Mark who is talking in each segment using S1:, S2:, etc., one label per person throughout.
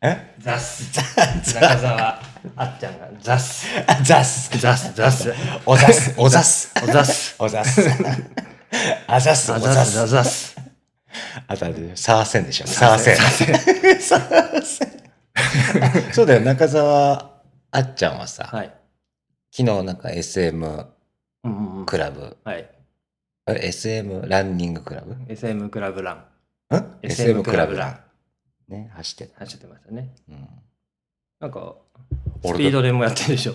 S1: え
S2: ザス。
S1: ザ
S2: 中澤。あっちゃんがザス。
S1: ザス
S2: ザス、ザス。
S1: おざすおざす
S2: おザス。
S1: おざすあざす
S2: あ
S1: お
S2: ざ
S1: ざ
S2: す、あ
S1: す
S2: ざす。
S1: あとあれサーセンでしょサーセンサーセンそうだよ中澤あっちゃんはさ、
S2: はい。
S1: 昨日なんか SM
S2: うんうんうん
S1: クラブ
S2: はい。
S1: え SM ランニングクラブん
S2: SM クラブラン。
S1: SM クラブ
S2: ラ
S1: ラ
S2: ン
S1: ン。ね走ってた、
S2: 走ってましたね。
S1: うん、
S2: なんか、
S1: 俺
S2: ス
S1: だ
S2: ピードでもやってる でしょ。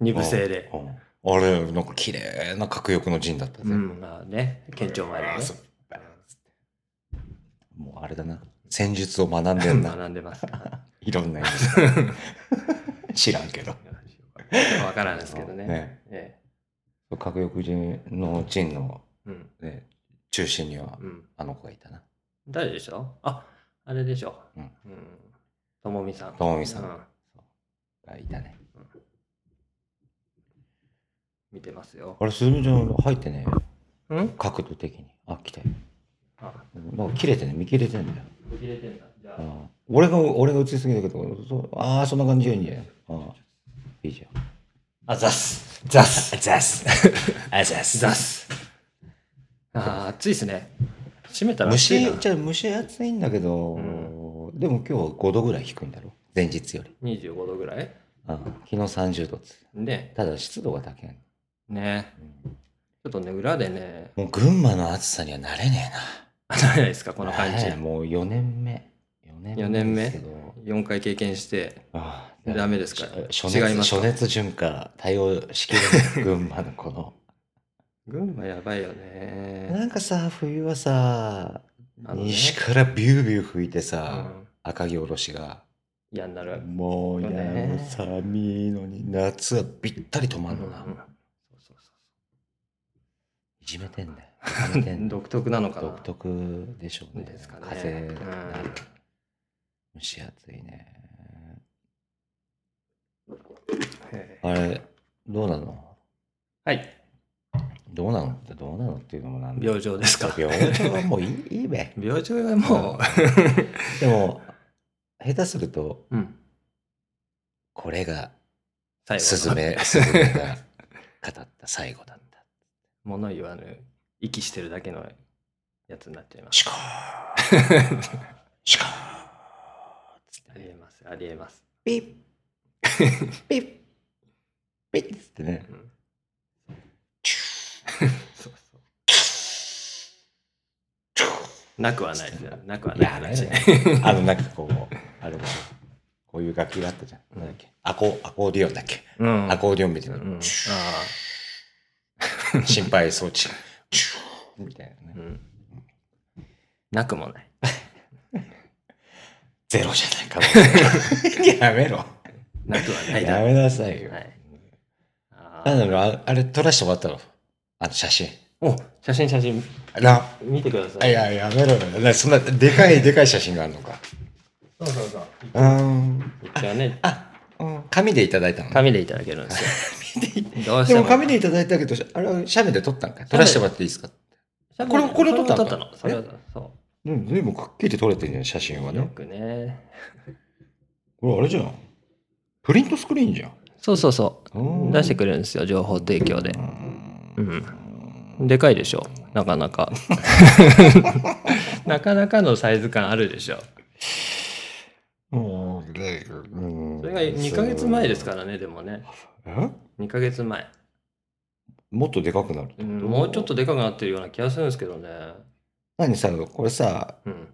S2: 二部制で。
S1: うんあれなんか綺麗な角翼の陣だった
S2: う
S1: ね、
S2: ん。まあね、県庁前でね
S1: あ。そうもうあれだな戦術を学んでんな
S2: 学んでます。はい
S1: ろんな意味で 知らんけど
S2: いわからんですけどね。え
S1: 核翼陣の陣の、
S2: えうん。
S1: ね、中心には
S2: うん。
S1: あの子がいたな
S2: 誰でしょあ、あれでしょ。
S1: うん。
S2: ともみさん。
S1: ともみさん
S2: う
S1: がいたね
S2: 見てますよ。
S1: あれすずみちゃん入ってね
S2: うん
S1: 角度的にあ来たよ
S2: あ、
S1: なんか切れてね見切れてんだよ
S2: 切れてんだ。じゃ
S1: う
S2: あ、
S1: ん俺が俺が映りすぎたけどそうああそんな感じよいいんじゃないうんいいじゃん
S2: あざす。ざす。
S1: ザスあザス
S2: ざす。あー、暑いですね。閉めたら
S1: 蒸
S2: 暑いな
S1: し、じゃあ蒸し暑いんだけど、でも今日は5度ぐらい低いんだろ前日より。
S2: 25度ぐらい
S1: うん、昨日30度っつ。
S2: ね。
S1: ただ湿度が高い。
S2: ね。ちょっとね、裏でね、
S1: もう群馬の暑さには慣れね
S2: ないですか、
S1: え
S2: こ
S1: な。
S2: の感じ
S1: ねえ。もう4年目。4年目ですけど。
S2: 4回経験して、
S1: ああ
S2: ダメですか
S1: 暑熱
S2: 違いますか
S1: 暑熱順化対応しき れない群馬のこの。
S2: 群馬やばいよね。
S1: なんかさ、冬はさ、
S2: あのね
S1: 西からビュービュー吹いて
S2: う
S1: さ、
S2: ん
S1: 赤城おろしが。
S2: 嫌になる。
S1: もうやもう寒いのに夏はぴったり止まんのな、
S2: うんそうそう
S1: いじめてんだよいじめて
S2: そう
S1: んだよ
S2: 独特なのかな。
S1: 独特でしょうね
S2: ですかね
S1: 風
S2: うん
S1: がなる蒸し暑いね
S2: へえ
S1: あれどうなの
S2: はい。
S1: どうなのってどうなのっていうのもなんだ
S2: 病状ですか。
S1: 病状はもういいいいべ
S2: 病状はも
S1: でも下手すると
S2: う、うん、
S1: これが
S2: 最
S1: スズ
S2: 後の
S1: メスズメが語った最後だった
S2: 物言わぬ、息してるだけのやつになっちゃいます。
S1: シカー シカーつって
S2: ありえます、ありえます。
S1: ピッピッピッつってね
S2: うん、そうそうなくはないですよ。なくはいない
S1: やあれ
S2: 話。
S1: ねあのなんかこうあれもこういう楽器があったじゃんなんだっけアコアコーディオンだっけ
S2: うん。
S1: アコーディオンみたいな
S2: うん、あ
S1: 心配装置みたいな
S2: あ、う
S1: ね
S2: ん。なくもない。
S1: ゼロじゃない かやめろ
S2: なくはないだろ
S1: やめなさいよ
S2: はい。あ
S1: な
S2: ー
S1: んだろうああれ撮らせてもらったのあの写真
S2: お写真写真
S1: な
S2: 見てくださ
S1: あ
S2: い。
S1: いややめろよなそんなでかいでかい写真があるのか
S2: そうそうそう。
S1: うーん
S2: 一応ね、
S1: あ、うん、紙でいただいたの
S2: 紙でいただけるんですよ。どうして
S1: で
S2: も
S1: も紙でいただいたけど、あれは写メで撮ったんかい撮らせてもらっていいですか
S2: 紙で
S1: これこれ撮ったの
S2: 撮ったの。それはそ
S1: うん、随分くっきり撮れてるね、写真は
S2: う。よ。くね。
S1: これあれじゃん。プリントスクリーンじゃん。
S2: そうそうそうう。
S1: ん
S2: 出してくれるんですよ、情報提供で。うん。でかいでしょ、なかな か。なかなかのサイズ感あるでしょ。
S1: うん、で、うん
S2: それが2ヶ月前ですからね、でもね。
S1: え
S2: 2ヶ月前。
S1: もっとでかくなるって
S2: う
S1: こと
S2: んもうちょっと。でかくなってるような気がするんですけどね。
S1: 何さ、これさ、
S2: うん。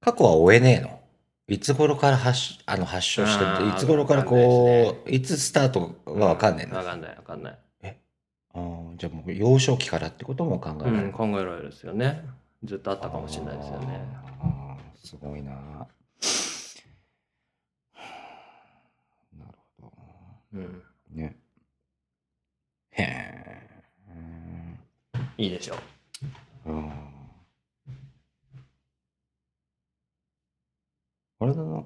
S1: 過去は追えねえのいつ頃から発しあの発症して
S2: あ
S1: て、い
S2: ー
S1: つ頃からこう、いつスタートがわかんねえん
S2: わ
S1: だ。
S2: かんない、わかんない。
S1: あーじゃあもう幼少期からってことも考えら
S2: う
S1: れる
S2: ん、考えられるですよね。ずっとあったかもしれないですよね。
S1: あー。すごいな。なるほど。
S2: うん、
S1: ね。へえ。うん
S2: いいでしょう。
S1: うんあれだな。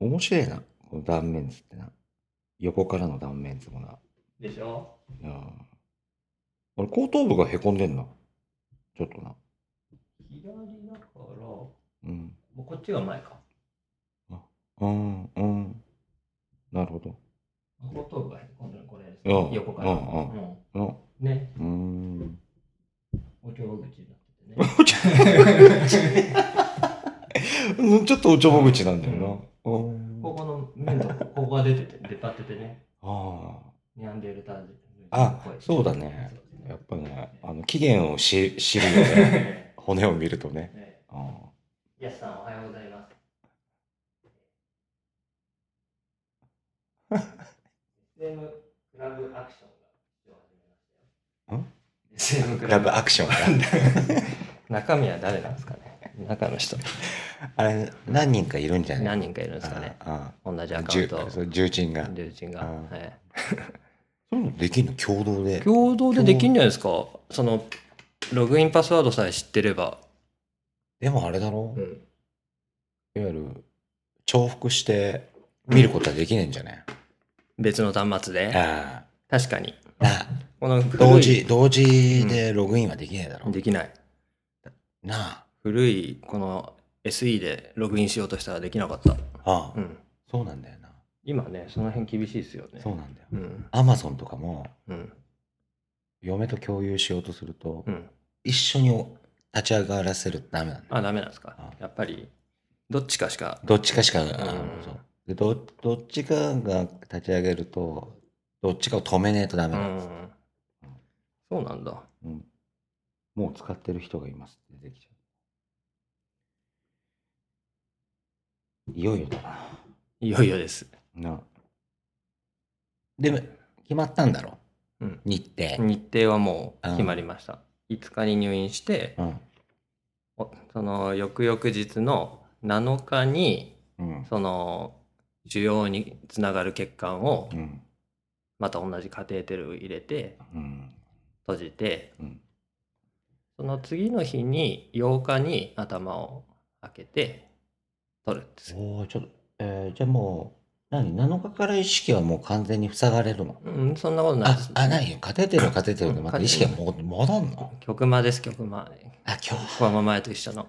S1: 面白いな。この断面図ってな。横からの断面図もな。
S2: でしょ
S1: うん俺、後頭部がへこんでんな。ちょっとな。
S2: 左だから、
S1: うん。
S2: ここっちが前か。
S1: うん、うん。なるほど。
S2: 後頭部が今度はこれです、
S1: うん
S2: 横から。
S1: うんうんの、
S2: うんね、
S1: うーん。
S2: お経口になっててね。
S1: おちょぼ口ちょっとおちょぼ口なんだよな。うん
S2: ここの面とここが出てて、出っ張っててね。
S1: あ
S2: ニャンデルタージル
S1: あそうだねあ、やっぱね、あの、起源をし知るよね。骨を見るとね。
S2: ね
S1: あー
S2: ヤスさんおはようございます。SM クラブアクションが始めましたよ。SM ク
S1: ラブアクションが。
S2: 中身は誰なんですかね中の人。
S1: あれ、何人かいるんじゃない
S2: 何人かいるんですかね
S1: あ
S2: 同じ
S1: ーあ
S2: ア
S1: ー、
S2: カウン
S1: 重
S2: ト。
S1: そう重鎮が。
S2: 友人が。
S1: あー
S2: はい
S1: そういうのできるの共同で。
S2: 共同でできんじゃないですかそのログインパスワードさえ知ってれば、
S1: でもあれだろ
S2: う
S1: い
S2: ん、
S1: わゆる、重複して見ることはできないんじゃない
S2: 別の端末で
S1: あ
S2: 確かに
S1: あ。なあ
S2: この古い
S1: 同時、同時でログインはできないだろ
S2: できない
S1: な
S2: 古いこの SE でログインしようとしたらできなかった、
S1: あ。あ
S2: う
S1: あ、
S2: ん、
S1: そうなんだよな。
S2: 今ねその辺厳しいですよね
S1: そうなんだよ。
S2: うん
S1: アマゾンとかも、
S2: うん
S1: 嫁と共有しようとすると
S2: う、ん
S1: 一緒に立ち上がらせるとダメなんだよ。
S2: あダメなんですか
S1: あ
S2: やっぱりどっちかしか
S1: どっちかしか、あ
S2: ん
S1: そうでどどっちかが立ち上げると、どっちかを止めねえとダメ
S2: う
S1: なんです、
S2: んそうなんだ
S1: うんもう使ってる人がいますって出てきちゃう。いよいよだ
S2: いよいよです
S1: な。なでも、決まったんだろ
S2: うん
S1: 日程。
S2: 日程はもう決まりました5日に入院して
S1: うん。
S2: おその翌々日の7日に
S1: うん。
S2: その腫瘍につながる血管を
S1: うん。
S2: また同じカテーテルを入れて
S1: うん。
S2: 閉じて
S1: うん。
S2: その次の日に8日に頭を開けて取るんですよ
S1: おーちょっと、えーじゃあもう、何 ?7 日から意識はもう完全に塞がれるの
S2: うん、そんなことないで
S1: あ
S2: す、。
S1: あ、ないよ。カテーテルはカテーテルでまた
S2: カテ
S1: 意
S2: ーテ
S1: 識
S2: ル
S1: がもう戻んの
S2: 曲間です、曲間。
S1: あ、今日。
S2: このま前と一緒の。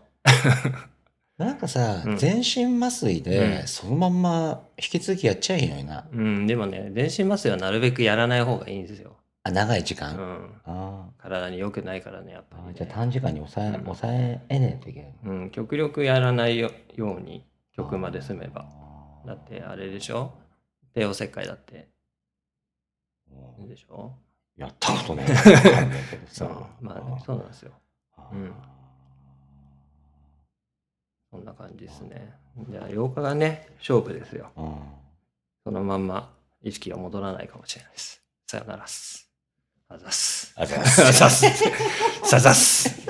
S1: なんかさ、
S2: うん
S1: 全身麻酔で、
S2: うん
S1: そのまんま引き続きやっちゃいいのにな。
S2: うん、でもね、全身麻酔はなるべくやらない方がいいんですよ。
S1: あ、長い時
S2: う
S1: 間。あ
S2: ん。
S1: あ
S2: 体に良くないからね、やっ
S1: あ
S2: ぱり、
S1: ー
S2: ね。
S1: じゃあ短時間に抑え、
S2: うん
S1: 抑ええねえといけない。
S2: うん、極力やらないよように曲まで済めば。
S1: あー
S2: だってあれでしょ帝王切開だって
S1: うん
S2: でしょ
S1: やったこ とない。わかんないけど
S2: そ
S1: さ
S2: うまあねそうなんですよ
S1: あ
S2: うん
S1: ー
S2: そんな感じですねじゃあ8日がね勝負です よ
S1: うん
S2: そのまんま意識が戻らないかもしれないですさよならっすあざっす
S1: あざっす
S2: あざっすさざっす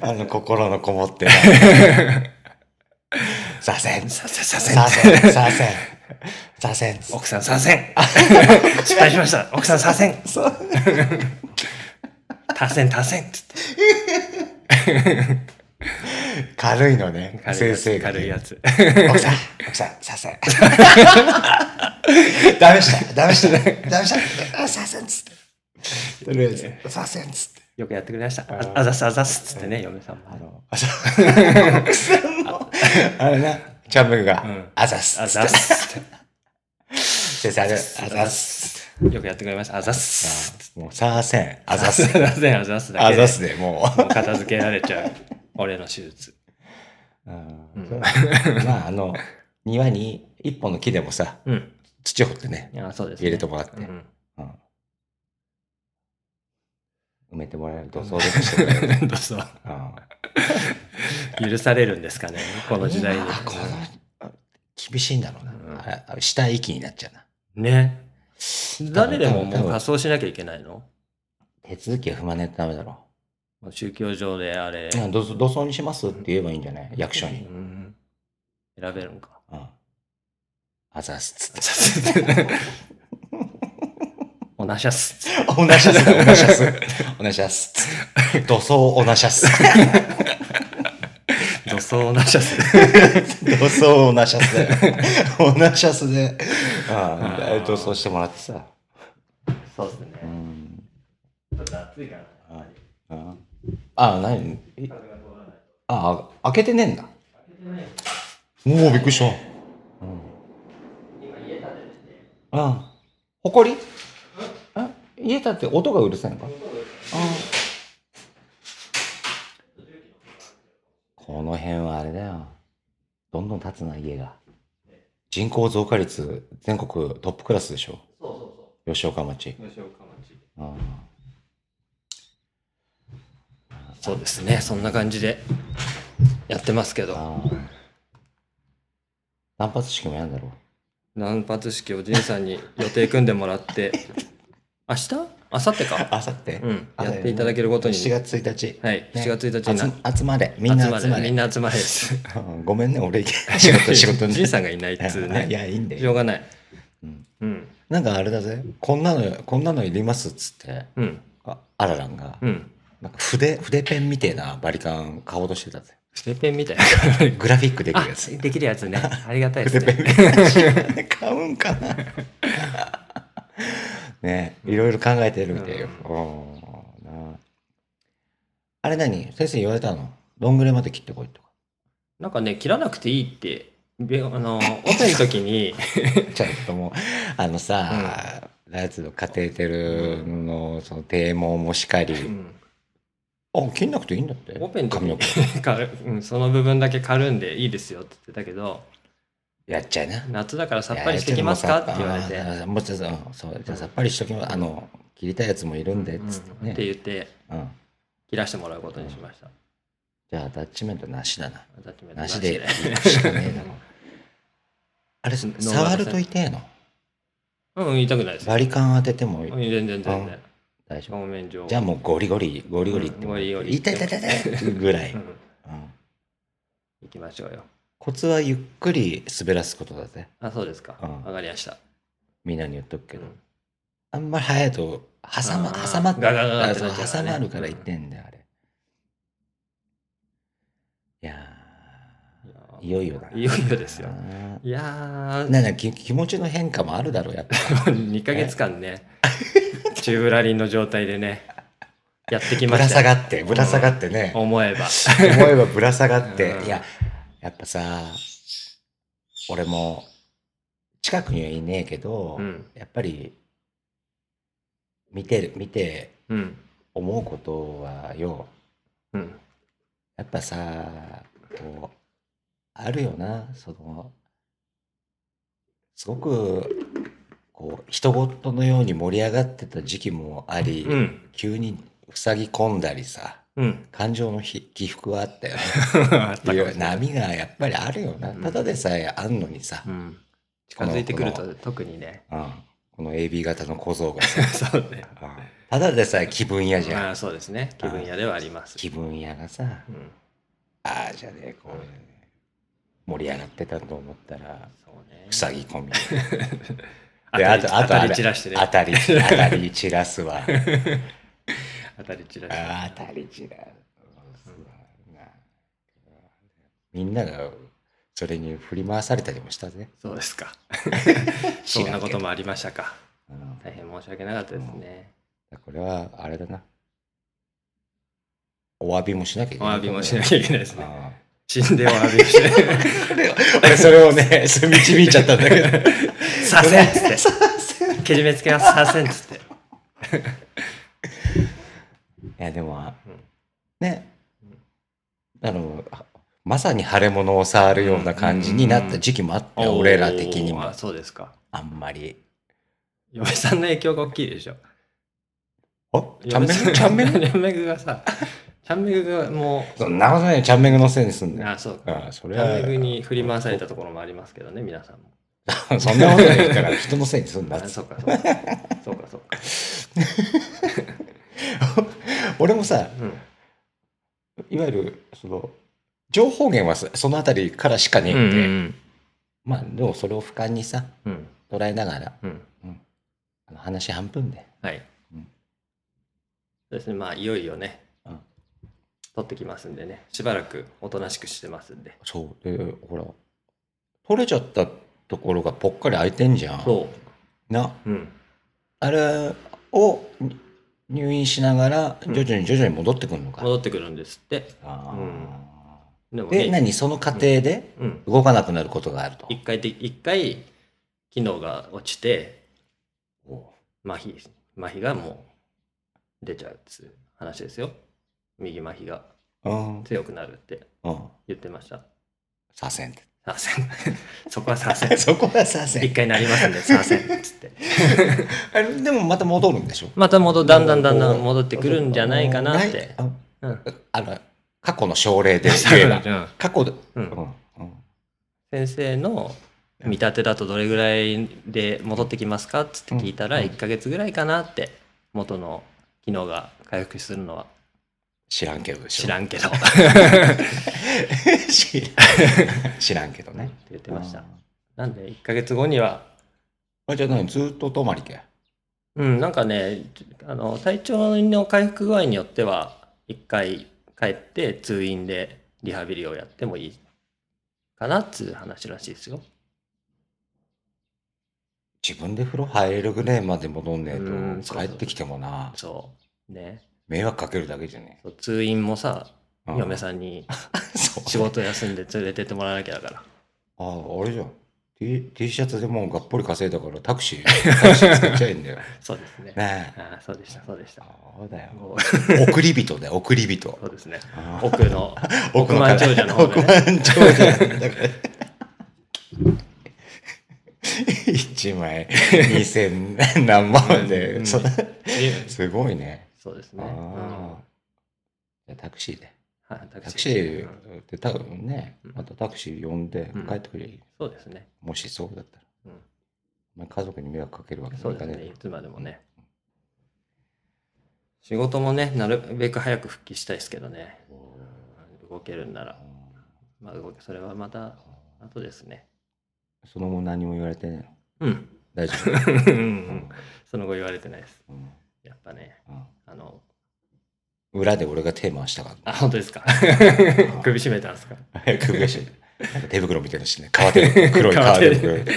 S1: あの、心のこも ってない。左遷
S2: させさせ
S1: 左遷左遷左遷
S2: 奥さん参 戦失敗しました奥さん参戦
S1: そう。
S2: 達成達成つって
S1: 軽いのね。
S2: 軽いやつ
S1: 先生がね
S2: 軽いやつ
S1: 奥さん、奥さん、させん。 ダメした、ダメ した、ダメした、させんっつって。とりあえず、させんっつって。
S2: よくやってくれましたああざっすあざっすっつってね嫁さんも
S1: あの、あ、そう。奥さんの、あれな、チャンブルが
S2: うん、
S1: あざっす。
S2: あざっすって
S1: 先生、あざっす。
S2: よくやってくれました。あざっす。
S1: もう、させん、あ
S2: あ
S1: ざっす。
S2: あざっす。あざっすだけ
S1: あ
S2: で。
S1: ざっすで、もう。
S2: もう片付けられちゃう。俺の手術。
S1: うん
S2: ん
S1: そうまあ、あの、庭に一本の木でもさ、
S2: うん。
S1: 土掘ってね、
S2: いや、そうです、ね。
S1: 入れてもらって
S2: う、ん。
S1: うん埋めてもらえる土葬でもして もらえる。
S2: どうぞ。
S1: う ん
S2: 許されるんですかね、この時代に
S1: あ。このあ厳しいんだろうな、
S2: うん
S1: ああ死体遺棄になっちゃうな
S2: ね。誰でも
S1: 多
S2: もう
S1: 分
S2: 仮装しなきゃいけないの
S1: 手続きは踏まないとダメだろ
S2: もう宗教上であれ。
S1: う、うん、土葬土葬にしますって言えばいいんじゃない役所に、
S2: うん選べるん か。
S1: うん、あざっすっつって
S2: おなしゃっす。
S1: おなしゃす だおなしゃすおなしゃ すっつって土葬おなしゃ す
S2: 女装おなしゃっす。
S1: 土葬おなしゃすだよおなしゃすで、うん、土葬してもらってさ、
S2: そうです
S1: う
S2: ね。
S1: ん
S2: ちょっと暑いから。
S1: うんあ、何えあ、あ開けてねえんだ。おお、びっくりした。うん。あほこりあ家建って音がうるさいのかあこの辺はあれだよ。どんどん建つな、家が。人口増加率、全国トップクラスでしょ。
S2: そうそ
S1: 吉岡町。
S2: うそう。吉岡町。
S1: うん
S2: そうですね。そんな感じでやってますけど。
S1: ああ。単発式もやんだろう。
S2: 乱発式をじいさんに予定組んでもらって、明日明後日か。
S1: あさって
S2: うん。やっていただけることに。
S1: 7月1日。
S2: はい。
S1: ね
S2: 7月1日にな
S1: 集集まれ。みんな集まれ。
S2: みんな集まれです。
S1: うんごめん ね、俺、仕事、 仕事ね。
S2: じいさんがいないっつう
S1: い
S2: ね。
S1: や、いいんだ
S2: しょ
S1: よ。
S2: うがない。
S1: うん
S2: うん。
S1: なんかあれだぜ。こんなの、こんなのいりますっつって、
S2: うん。
S1: あアラランが、
S2: うん。
S1: なんか筆、筆ペンみてえなバリカン買おうとしてたぜ。
S2: 筆ペンみたいな。
S1: グラフィックでき
S2: あ
S1: るやつ。、
S2: できるやつね。 ありがたいです
S1: 筆ペン
S2: ね。
S1: みたいなやつ 買うんかなねいろいろ考えてるみたいよ。うんなあれ何先生言われたのどんぐらいまで切ってこいとか。
S2: なんかね、切らなくていいって、べあの、オペの時に、
S1: ちゃんともう あのさ、ライツのカテーテルのその低毛もしかり、
S2: うん
S1: あ切んなくていいんだって
S2: オペの時
S1: 髪の
S2: に
S1: 毛
S2: か、うん、その部分だけ刈るんでいいですよって言ってたけど、
S1: やっちゃいな
S2: 夏だからさっぱりしてきますかって言われて、
S1: いやちょっともうさあーもうちょっとそうじゃあさっぱりしときますあの切りたいやつもいるんでっつって
S2: うん
S1: ね
S2: っ、て言って、
S1: うん
S2: 切らしてもらうことにしました。
S1: じゃあアタッチメントなしだな
S2: アタッチメント
S1: な
S2: な
S1: し
S2: し
S1: で
S2: で
S1: 行くしかねえだろあれ
S2: ノーマル
S1: 触ると痛えの
S2: うん、痛くないです。
S1: バリカン当てても
S2: うん全然全然。
S1: 大丈夫
S2: 表面上。
S1: じゃあもうゴリゴリゴリゴリって
S2: う
S1: も
S2: んゴリゴリ
S1: 痛い痛い痛い痛いぐらい、
S2: う
S1: うん
S2: ん行きましょうよ。
S1: コツはゆっくり滑らすことだぜ
S2: あ、そうですか。
S1: うん
S2: わかりました。
S1: みんなに言っとくけど、
S2: うん
S1: あんまり早いと挟ま
S2: あー
S1: 挟まって
S2: ガガガガ
S1: あ
S2: って
S1: そ
S2: な
S1: う
S2: っちゃうから
S1: 挟
S2: ね
S1: まるから言ってんだよあれ、いやーいよいよだない
S2: よいよですよ。
S1: ない
S2: やー、
S1: なき気持ちの変化もあるだろうやっぱ
S2: 2ヶ月間ね、チューブラリンの状態でね、やってき
S1: ぶ
S2: ま
S1: ら
S2: した
S1: 下
S2: よ。
S1: がってぶら下がってね、
S2: 思えば。
S1: 思えばぶら下がって、
S2: うん
S1: いややっぱさ俺も近くにはいねえけど、
S2: うん。
S1: やっぱり見てる見て
S2: うん。
S1: 思うことはよ
S2: うん。
S1: やっぱさこうあるよなそのすごくこう人事のように盛り上がってた時期もあり、
S2: うん。
S1: 急に塞ぎ込んだりさ
S2: うん。
S1: 感情のひ起伏はあったよね
S2: あったかもしれない
S1: 波がやっぱりあるよな
S2: うん
S1: ただでさえあんのにさ
S2: う、ん。近づいてくると特にね。
S1: うんこの AB 型の小僧がさ、
S2: そうね。
S1: うんただでさえ気分屋じゃん、
S2: まあそうですね。気分屋ではあります。
S1: 気分屋がさ
S2: うん。
S1: ああじゃねこうね盛り上がってたと思ったら
S2: そうね。
S1: 塞ぎ 込み
S2: 当
S1: で
S2: た
S1: あ
S2: り
S1: と
S2: 当
S1: あと
S2: た
S1: あ
S2: り
S1: れ
S2: 散らしてね。
S1: 当 たり当たり散らすわ
S2: 当たり散らして。
S1: あ当たり散らすわなみんながそれに振り回されたりもしたぜ
S2: そうですか。そんなこと
S1: も、
S2: もありましたか。
S1: うん
S2: 大変申し訳なかったですね。
S1: これはあれだなお詫びもしなきゃいけ
S2: お
S1: ない
S2: 詫びもしなきゃいけないですね。
S1: あ
S2: 死んでお詫びをして。
S1: あ俺 それをね導いちゃったんだけど
S2: させんっつって。けじめつけます、させんっつって。
S1: いやでも、
S2: うん
S1: ねあのはまさに腫れ物を触るような感じになった時期もあったよ、俺ら的に
S2: おー
S1: も
S2: あそうですか。
S1: あんまり
S2: 嫁さんの影響が大きいでしょ。
S1: あチャンメグチャンメグ
S2: グチャンメグがさ、チャンメグがも
S1: そんなことないよチャンメグのせいにすん
S2: う、
S1: だよ
S2: あそうか。
S1: あそ
S2: チ
S1: れは
S2: ャンメグに振り回されたところもありますけどね、皆さんも。
S1: そんなことないから人のせいにすんな
S2: あ
S1: っつ
S2: そうか、そうか。そうか、そうか。
S1: 俺もさ
S2: うん。
S1: いわゆるその情報源はそその辺りからしかねえんで、
S2: うん
S1: まあでもそれを俯瞰にさ
S2: うん。
S1: 捉えながら
S2: うん。
S1: あの話半分で
S2: はい。
S1: うん
S2: そうですね、まあ、いよいよね
S1: うん、
S2: 取ってきますんでね、しばらくおとなしくしてますんで。
S1: そうでほら取れちゃったところがぽっかり空いてんじゃん
S2: そ
S1: な
S2: う。うん。
S1: あれを入院しながら徐々に徐々に戻ってくるのか。
S2: 戻ってくるんですって。
S1: あ
S2: でも
S1: ーで
S2: ね、
S1: 何その過程で
S2: うん。
S1: 動かなくなることがあると。
S2: 一回で、一回、機能が落ちて、麻痺、麻痺がもう出ちゃうっていう話ですよ。右麻痺が
S1: うん。
S2: 強くなるって
S1: うん。
S2: 言ってました。
S1: 左遷って。
S2: 左遷。 そこは左遷。
S1: そこが左遷
S2: 一。回なりますんで、左遷っつって。
S1: あれでもまた戻るんでしょ
S2: また戻、だんだんだんだん戻ってくるんじゃないかなっ
S1: ない
S2: て。
S1: あ
S2: うん。
S1: あの過去の症 例で言えば
S2: うん
S1: 過去で、
S2: う
S1: うん
S2: ん
S1: うん
S2: 先生の見立てだとどれぐらいで戻ってきますかっつって聞いたら
S1: うん
S2: 1ヶ月ぐらいかなって元の機能が回復するのは
S1: 知らんけどでしょ
S2: 知らんけどっ
S1: 知らん 知らんけど
S2: て
S1: ね
S2: 言 ってました
S1: うん
S2: なんで1ヶ月後には
S1: あじゃあ何ずっと泊まりで
S2: うんなんかねあの体調の回復具合によっては1回帰って通院でリハビリをやってもいいかなっつう話らしいですよ
S1: 自分で風呂入れるぐらいまで戻んね
S2: うん
S1: えと
S2: そうそ
S1: 帰
S2: う
S1: ってきてもな
S2: そうね
S1: 迷惑かけるだけじゃね
S2: そう通院もさ
S1: え
S2: 嫁
S1: ん
S2: さんに
S1: そう
S2: 仕事休んで連れてってもらわなきゃだから
S1: あああれじゃん T, T シャツでもうがっぽり稼いだからタクシータクシーつけちゃえんだよ
S2: そうですね。
S1: ねえ
S2: ああ、そうでした、そうで した。
S1: そうだよ
S2: もう
S1: 送り人だよ送り人
S2: そうですね。
S1: あ
S2: 奥 の、
S1: 億
S2: 億
S1: 万
S2: 万
S1: 長
S2: 長
S1: 者
S2: 者の
S1: の方
S2: 方
S1: ね
S2: ね。
S1: 億万長者だ から。1枚2000何万で、
S2: うん
S1: そ
S2: え
S1: すごいね。
S2: そうですね。
S1: あ
S2: うん
S1: あじゃあタクシーで。
S2: はいタ
S1: タ
S2: ク
S1: クシ
S2: シー。うん
S1: ーで多分ね
S2: うん、
S1: またタクシー呼んで
S2: うん
S1: 帰ってくればいい、
S2: そうですね。
S1: もしそうだったら。
S2: うん
S1: お前家族に迷惑かけるわけに
S2: そう
S1: もい
S2: で
S1: か
S2: す
S1: ね
S2: ね。い
S1: え。
S2: つまでもね。仕事もね、なるべく早く復帰したいですけどね。動けるんなら。まあ、動け、それはまた、後ですね。
S1: その後何も言われてないの
S2: うん。
S1: 大丈夫、うん
S2: その後言われてないです。
S1: うん
S2: やっぱね、
S1: う
S2: あの、
S1: ん裏で俺が手回したか
S2: あ、
S1: ら。
S2: 本当 ですか。首絞めたんですか。
S1: 首がしなんか手袋みたいなのしてね、革手袋、 黒い革手袋。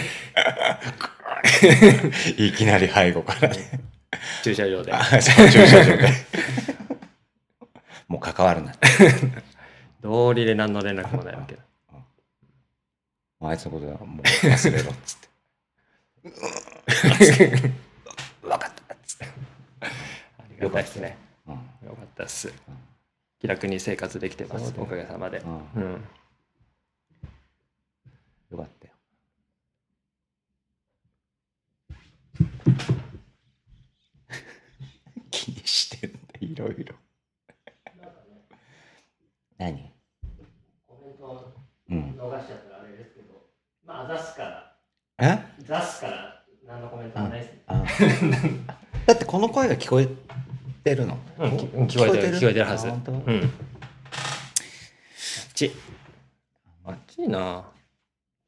S1: いきなり背後からね、
S2: 駐車場で。
S1: あそう駐車場で。もう関わるなって。
S2: 道理で何の連絡もないわけだ。
S1: もうあいつのことはもう忘れろっつって。分かったっつって。
S2: ありがたいですね。
S1: うん
S2: よかったっす。気楽に生活できてま
S1: そう
S2: す
S1: だ。よ
S2: おかげさまで
S1: う。ん
S2: うん。
S1: よかったよ。気にしてんだ、いろいろ。何
S2: コメント
S1: うん。
S2: 逃しちゃったらあれですけど、まあ、ザスから、
S1: え
S2: ザスから何のコメントもないですね。
S1: あ だってこの声が聞こえてるの。
S2: うん、聞こえてる、聞こえてるはず。
S1: あ
S2: う
S1: 本当
S2: ん。あっち。あっちいな。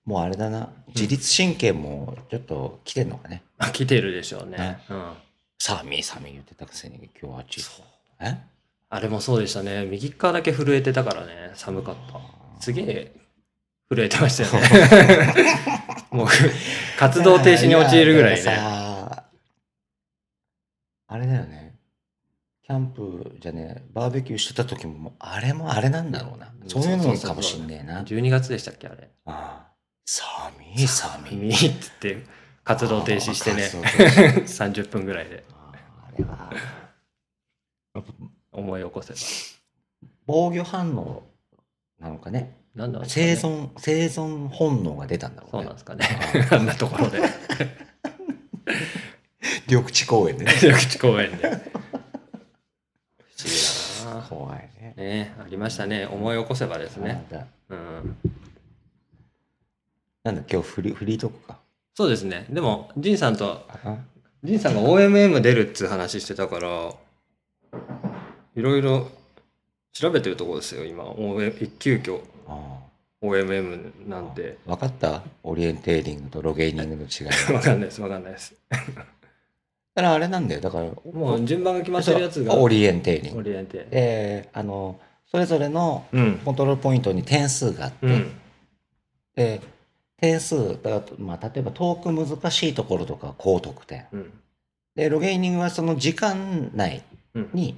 S1: もうあれだな。自律神経もちょっと来てんのかね。
S2: あ、来てるでしょうね。うん。
S1: 寒い寒い言ってたくせに今日は暑い。
S2: そう
S1: え
S2: あれもそうでしたね。右側だけ震えてたからね、寒かった。すげえ震えてました よね。もう活動停止に陥るぐらい
S1: やでも
S2: ね。
S1: さあれだよね。キャンプじゃねえバーベキューしてた時ももうあれもあれなんだろうな。
S2: うん
S1: そういうのかもしんねえな。
S2: 12月でしたっけあれ。
S1: ああ寒い寒い。
S2: 耳って言って活動停止してね
S1: 活、動停止
S2: 30分ぐらいで
S1: あああれは
S2: 思い起こせば。
S1: 防御反応なのかね
S2: なんだろうね
S1: 生存生存本能が出たんだろう
S2: そう
S1: ね
S2: なんですかね。あんなところで。
S1: 緑地公園 でね
S2: 緑地公園で。不思議だな。
S1: 怖いね
S2: ねありましたね。思い起こせばですね。
S1: なんだ
S2: うん。
S1: なんだ今日フリーフリートークか
S2: そうですね。でも、仁さんと
S1: あ
S2: ジンさんが OMM 出るっつう話してたから、いろいろ調べてるところですよ、今。OM 急遽
S1: あ
S2: OMM なんて。
S1: 分かったオリエンテーリングとロゲーニング の違い
S2: わかんないです、わかんないです。
S1: だからあれなんだよだから
S2: もう順番が決まってるやつが
S1: オ
S2: オリ
S1: リエンテーリング
S2: エンテ。
S1: であのそれぞれの
S2: うん。
S1: コントロールポイントに点数があって、
S2: うん。
S1: で点数だから、まあ、例えば遠く難しいところとかは高得点
S2: うん。
S1: で、ロゲイニングはその時間内
S2: うん
S1: に、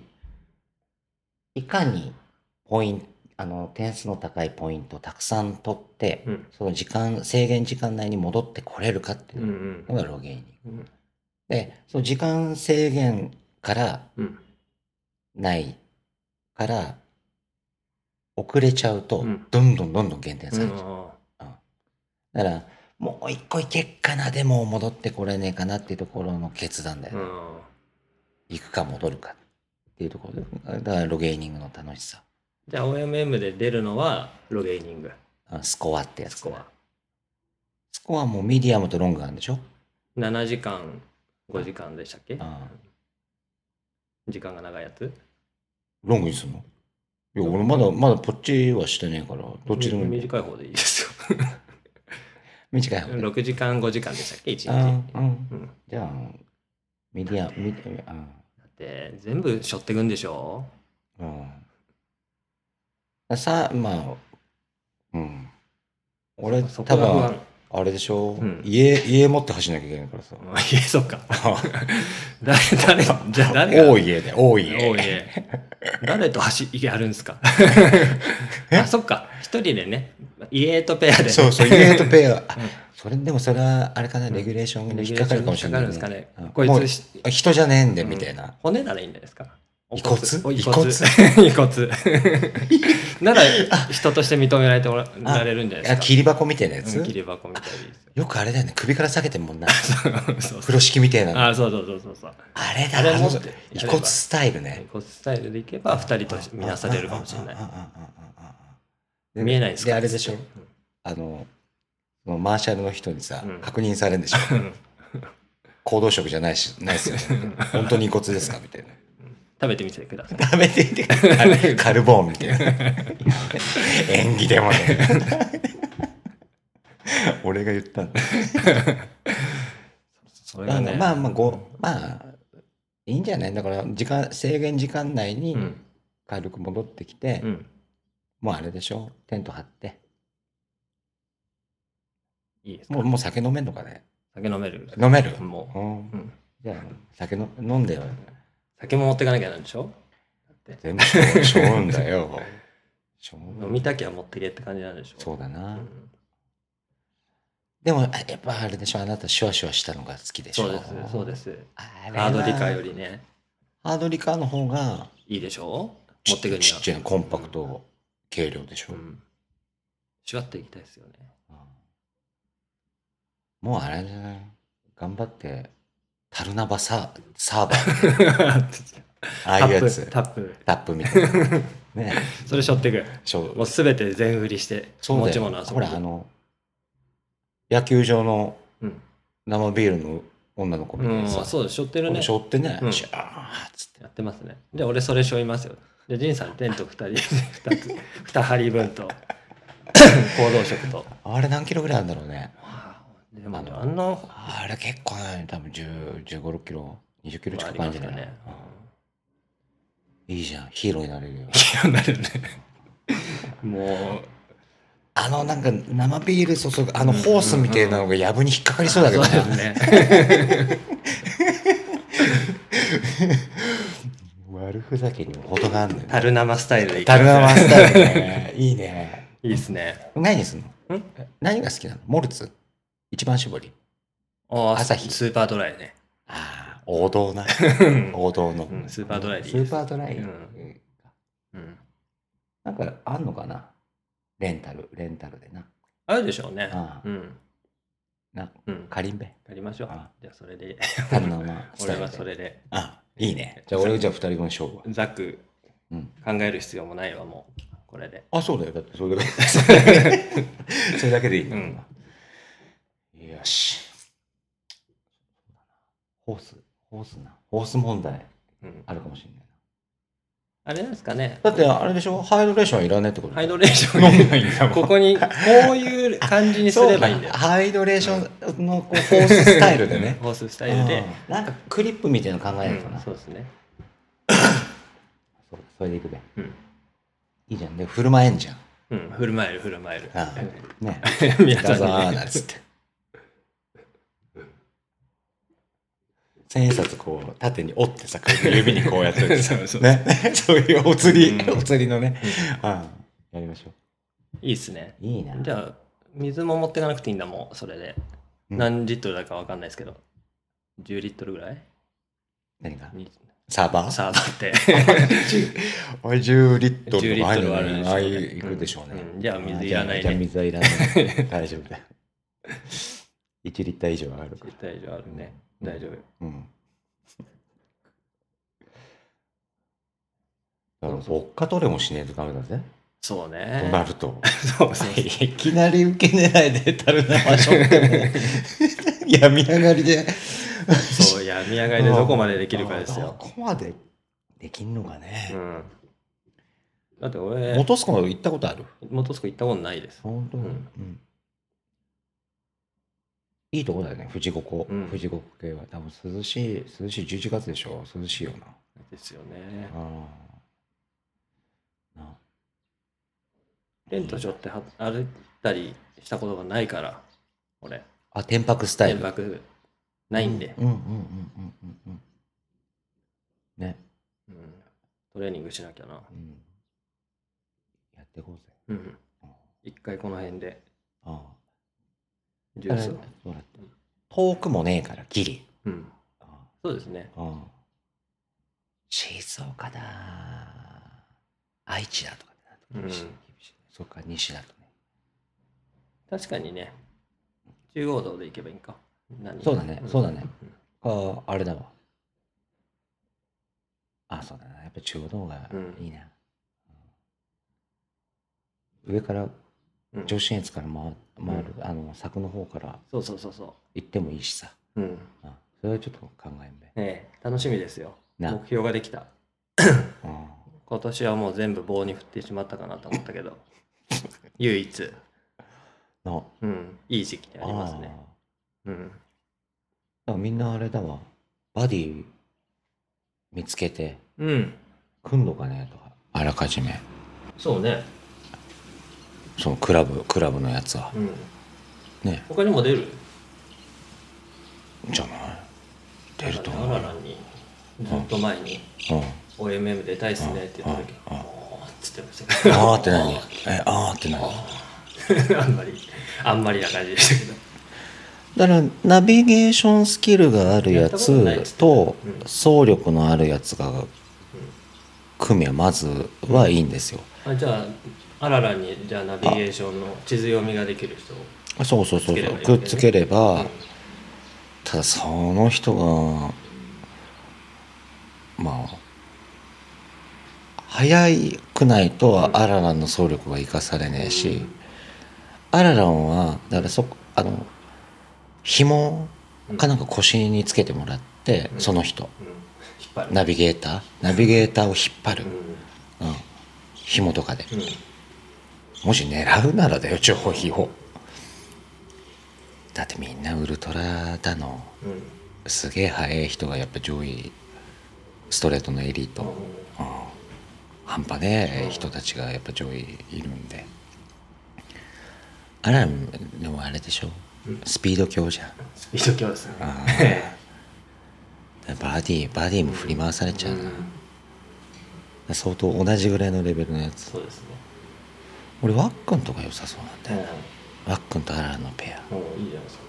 S1: いかにポイント、あの、点数の高いポイントをたくさん取って、
S2: うん
S1: その時間、制限時間内に戻ってこれるかって
S2: う
S1: い
S2: ん
S1: う
S2: うん
S1: のがロゲイニング。
S2: うん
S1: で、その時間制限から
S2: うん
S1: ないから、遅れちゃうと、
S2: うん
S1: どんどんどんどん減点
S2: う
S1: されちゃう。
S2: ん
S1: だから、もう一個いけっかな、でも戻ってこれねえかなっていうところの決断だよね。
S2: うん
S1: 行くか戻るかっていうところで、だからロゲーニングの楽しさ。
S2: じゃあ OMM で出るのはロゲイニング
S1: あスコアってやつ。
S2: スコア
S1: スコアもミディアムとロングあるんでしょ
S2: 7時間5時間でしたっけ
S1: ああ
S2: 時間が長いやつ
S1: ロングにするのいや、俺まだ、まだポッチはしてねえから、どっちでもいい。
S2: 短い方でいいです よ
S1: 短い方で。
S2: 6時間5時間でしたっけ1
S1: あ
S2: 日
S1: あ、うん。
S2: うん
S1: じゃあ、ミディアム、ミディアム、
S2: だって全部背負ってくんでしょ
S1: うん。うん。さあ、まあ、うん。俺、
S2: そ
S1: 多
S2: こが不
S1: 分
S2: 安、
S1: あれでしょ、
S2: うん
S1: 家、家持って走んなきゃいけないからさ。
S2: まあ、いえ、そうか。誰、誰、じゃあ誰が
S1: 多い家で、多い家。
S2: 多いね誰と走りやるんです かあ、そっか。一人でね、家とペアで。
S1: そうそう、家とペア。あ
S2: うん
S1: それでもそれはあれかな、レギュレーションに引っかかるかもしれない、
S2: レギュレーションに引っかかるんですかね
S1: うん
S2: こいつ
S1: もう
S2: し
S1: あ人じゃねえんで、みたいな。
S2: 骨ならいいんじゃないですか。
S1: 遺骨
S2: お遺
S1: 遺
S2: 骨。
S1: 骨
S2: 遺 骨。 なら、人として認められておら
S1: あ
S2: られるんじゃない
S1: あ
S2: です
S1: 切り箱みたいなや
S2: か。
S1: つ、
S2: うん切り箱みたいでいいですよ
S1: よくあれだよね、首から下げてんもんな。
S2: そうそ。
S1: 風呂敷みたいうなの。
S2: あ、そうそうそうそうそう。
S1: あれだ、
S2: あれ
S1: あの
S2: 持って
S1: 遺骨スタイルね
S2: 遺。骨スタイルでいけば、二人として見なされるかもしれない
S1: あ。あ。あああああ
S2: 見えないですか
S1: で、
S2: ら
S1: あれでしょあの、そのマーシャルの人にさ、
S2: うん
S1: 確認されるんで しょ
S2: うん
S1: 行動食じゃないし、ない っすよね。本当に遺骨ですかみたいな。
S2: 食べてみてください。
S1: 食べていて カルボーンみたいな演技でもね俺が言ったんだ、
S2: それがね。
S1: まあまあごまあいいんじゃないだから時間制限時間内に
S2: うん。
S1: 軽く戻ってきて、
S2: うん。
S1: もうあれでしょテント張って
S2: いいですか
S1: もうもう酒飲めんのかね
S2: 酒飲める
S1: 飲める、
S2: も
S1: うん
S2: う、うん、
S1: じゃあ酒の飲んでよ
S2: 酒も持っていかなきゃなんでしょだって
S1: 全部し ょうしょうんだよしょう
S2: 飲みたきゃ持ってけって感じなんでしょ
S1: そうだな、
S2: うん
S1: でもあやっぱあれでしょあなたシュワシュワしたのが好きでしょ
S2: そうですそうです
S1: あれは
S2: ハードリカよりね
S1: ハードリカーの方が
S2: いいでしょ
S1: ち
S2: 持ってくるに
S1: ち
S2: は
S1: っちゃいコンパクト軽量でし
S2: う
S1: ょ、
S2: んシュワッといきたいですよね
S1: もうあれじゃない頑張ってタルナバササーバ ー ああ
S2: タッ
S1: いうや
S2: プ
S1: つ
S2: タップ
S1: タップみたいなね
S2: それしょってく
S1: そ
S2: もう
S1: う
S2: 全て全振りして
S1: そう
S2: 持
S1: だ
S2: ち
S1: よ
S2: 物はそ
S1: ほ
S2: こに
S1: らあの野球場の
S2: うん
S1: 生ビールの女の子みた
S2: う
S1: い
S2: ん
S1: なさ、
S2: そうですしょってる
S1: こ
S2: ね
S1: れ背負ってね、
S2: うん
S1: シャーっつって
S2: やってますね。で、俺それしょいますよ。で、ジンさん、テント2人、2つ、2針分 と、行動食と。
S1: あれ何キロぐらいあるんだろうね
S2: でも、あんな、
S1: あれ結構ね多分1 5 6キロ2 0キロ
S2: あり
S1: 近くある
S2: ま
S1: んじ
S2: し
S1: ゃ
S2: た
S1: ない、
S2: ね。
S1: いいじゃんヒーローになれるよ
S2: 嫌になるね。 もう、
S1: あのなんか生ビール注ぐあのホースみたいなのがやぶに引っかかりそうだけど
S2: そうで
S1: ね
S2: す ね。
S1: 悪ふざけにも程があるんだよね
S2: タルナマスタイルでいきま
S1: タ
S2: す
S1: ルアマスタイルねいいね
S2: いいですね。
S1: 何すんの
S2: ん
S1: 何が好きなのモルツ一番搾り
S2: あー
S1: 朝日
S2: スーパードライね。
S1: ああ王 道な王道の、
S2: うんスーパードライでいい
S1: ス
S2: です
S1: ーパードライ、
S2: うん
S1: うん
S2: うん。
S1: なんかあんのかなレンタルレンタルでな
S2: あるでしょうね。
S1: ああ
S2: うん。
S1: な
S2: うん。
S1: かりんべ
S2: やりましょう
S1: あ。
S2: じゃあ、それで。
S1: タルアマス
S2: 俺
S1: タイル
S2: は
S1: で
S2: それで、
S1: あいいねじゃあ俺じゃあ二人分勝負
S2: ざく
S1: うん
S2: 考える必要もないわ、もう。これで。
S1: あ、そうだよ。だってそれだけ。それだけでいいんだもんな。よし。ホース、ホースな。ホース問題
S2: うん。
S1: あるかもしれない
S2: あれなんですかね。
S1: な。だって、あれでしょハイドレーションはいらないってこと
S2: ハイド
S1: レ
S2: レーション
S1: 飲んないんだもん
S2: ここに、こういう感じにすればいいんだよ。。
S1: ハイドレーションのこうホーススタイルでね
S2: ホー ススタ
S1: あ
S2: イルで。
S1: ーなんかクリップみたいなの考えないと
S2: うん
S1: な。
S2: そうですね。
S1: そうそれでいくべ。
S2: うん。
S1: いいじゃん。で、振る舞えんじゃん。
S2: うん、振る舞える、振る舞える。
S1: あーね。
S2: 皆さ
S1: だぞー
S2: んに
S1: なんつって。千円札こう縦に折ってさこう指にこうやっ てる
S3: そうそう
S1: ね そういうお釣り、
S3: うん
S1: お釣りのね、あやりましょ
S2: いいっすね。
S1: ういいな
S2: じゃあ、水も持ってかなくていいんだもん、それで。
S1: うん
S2: 何リットルだかわかんないですけど。10リットルぐらい
S1: 何が
S2: に
S1: サーバー
S2: サーバーって。
S1: あれ10リッ
S2: 10
S1: トル
S2: リ
S1: と
S2: ッ
S1: かあ
S2: ト
S1: る
S2: ル
S1: の
S2: はある
S1: ね
S2: でしょ
S1: あ
S2: う
S1: あ
S2: ね
S1: いういくでしょうね、
S2: うんじゃあ水いらない
S1: じゃあ
S2: ね。
S1: 水はいらない大丈夫だよ1リッター以上はあるから
S2: 絶対以上あるね。大丈夫。
S1: うんだから追っか取れもしねえとダメだぜ、
S2: そうね。
S1: となると
S2: そうそうそう
S1: いきなり受け狙いでたるな場所ってもう病み上がりで
S2: そう、いや、見上がりでどこまでできるかですよ。
S1: どこまでできんのかね
S2: う、ん。だって俺、
S1: 元栖湖行ったことある
S2: 元栖湖行ったことないです。
S1: 本当、
S2: う
S1: うんん、いいとこだよね富士五湖、
S2: うん
S1: 富士五湖系は多分涼しい涼しい11月でしょ涼しいよな
S2: ですよね。
S1: ああな
S2: テントしょっては歩いたりしたことがないから、俺、
S1: あ天白スタイ
S2: 天
S1: ル
S2: 白ないんで、
S1: うんうんうんうんうんうんね、
S2: うんトレーニングしなきゃな。
S1: うん、やっていこうぜ
S2: うん。一回この辺で、
S1: ああ
S2: ジュースを
S1: あ。そうだ遠くもねえからギリ
S2: うん。
S1: ああ
S2: そうですね。
S1: うん静岡だ愛知だとかってなると厳しい、
S2: うん
S1: 厳しいそっか西だとね
S2: 確かにね、中央道で行けばいいんか。何
S1: そうだね
S2: ん
S1: そうだね
S2: ん
S1: あああれだわあそうだなやっぱ中央の方が
S2: うん
S1: いいな、上から
S2: うん
S1: 上信越から回回る、あの柵の方から
S2: そうそうそうそ
S1: 行ってもいいしさ、
S2: う。うん。
S1: うん、それはちょっと考えんべ
S2: ねえ楽しみですよ。
S1: な
S2: 目標ができた。
S1: うん
S2: 今年はもう全部棒に振ってしまったかなと思ったけ ど唯一、
S1: の
S2: うん、いい時期にありますね
S1: ああ
S2: うん
S1: だからみんなあれだわバディ見つけて
S2: うん
S1: 来んのかねとかあらかじめ
S2: そうね、
S1: そのクラブクラブのやつは
S2: うん、
S1: ね
S2: 他にも出る
S1: じゃない出ると思
S2: あ
S1: う
S2: ららにずっと前に
S1: うん、
S2: 「OMM 出たいっすね」って言った時「
S1: うんうん
S2: もう」っつってましたけど
S1: あーって何えあーって何
S2: あんまりあんまりな感じでしたけど
S1: だからナビゲーションスキルがあるや
S2: やったことないです
S1: つと
S2: うん
S1: 走力のあるやつが組みはまずはいいんですよ、
S2: あじゃああららにじゃあナビゲーションの地図読みができる人を
S1: そうそうそうそうくっつければ、ただその人がまあ早くないとはアラランの走力は生かされねえし、アラランはだからそこあの紐かなんか腰につけてもらって、その人
S2: うん、引っ張る
S1: ナビゲーターナビゲーターを引っ張る
S2: うん、
S1: うん、紐とかで
S2: うん、
S1: もし狙うならだよ情報費をだってみんなウルトラだの
S2: うん
S1: すげえ速い人がやっぱ上位ストレートのエリート、うん半端ねえ人たちがやっぱ上位いるんであらでもあれでしょスピード強じゃん
S2: スピード強ですね
S1: あバーディーバーディーも振り回されちゃうな、
S2: うん
S1: 相当同じぐらいのレベルのやつ
S2: そうですね。
S1: 俺ワックンとか良さそうなんだよ、ワックンとアランのペア
S2: もういいじゃないですか。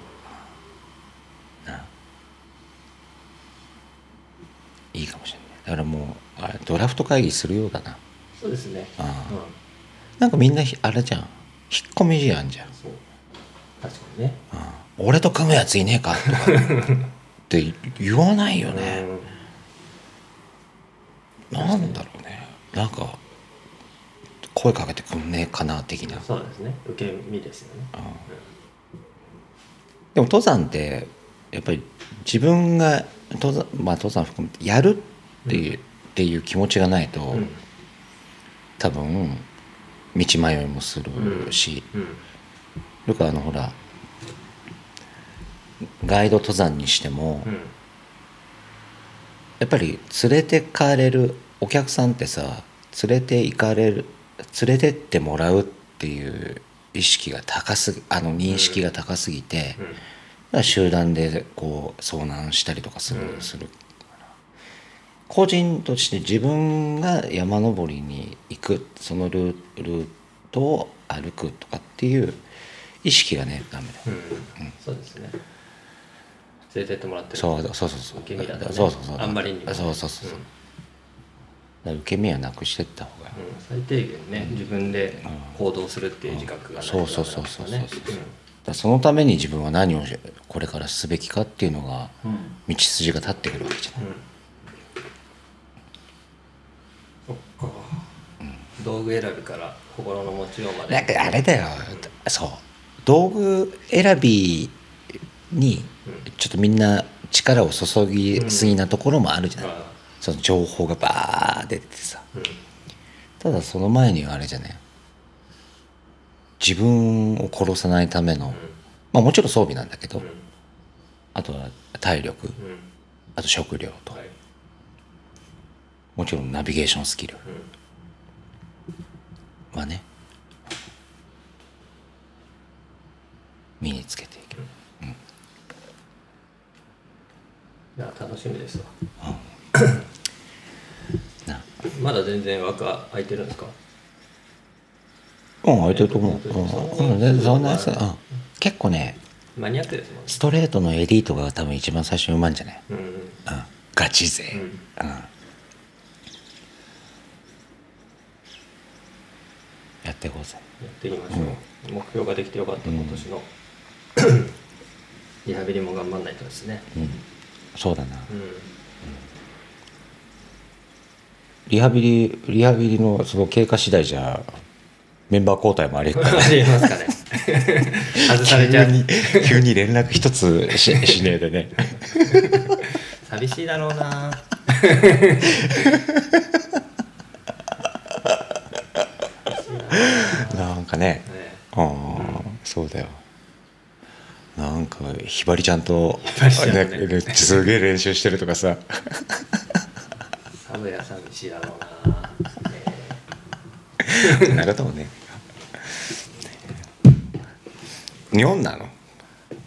S1: いいかもしれないだからもうあれドラフト会議するようだな
S2: そうですね。
S1: あ
S2: うん。
S1: なんかみんなひあれじゃん引っ込み思案じゃん
S2: そう。確かにね。
S1: うん俺と組むやついねえかとかって言わないよね、なんだろうねなんか声かけてくんねえかな的な
S2: うん。そうですね。受け身ですよね。
S1: でも登山ってやっぱり自分が登山,、まあ、登山含めてやるっていう,、っていう気持ちがないと、
S2: うん。
S1: 多分道迷いもするし、
S2: うん。
S1: よくあのほらガイド登山にしても、
S2: うん。
S1: やっぱり連れてかれるお客さんってさ連れて行かれる連れてってもらうっていう意識が高すぎあの認識が高すぎて、
S2: うん。
S1: ら集団でこう遭難したりとかする,、
S2: うん
S1: するから個人として自分が山登りに行くそのルールートを歩くとかっていう意識がねダメだよ
S2: うんそうですね連れてってもらってる
S1: そうそうそうそう
S2: 受け身だとね
S1: そうそうそう
S2: あんまりにも
S1: そうそうそうそう
S2: うん
S1: だから受け身はなくしてった方が
S2: うん最低限ね自分で行動するっていう自覚がないと
S1: そうそうそうそうそう
S2: なか
S1: そ
S2: なか
S1: う
S2: ね
S1: だからそのために自分は何をこれからすべきかっていうのが
S2: うんうん
S1: 道筋が立ってくるわけじゃない
S2: そっか道具選びから心の持ちようまで
S1: なんかあれだよそう道具選びにちょっとみんな力を注ぎすぎなところもあるじゃない、
S2: あ
S1: その情報がバーッ出ててさ
S2: ーうん
S1: ただその前にはあれじゃない自分を殺さないための、まあもちろん装備なんだけど、
S2: うん
S1: あとは体力
S2: うんうん
S1: あと食料と、
S2: はい
S1: もちろんナビゲーションスキル
S2: うん
S1: はね身につけていける
S2: いや楽しみですわ
S1: な
S2: まだ全然枠は空いてるんですか
S1: うん空いてると思う、
S2: う
S1: うんんうんね、そんなやつ、
S2: う
S1: うんん、結構ね
S2: マニアックですもんね
S1: ストレートのエリートが多分一番最初にうまいんじゃない、
S2: うん
S1: うん、ガチ勢、
S2: うんう
S1: うん
S2: ん
S1: やっていこうぜ
S2: やっていきましょう、目標ができてよかった今年の、 リハビリも頑張んないとですね
S1: うんそうだな
S2: うん
S1: リハビリリハビリのその経過次第じゃメンバー交代もありえるから
S2: ありえますかね 外 されちゃう
S1: 急に急に連絡一つし しねえでね
S2: 寂しいだろうな寂しいだろう
S1: なんかね
S2: なね
S1: ああ、そうだよなんかひばりちゃんと
S2: ひばりちゃんとね
S1: ねすげえ練習してるとかさ
S2: サブや寂しいだろうな、
S1: そんなことも ね日本なの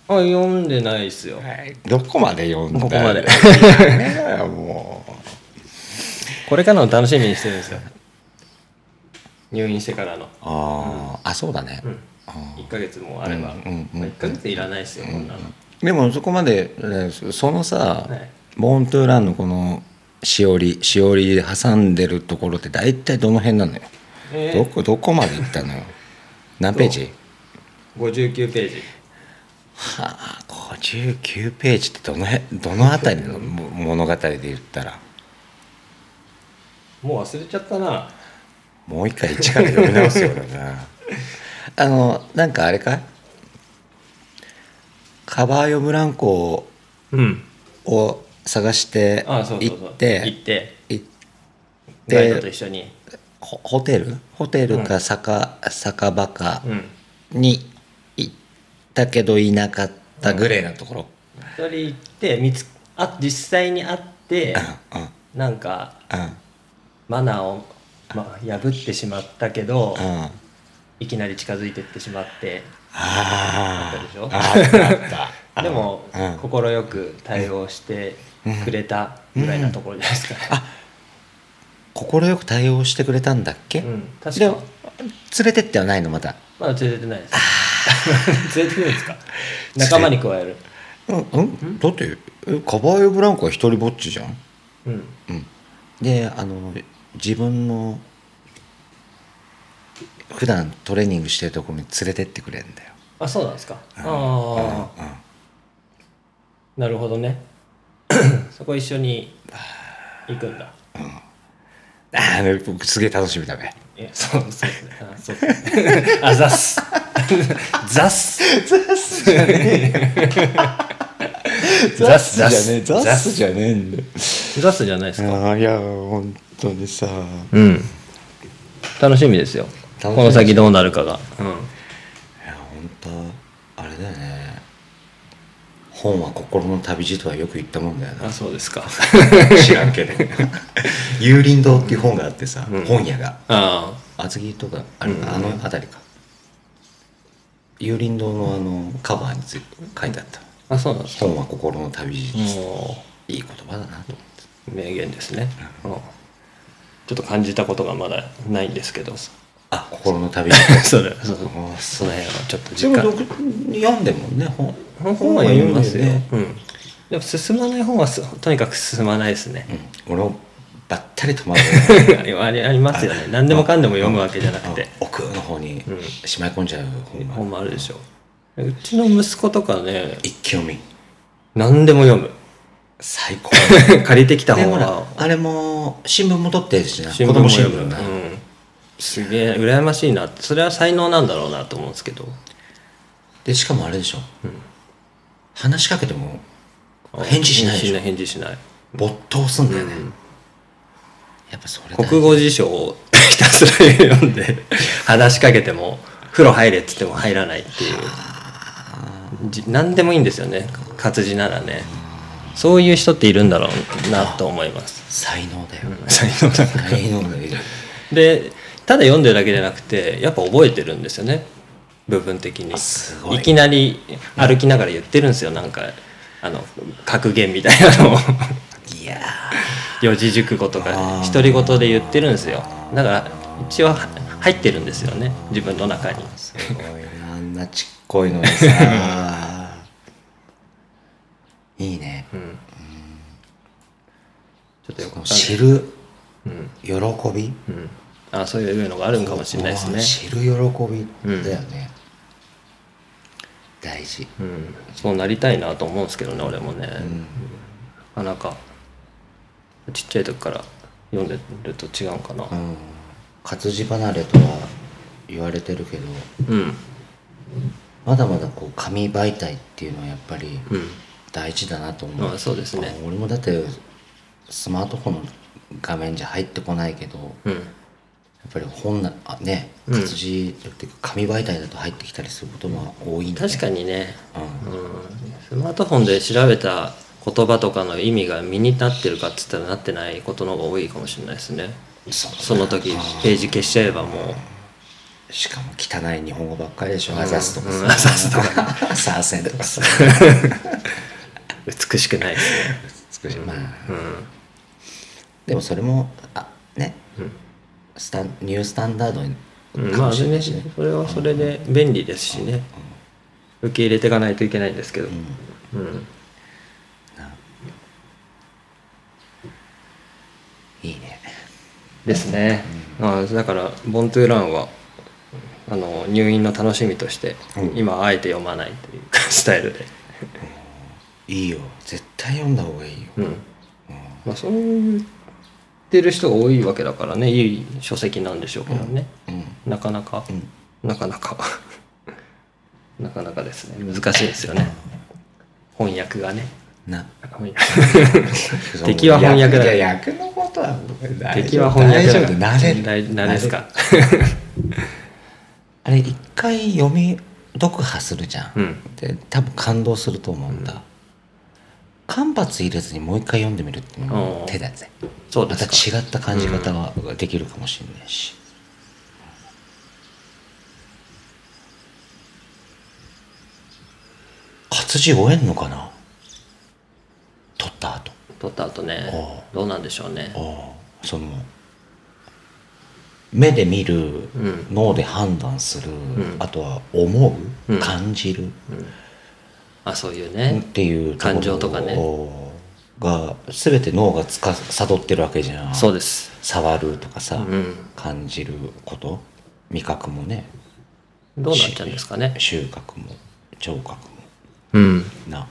S2: あ読んでないっすよ、
S1: どこまで読んだ
S2: ここまで
S1: ねえもう
S2: これからの楽しみにしてるんですよ 入院してからの
S1: あー、あそうだね、
S2: うん
S1: あー
S2: 1ヶ月もあれば、
S1: うんうんうん
S2: まあ、1ヶ月いらないですよ、こんなの、
S1: でもそこまで、ねそそのさ、
S2: はい
S1: ボーントゥーランのこのしおりしおり挟んでるところって大体どの辺なのよ
S2: え
S1: どこどこまで行った のよ何ページ
S2: ー、59ページ
S1: はあ59ページってどの辺どの辺りのも物語で言ったら
S2: もう忘れちゃったな
S1: もう一回一から読み直すよ俺な あのなんかあれかいカバーヨブランコ
S2: うん
S1: を探して
S2: あそうそう
S1: 行
S2: そう
S1: って
S2: 行って
S1: 行っ
S2: ガイドと
S1: て
S2: 一緒に
S1: ホホテルホテル
S2: う
S1: か酒,、酒場か
S2: うん
S1: に行ったけどいなかったぐらいなところ、
S2: 一人行って見つあ実際に会って
S1: うんうん
S2: なんか
S1: うん
S2: マナーを、ま、破ってしまったけど
S1: あ
S2: いきなり近づいてってしまって
S1: あ
S2: ったでしょ
S1: あっ たあった
S2: でも
S1: うん
S2: 快、く対応してくれたぐらいなところじゃないですかね、
S1: あ快く対応してくれたんだっけ、
S2: うん、確
S1: で
S2: か
S1: も連れてってはないのまた
S2: まだ連れてってないです 連れてくるんですか仲間に加える
S1: うん、うん、だってえカバーヨブランコは一人ぼっちじゃん、
S2: うん
S1: うん、であの自分の普段トレーニングしてるところに連れてってくれるんだよ
S2: あそうなんですか、
S1: うん
S2: ああ、
S1: うんうん
S2: なるほどね そこ一緒に行くんだ
S1: あー僕すげえ楽しみだね
S2: いやそうそうですねあそうですねあざっすざっす
S1: ザスじゃねえ
S2: ザスじゃねえザス
S1: じゃねえんだよ
S2: ざっすじゃないですか
S1: あーいや本当にさ
S2: うん楽しみですよ
S1: 楽しみ
S2: この先どうなるかがう
S1: いや本当あれだよね本は心の旅路とはよく言ったもんだ よ
S2: あそうですか
S1: な知らんけど 「幽林堂」っていう本があってさ、
S2: うん
S1: 本屋が
S2: あ
S1: 厚木とかあれ、
S2: うん
S1: あの辺りか幽林堂のあのカバーについて書いてあった
S2: ああ、そうなんですか。
S1: 人は心の旅路です、
S2: も
S1: いい言葉だなと思って
S2: う、名言ですね。うんちょっと感じたことがまだないんですけど、 そ
S1: あ心 の旅路
S2: れ、そ
S1: あ
S2: その辺はちょっと
S1: で
S2: 時
S1: も
S2: 間。
S1: 読読んでもんね本
S2: 本は読みますよ。
S1: 本は読んでね
S2: うん。でも進まない本はすとにかく進まないです ね。
S1: うん、俺もばったり止まる
S2: ありありありますよね。何でもかんでも読むわけじゃなくて。
S1: あ奥の方に
S2: うん
S1: しまい込んじゃう本が、
S2: 本もあるでしょ。うちの息子とかね、
S1: 一気読み
S2: 何でも読 む。
S1: 最高
S2: 借りてきた
S1: で
S2: 本は
S1: ほらあれも新聞も取ってるしな
S2: 新
S1: 子
S2: 聞も
S1: 供新
S2: 読
S1: 聞
S2: む。
S1: な、
S2: うん、すげえ羨ましいなって。それは才能なんだろうなと思うんですけど。
S1: でしかもあれでしょ、
S2: うん
S1: 話しかけても返事しないでしょ
S2: 返事しない。返事し
S1: 没頭すんだよね、
S2: うん
S1: やっぱそれ
S2: ない国語辞書をひたすら読んで、話しかけても、風呂入れっつっても入らないっていう。じ何でもいいんですよね。活字ならね。そういう人っているんだろうなと思います。
S1: 才能だよ、
S2: 才能だ
S1: 才能 だよ
S2: でただ読んでるだけじゃなくてやっぱ覚えてるんですよね部分的に
S1: すごい
S2: きなり歩きながら言ってるんですよなんかあの格言みたい なのを
S1: いや
S2: 四字熟語と
S1: あ
S2: か
S1: ー
S2: 独り言で言ってるんですよだから一応は入ってるんですよね自分の中に
S1: ーすごいなあんなちっこいのにさいいね
S2: うんちょっとよくわかんない
S1: 知る
S2: うん
S1: 喜び
S2: うんあそういうのがあるんかもしれないですね
S1: 知る喜びだよね、大事
S2: うん、そうなりたいなと思うんですけどね俺もね、あなんかちっちゃい時から読んでると違うんかな
S1: うん活字離れとは言われてるけど
S2: うん
S1: まだまだこう紙媒体っていうのはやっぱり
S2: うん
S1: 大事だなと思う、
S2: まあそうですね
S1: 俺もだってスマートフォンの画面じゃ入ってこないけどや
S2: うん
S1: っぱり本なあね
S2: うん
S1: 活字っていうか紙媒体だと入ってきたりすることも多いんだ、ね、
S2: 確かにね、
S1: うん
S2: うん、スマートフォンで調べた言葉とかの意味が身になってるかっつったらなってないことの方が多いかもしれないですね
S1: そう
S2: その時ページ消しちゃえばもう
S1: しかも汚い日本語ばっかりでしょ、アザスとか
S2: うんアザス
S1: とかサーセンと かさ
S2: 美しくないですね、
S1: 美しいまあ
S2: うん
S1: でもそれもあね
S2: うん
S1: スタンニュースタンダードに
S2: うん、
S1: か
S2: ま
S1: も
S2: あ
S1: しれない
S2: ね
S1: しね、
S2: それはそれで便利ですしね受け入れていかないといけないんですけど、
S1: うん
S2: うん、
S1: いいね
S2: ですね、まあ、だから「ボントゥーランは」あの入院の楽しみとして、
S1: うん
S2: 今はあえて読まないというかスタイルで、
S1: いいよ絶対読んだ方がいいよ、
S2: うんまあ、そう言ってる人が多いわけだからねいい書籍なんでしょうけどね、
S1: うん
S2: なかなか、
S1: うん
S2: なかなか なかなかですね難しいですよね翻訳がね
S1: な
S2: 翻訳 敵は翻訳だ
S1: いや役のことは大丈夫
S2: 敵は翻訳
S1: 大丈夫慣れる
S2: だ慣れですか
S1: あれ一回読み読破するじゃん、
S2: うん
S1: で多分感動すると思うんだ、間髪入れずにもう一回読んでみるっていうのも手だぜ
S2: そう
S1: ま
S2: で
S1: た
S2: すか
S1: 違った感じ方ができるかもしれないし、活字終えんのかな取った後
S2: 取った後ね
S1: あ
S2: どうなんでしょうね
S1: ああその目で見る、
S2: ん
S1: 脳で判断する、
S2: ん
S1: あとは思う、
S2: うん
S1: 感じる
S2: あそういう
S1: っ
S2: ね
S1: ていうところ
S2: 感情とかね
S1: が全て脳がつかさどってるわけじゃん
S2: そうです
S1: 触るとかさ、
S2: うん
S1: 感じること味覚もね
S2: どうなっちゃうんですかね
S1: 収穫も聴覚も
S2: うん
S1: な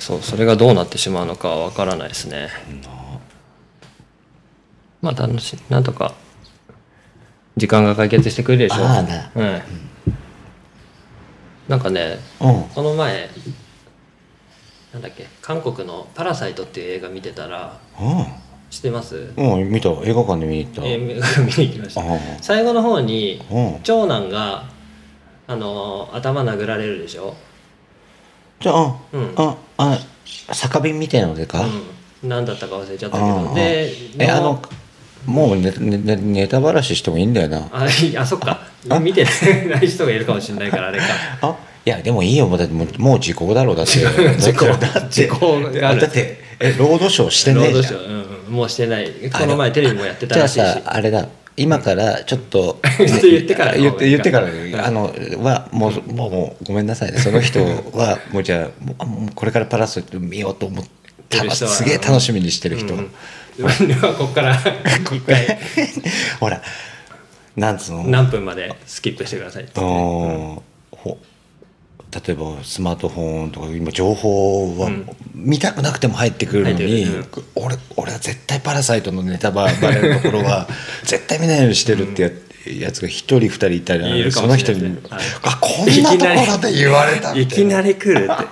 S2: そうそれがどうなってしまうのかはわからないですね
S1: な
S2: まあ楽しいなんとか時間が解決してくれるでしょう
S1: ああだ
S2: うん、なんかね
S1: うん
S2: この前なんだっけ韓国の「パラサイト」っていう映画見てたら知ってます
S1: うん、うん、見た映画館で見に行った、
S2: 映画見 に行きました
S1: う
S2: 最後の方に
S1: んうん
S2: 長男があの頭殴られるでしょ
S1: じゃあ、
S2: うん
S1: ああ酒瓶みたいのでか、
S2: うん、何だったか忘れちゃったけ
S1: うんう
S2: ど
S1: ん
S2: で
S1: えあのもうネネネネタばらししてもいいんだよな
S2: あいいあそっか見てない人がいるかもしれないからあれか
S1: あいやでもいいよもうだってもうもう時効だろうだって
S2: 時効
S1: だって
S2: 時効がある
S1: だってえ労働省して
S2: 労
S1: ねえ
S2: 働
S1: じゃ
S2: 省、
S1: ん
S2: うんうん、もうしてないこの前テレビもやってた
S1: じゃ
S2: ら
S1: あ
S2: しいし
S1: さあれだ今からちょっ と
S2: 言ってからの方がいい
S1: 言って言ってからね
S2: うん
S1: あのはもうもうもうごめんなさいねその人はもうじゃあもうあもうこれからパラソル見ようと思って
S2: てる
S1: た
S2: 人は
S1: すげえ楽しみにしてる人、
S2: うんうん、ここから一回
S1: ほらなんつうの
S2: 何分までスキップしてくださいって
S1: あーほ例えばスマートフォンとか今情報は
S2: うん
S1: 見たくなくても入ってくるのに、
S2: 入って
S1: 俺俺は絶対「パラサイト」のネタババレるとこ ろは絶対見ないようにしてるってや,、つが一人二人いたら
S2: いるか
S1: そ
S2: も
S1: の
S2: し
S1: 人
S2: れない
S1: に
S2: ねはい
S1: 「あこんなところで言われた」
S2: いきなり来るって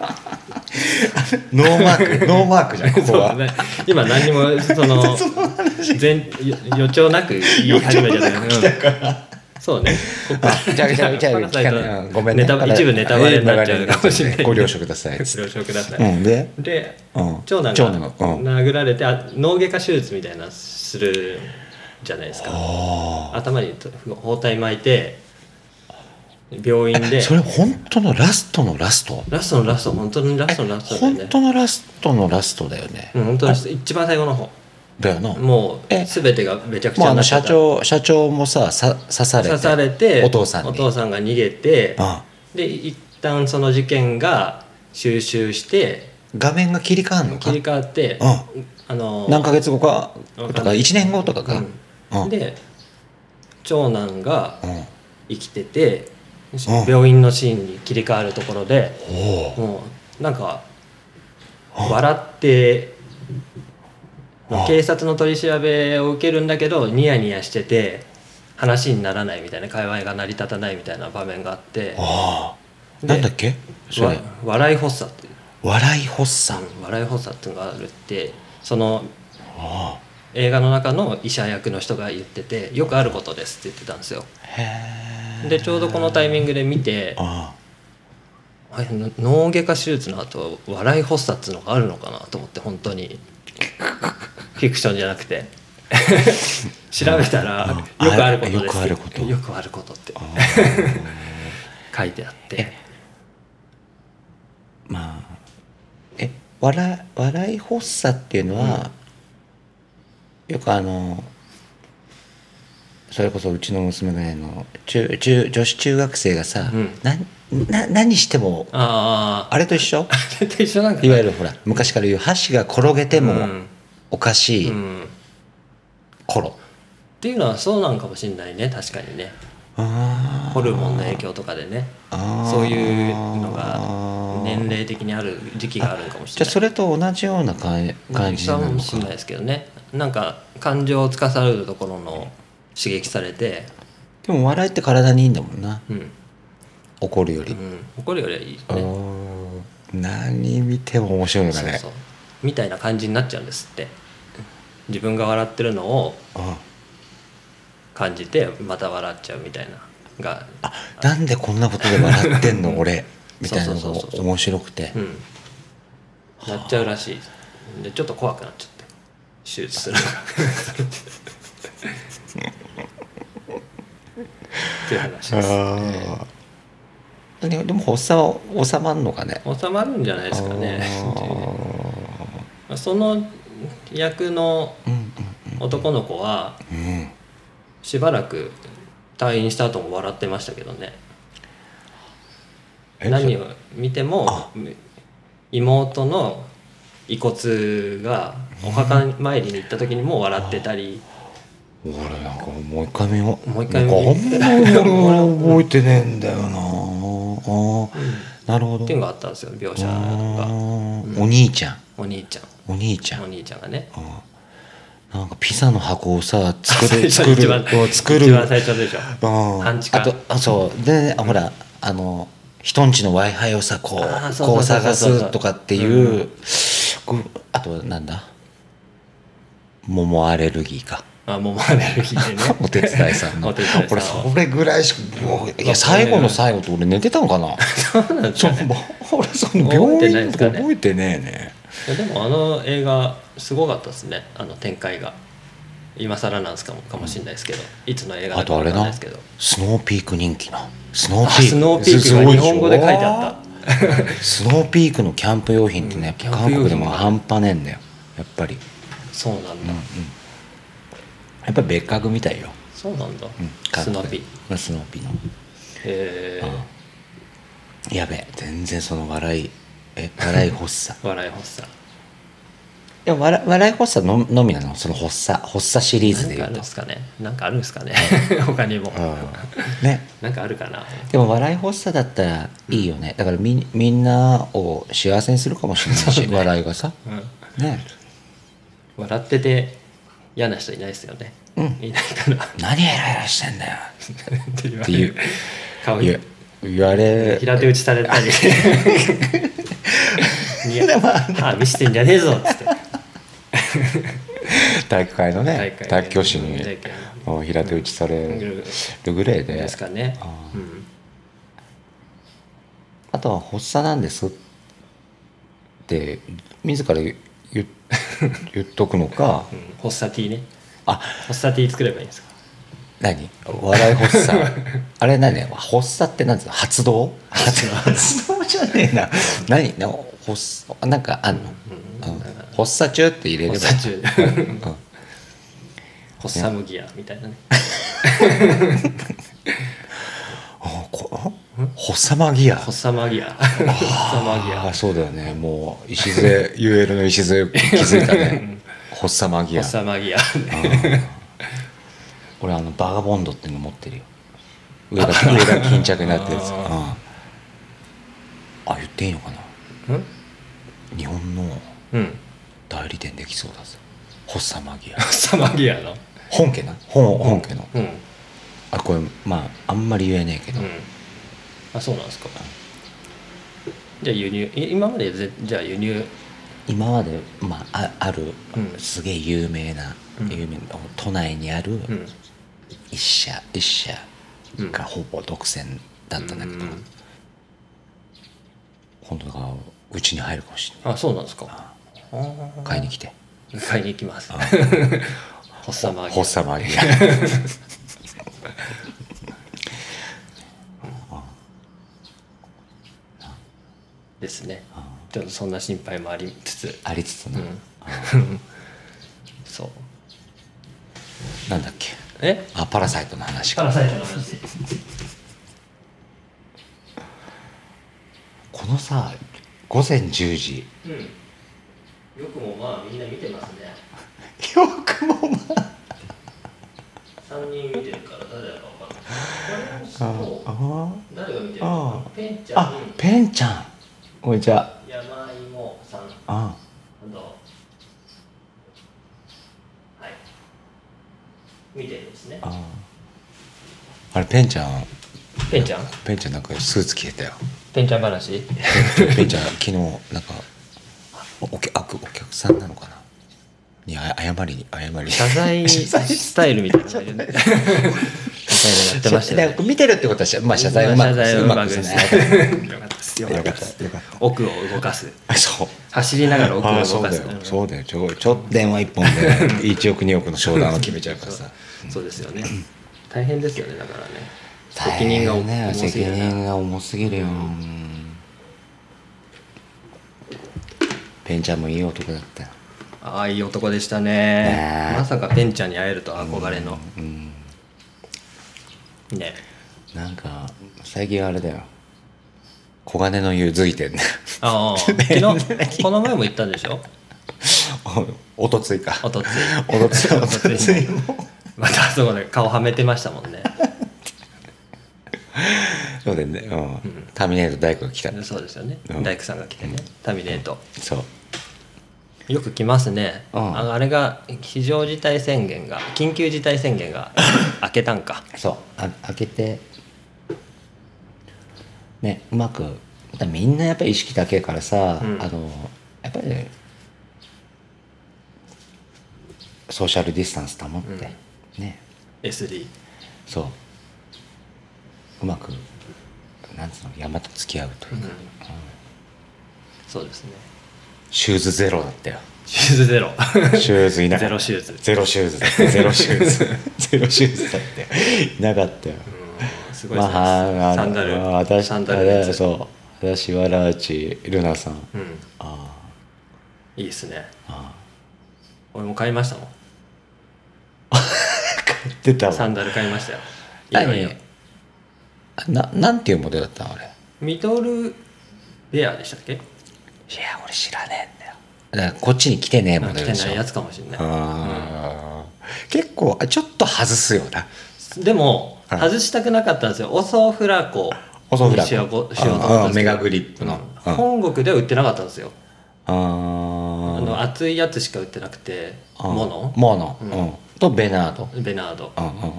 S1: ノー マークノーマークじゃんここ
S2: そう
S1: は。
S2: ね、今何にもそ の全予兆なく言い始めちゃった,、うん、そうねここか
S1: あ
S2: ら
S1: じゃあじゃあじゃあ
S2: パラサイト
S1: 聞かないうんごめんね
S2: ネタバ一部ネタバレになっちゃうかもしれない
S1: ご了承ください
S2: ご了承ください、
S1: うんで
S2: で、
S1: うん
S2: 長男
S1: 長
S2: が
S1: 男うん
S2: 殴られてあ脳外科手術みたいなのするじゃないですか頭に包帯巻いて病院で
S1: それ本当のラストのラスト
S2: ラストのラスト本当にラストのラストだよ
S1: 本
S2: ね
S1: 当のラストのラストだよね、
S2: うん、本当に一番最後の方
S1: だよな
S2: もう
S1: え
S2: 全てがめちゃくち
S1: もう
S2: ゃ
S1: あ
S2: にな
S1: の
S2: っちゃ
S1: 社
S2: った
S1: 長社長もささ刺されて
S2: 刺されて
S1: お父さんに
S2: お父さんが逃げて
S1: あ
S2: で一旦その事件が収集して
S1: 画面が切り替わるのか
S2: 切り替わって
S1: う
S2: あの
S1: ん、何ヶ月後かと
S2: わかん
S1: か
S2: ない
S1: 1年後とかか、
S2: うん
S1: うん
S2: で長男が
S1: うん
S2: 生きてて
S1: うん
S2: 病院のシーンに切り替わるところで
S1: おう
S2: もうなんか
S1: うん
S2: 笑って
S1: うん
S2: 警察の取り調べを受けるんだけどニヤニヤしてて話にならないみたいな会話が成り立たないみたいな場面があって
S1: ああ
S2: で
S1: なんだっけそ
S2: わ
S1: れ
S2: 笑い発作っていう
S1: 笑い発作
S2: うん笑い発作っていうのがあるってその
S1: あ
S2: 映画の中の医者役の人が言っててよくあることですって言ってたんですよ
S1: あへえ
S2: でちょうどこのタイミングで見て
S1: あ
S2: あれの脳外科手術の後笑い発作っていうのがあるのかなと思って本当 にフィクションじゃなくて調べたらよ
S1: うん
S2: くあることです
S1: よくあること
S2: よくあること って
S1: ああー
S2: 書いてあって
S1: まあえ笑い笑い発作っていうのは、よくあのそれこそうちの娘ぐらいの中中女子中学生がさ、
S2: うん
S1: なんな何しても
S2: ああ
S1: あれと一緒
S2: 絶対一緒なんかない
S1: わゆるほら昔から言う箸が転げて
S2: う
S1: も
S2: ん
S1: おか
S2: う
S1: しい
S2: ん、っ
S1: 頃、
S2: ていうのはそうなんかもしれないね確かにね
S1: あー
S2: ホルモンの影響とかでね
S1: あー
S2: そういうのが年齢的にある時期があるのかもし
S1: じ
S2: れ
S1: ゃあ
S2: ない
S1: それと同じような感感じな
S2: か
S1: の
S2: もしれない
S1: か
S2: ですけどねなんか感情を司るところの刺激されて、
S1: でも笑いって体にいいんだもんな
S2: うん
S1: 怒るよ
S2: う
S1: り、
S2: ん、怒るよりはいいよ
S1: あ
S2: ね
S1: ー何見ても面白いのか
S2: そう
S1: ね
S2: そうみたいな感じになっちゃうんですって自分が笑ってるのを
S1: あ
S2: 感じてまた笑っちゃうみたいなが、
S1: あなんでこんなことで笑っ てんの俺みたいなの
S2: そうそうそうそ
S1: が
S2: う
S1: 面白くて
S2: うん、なっちゃうらしいでちょっと怖くなっちゃって手術するのがっていう話です
S1: あーでも発作は収まるのかね
S2: 収まるんじゃないですかね まあその役の
S1: あーうん
S2: 男の子は
S1: うんうん
S2: しばらく退院した後も笑ってましたけどね
S1: え
S2: 何
S1: そ
S2: を見ても妹の遺骨がお墓参りに行った時にも笑ってたり
S1: 俺なんかもう一回見よう
S2: もう一回見
S1: なんか
S2: よ
S1: あ
S2: うん
S1: まり俺は覚えてねえんだよなあーなるほど
S2: っていうのがあったんですよ描写
S1: あ
S2: が
S1: ーお兄ちゃん
S2: お兄ちゃん
S1: お兄ちゃん
S2: お兄ちゃんがね
S1: うんなんかピザの箱をさ作
S2: 最
S1: る作
S2: 初一
S1: る
S2: 番
S1: を作る
S2: 一番最初でしょ
S1: うん
S2: 半地下
S1: あとあそうで、あほらあの人んちの w i f i をさこ
S2: あー
S1: う
S2: そう
S1: こう
S2: そうそう
S1: 探
S2: そう
S1: すとかっていう、こうあとなんだ桃アレルギ ーか
S2: あもうアレルギーでね
S1: お手伝いさん の
S2: お手伝いさんは
S1: 俺それぐらいしかもうい
S2: まあ
S1: や最後の最後って俺寝てたのかな
S2: そうなんです
S1: そ
S2: よ
S1: う
S2: ね
S1: 俺その病
S2: 覚えてない
S1: 院
S2: です
S1: と
S2: かね
S1: か覚えてねえね
S2: いやでもあの映画すごかったですねあの展開が今更なんですかもかもしれないですけどいつの映画だかわかんないですけど
S1: スノーピーク人気なスノ
S2: あ
S1: ーピーク
S2: スノーピー
S1: す
S2: クが日本語で書いてあっ
S1: ったスノーピークのキャンプ用品ってね、
S2: うん
S1: やっぱ韓国で
S2: キ
S1: も
S2: ャンプ用品
S1: 半端ねえんだよやっぱり、
S2: たそうなん
S1: うん
S2: だ、
S1: うん、やっぱ別格みたいよ、
S2: そうなんだ、
S1: うん、
S2: スナピ
S1: 韓国スノーピーの、
S2: えー
S1: うんやべえ全然その笑い え笑い発作
S2: 笑い発作
S1: でも笑笑い発作ののみなのその発作発作シリーズ
S2: な
S1: で
S2: んか
S1: 言
S2: あ
S1: う
S2: るん
S1: と
S2: ですかねなんかあるんですかね 他にも、
S1: うんね
S2: なんかあるかな
S1: でも笑い発作だったらいいよねだからみみんなを幸せにするかもしれないし、笑いがさ
S2: うん
S1: ね
S2: 笑ってて嫌な人いないですよね、
S1: うん
S2: いないかな っ
S1: 何エラエラしてんだよ
S2: て言わ
S1: て
S2: れ
S1: い
S2: る
S1: う
S2: 顔
S1: いや
S2: に
S1: 言われ
S2: 平手打ちされたり いや歯見せてんじゃねえぞっつって
S1: 体育会の
S2: 大
S1: ね
S2: 会
S1: 卓球師に
S2: 大会
S1: もう平手打ちされ
S2: で
S1: るぐらいです
S2: かね
S1: あ
S2: うん
S1: あとは発作なんですって自ら言言 言っとくのか
S2: うんホッサティね
S1: あ
S2: ホッサティ作ればいいんですか
S1: 何笑い発作 あれ何発作って何ですか発動発動じゃねえな何な発作なんかあんの、
S2: うん
S1: うん
S2: なんか
S1: 発作中って入れ
S2: ホ
S1: れ
S2: ッ
S1: ば
S2: サ中
S1: うん
S2: ホッサムギアみたいなね
S1: あこ発作マギア
S2: ホッサマギアホッサマギ
S1: あ
S2: ア
S1: あそうだよねもう礎 UL の礎気づいた ね発作マギ
S2: ホ
S1: ア
S2: ッサマギア
S1: 俺あのバガボンドっていうの持ってるよ上 が上が巾着になってるやつあ
S2: あ
S1: あ言っていいのかな
S2: うん
S1: 日本の
S2: うん
S1: 代理店できそうだぞ発作マギア
S2: ホッサマギアの
S1: 本家な本本家の
S2: うんうん
S1: あこれまああんまり言えねえけど、
S2: あそうなんですかじゃあ輸入い今までぜじゃあ輸入
S1: 今まで、まあ、あある、
S2: うん
S1: すげえ有名な、
S2: うん
S1: 有名な都内にある
S2: うん
S1: 一社一社
S2: うん
S1: がほぼ独占だったんだけど、
S2: うん
S1: 今度だからうちに入るかもしれ
S2: あそうなんですか
S1: あない買いに来て
S2: 買いに行きます
S1: あ
S2: ホッサマギア
S1: 発作マギア
S2: ですね
S1: あ
S2: ちょっとそんな心配もありつつ
S1: ありつつ
S2: う
S1: な、
S2: ん そう
S1: なんだっけ
S2: え
S1: あパラサイトの話
S2: パ
S1: か
S2: ラサイトの話
S1: このさ午前10時
S2: うんよくもまあみんな見てますね
S1: よくもまあ
S2: 3人見てるから誰だか分かんないこれもそう
S1: あ
S2: 誰が見てる
S1: あ
S2: かペンちゃん
S1: あペンちゃんこんにちは
S2: 山芋さんあ
S1: あ
S2: とはい見てるんですね
S1: ああれペンちゃん
S2: ペンちゃん
S1: ペンちゃんなんかスーツ着てたよ
S2: ペンちゃん話
S1: ペンちゃん 昨日なんかおお客あお客さんなのかなにあ謝りに 謝りに
S2: 謝罪スタイルみたいなのがいるねみたいなのやってましたよ
S1: だ
S2: ね
S1: から見てるってことはしまあ謝罪うまく
S2: 謝罪
S1: う
S2: う
S1: ま
S2: ま
S1: く
S2: く
S1: で
S2: ですす
S1: ね
S2: ねよかったですよ
S1: よ
S2: か
S1: か
S2: っ
S1: ったた
S2: で
S1: よ
S2: す
S1: かった
S2: 奥を動かす
S1: あ そう
S2: 走りながら奥を
S1: ああ
S2: 動
S1: そう
S2: か
S1: だ
S2: す
S1: よそうだよちょちょ電話一本 で1億2億の商談を決めちゃうからさ
S2: そうそうですよね大変ですよねだからね
S1: 大
S2: 責任
S1: 変
S2: が
S1: だ
S2: 重
S1: よね
S2: すぎ
S1: 責
S2: るな
S1: 任が重すぎるよ、ペンちゃんもいい男だったよ
S2: ああいい男でした
S1: ね
S2: ね
S1: え
S2: まさかペンちゃんに会えるとは憧れの
S1: うん
S2: ね
S1: なんか最近あれだよ小金の湯付いてんね
S2: ああ昨日この前も行ったんでしょ
S1: おおとついか
S2: おとつい
S1: おとついおとついも
S2: またあそこで顔はめてましたもんね
S1: そうだよね、うんターミネート大工が来た
S2: そうですよね
S1: うん
S2: 大工さんが来てねターミネート
S1: そう
S2: よく来ますね、
S1: うん
S2: ああれが非常事態宣言が緊急事態宣言 が明けたんか
S1: そうあ開けてねうまくだみんなやっぱり意識だけからさ、
S2: うん
S1: あのやっぱりねソーシャルディスタンス保って、ね
S2: SD
S1: そううまくなんつうの山と付き合うというか、うん
S2: そうですね
S1: シューズゼロだっ たよ
S2: シューズゼロ
S1: シューズいな か
S2: ゼ
S1: った
S2: ロシューズ
S1: ゼロシューズだったゼロシューズゼロシューズだっていなかったよ
S2: うんすごい
S1: ま
S2: です、
S1: あ、
S2: サンダ
S1: あ
S2: ル
S1: の私
S2: サンダルのや
S1: あれ
S2: つう、
S1: そう私はラーチルナさん
S2: ん、
S1: あ
S2: いいですね
S1: ーあ
S2: 俺も買いましたもん
S1: ー買ってた
S2: サ
S1: わ
S2: ンダル買いましたよ
S1: はい
S2: いいのいいの
S1: ななんていうモデルだったのあれい
S2: ミドルベアでしたっけ
S1: や俺知らねえんだよだからこっちに来てねえモ
S2: あ来
S1: デル
S2: て
S1: でしょ
S2: ないやつかもしれない
S1: あー結構あちょっと外すよな
S2: でも、
S1: はい
S2: 外したくなかったんですよ。オソフラコ
S1: おそ
S2: に
S1: ら
S2: しようこしようと思ったんで
S1: あー
S2: すけ
S1: メ
S2: ど
S1: ガグリップの、
S2: うん
S1: あ
S2: 本国では売ってなかったんですよ。あの
S1: あ
S2: 熱いやつしか売ってなくて、
S1: ー
S2: モノ、
S1: モノ、
S2: うん
S1: うんとベナード
S2: ベナード。
S1: うんうんうん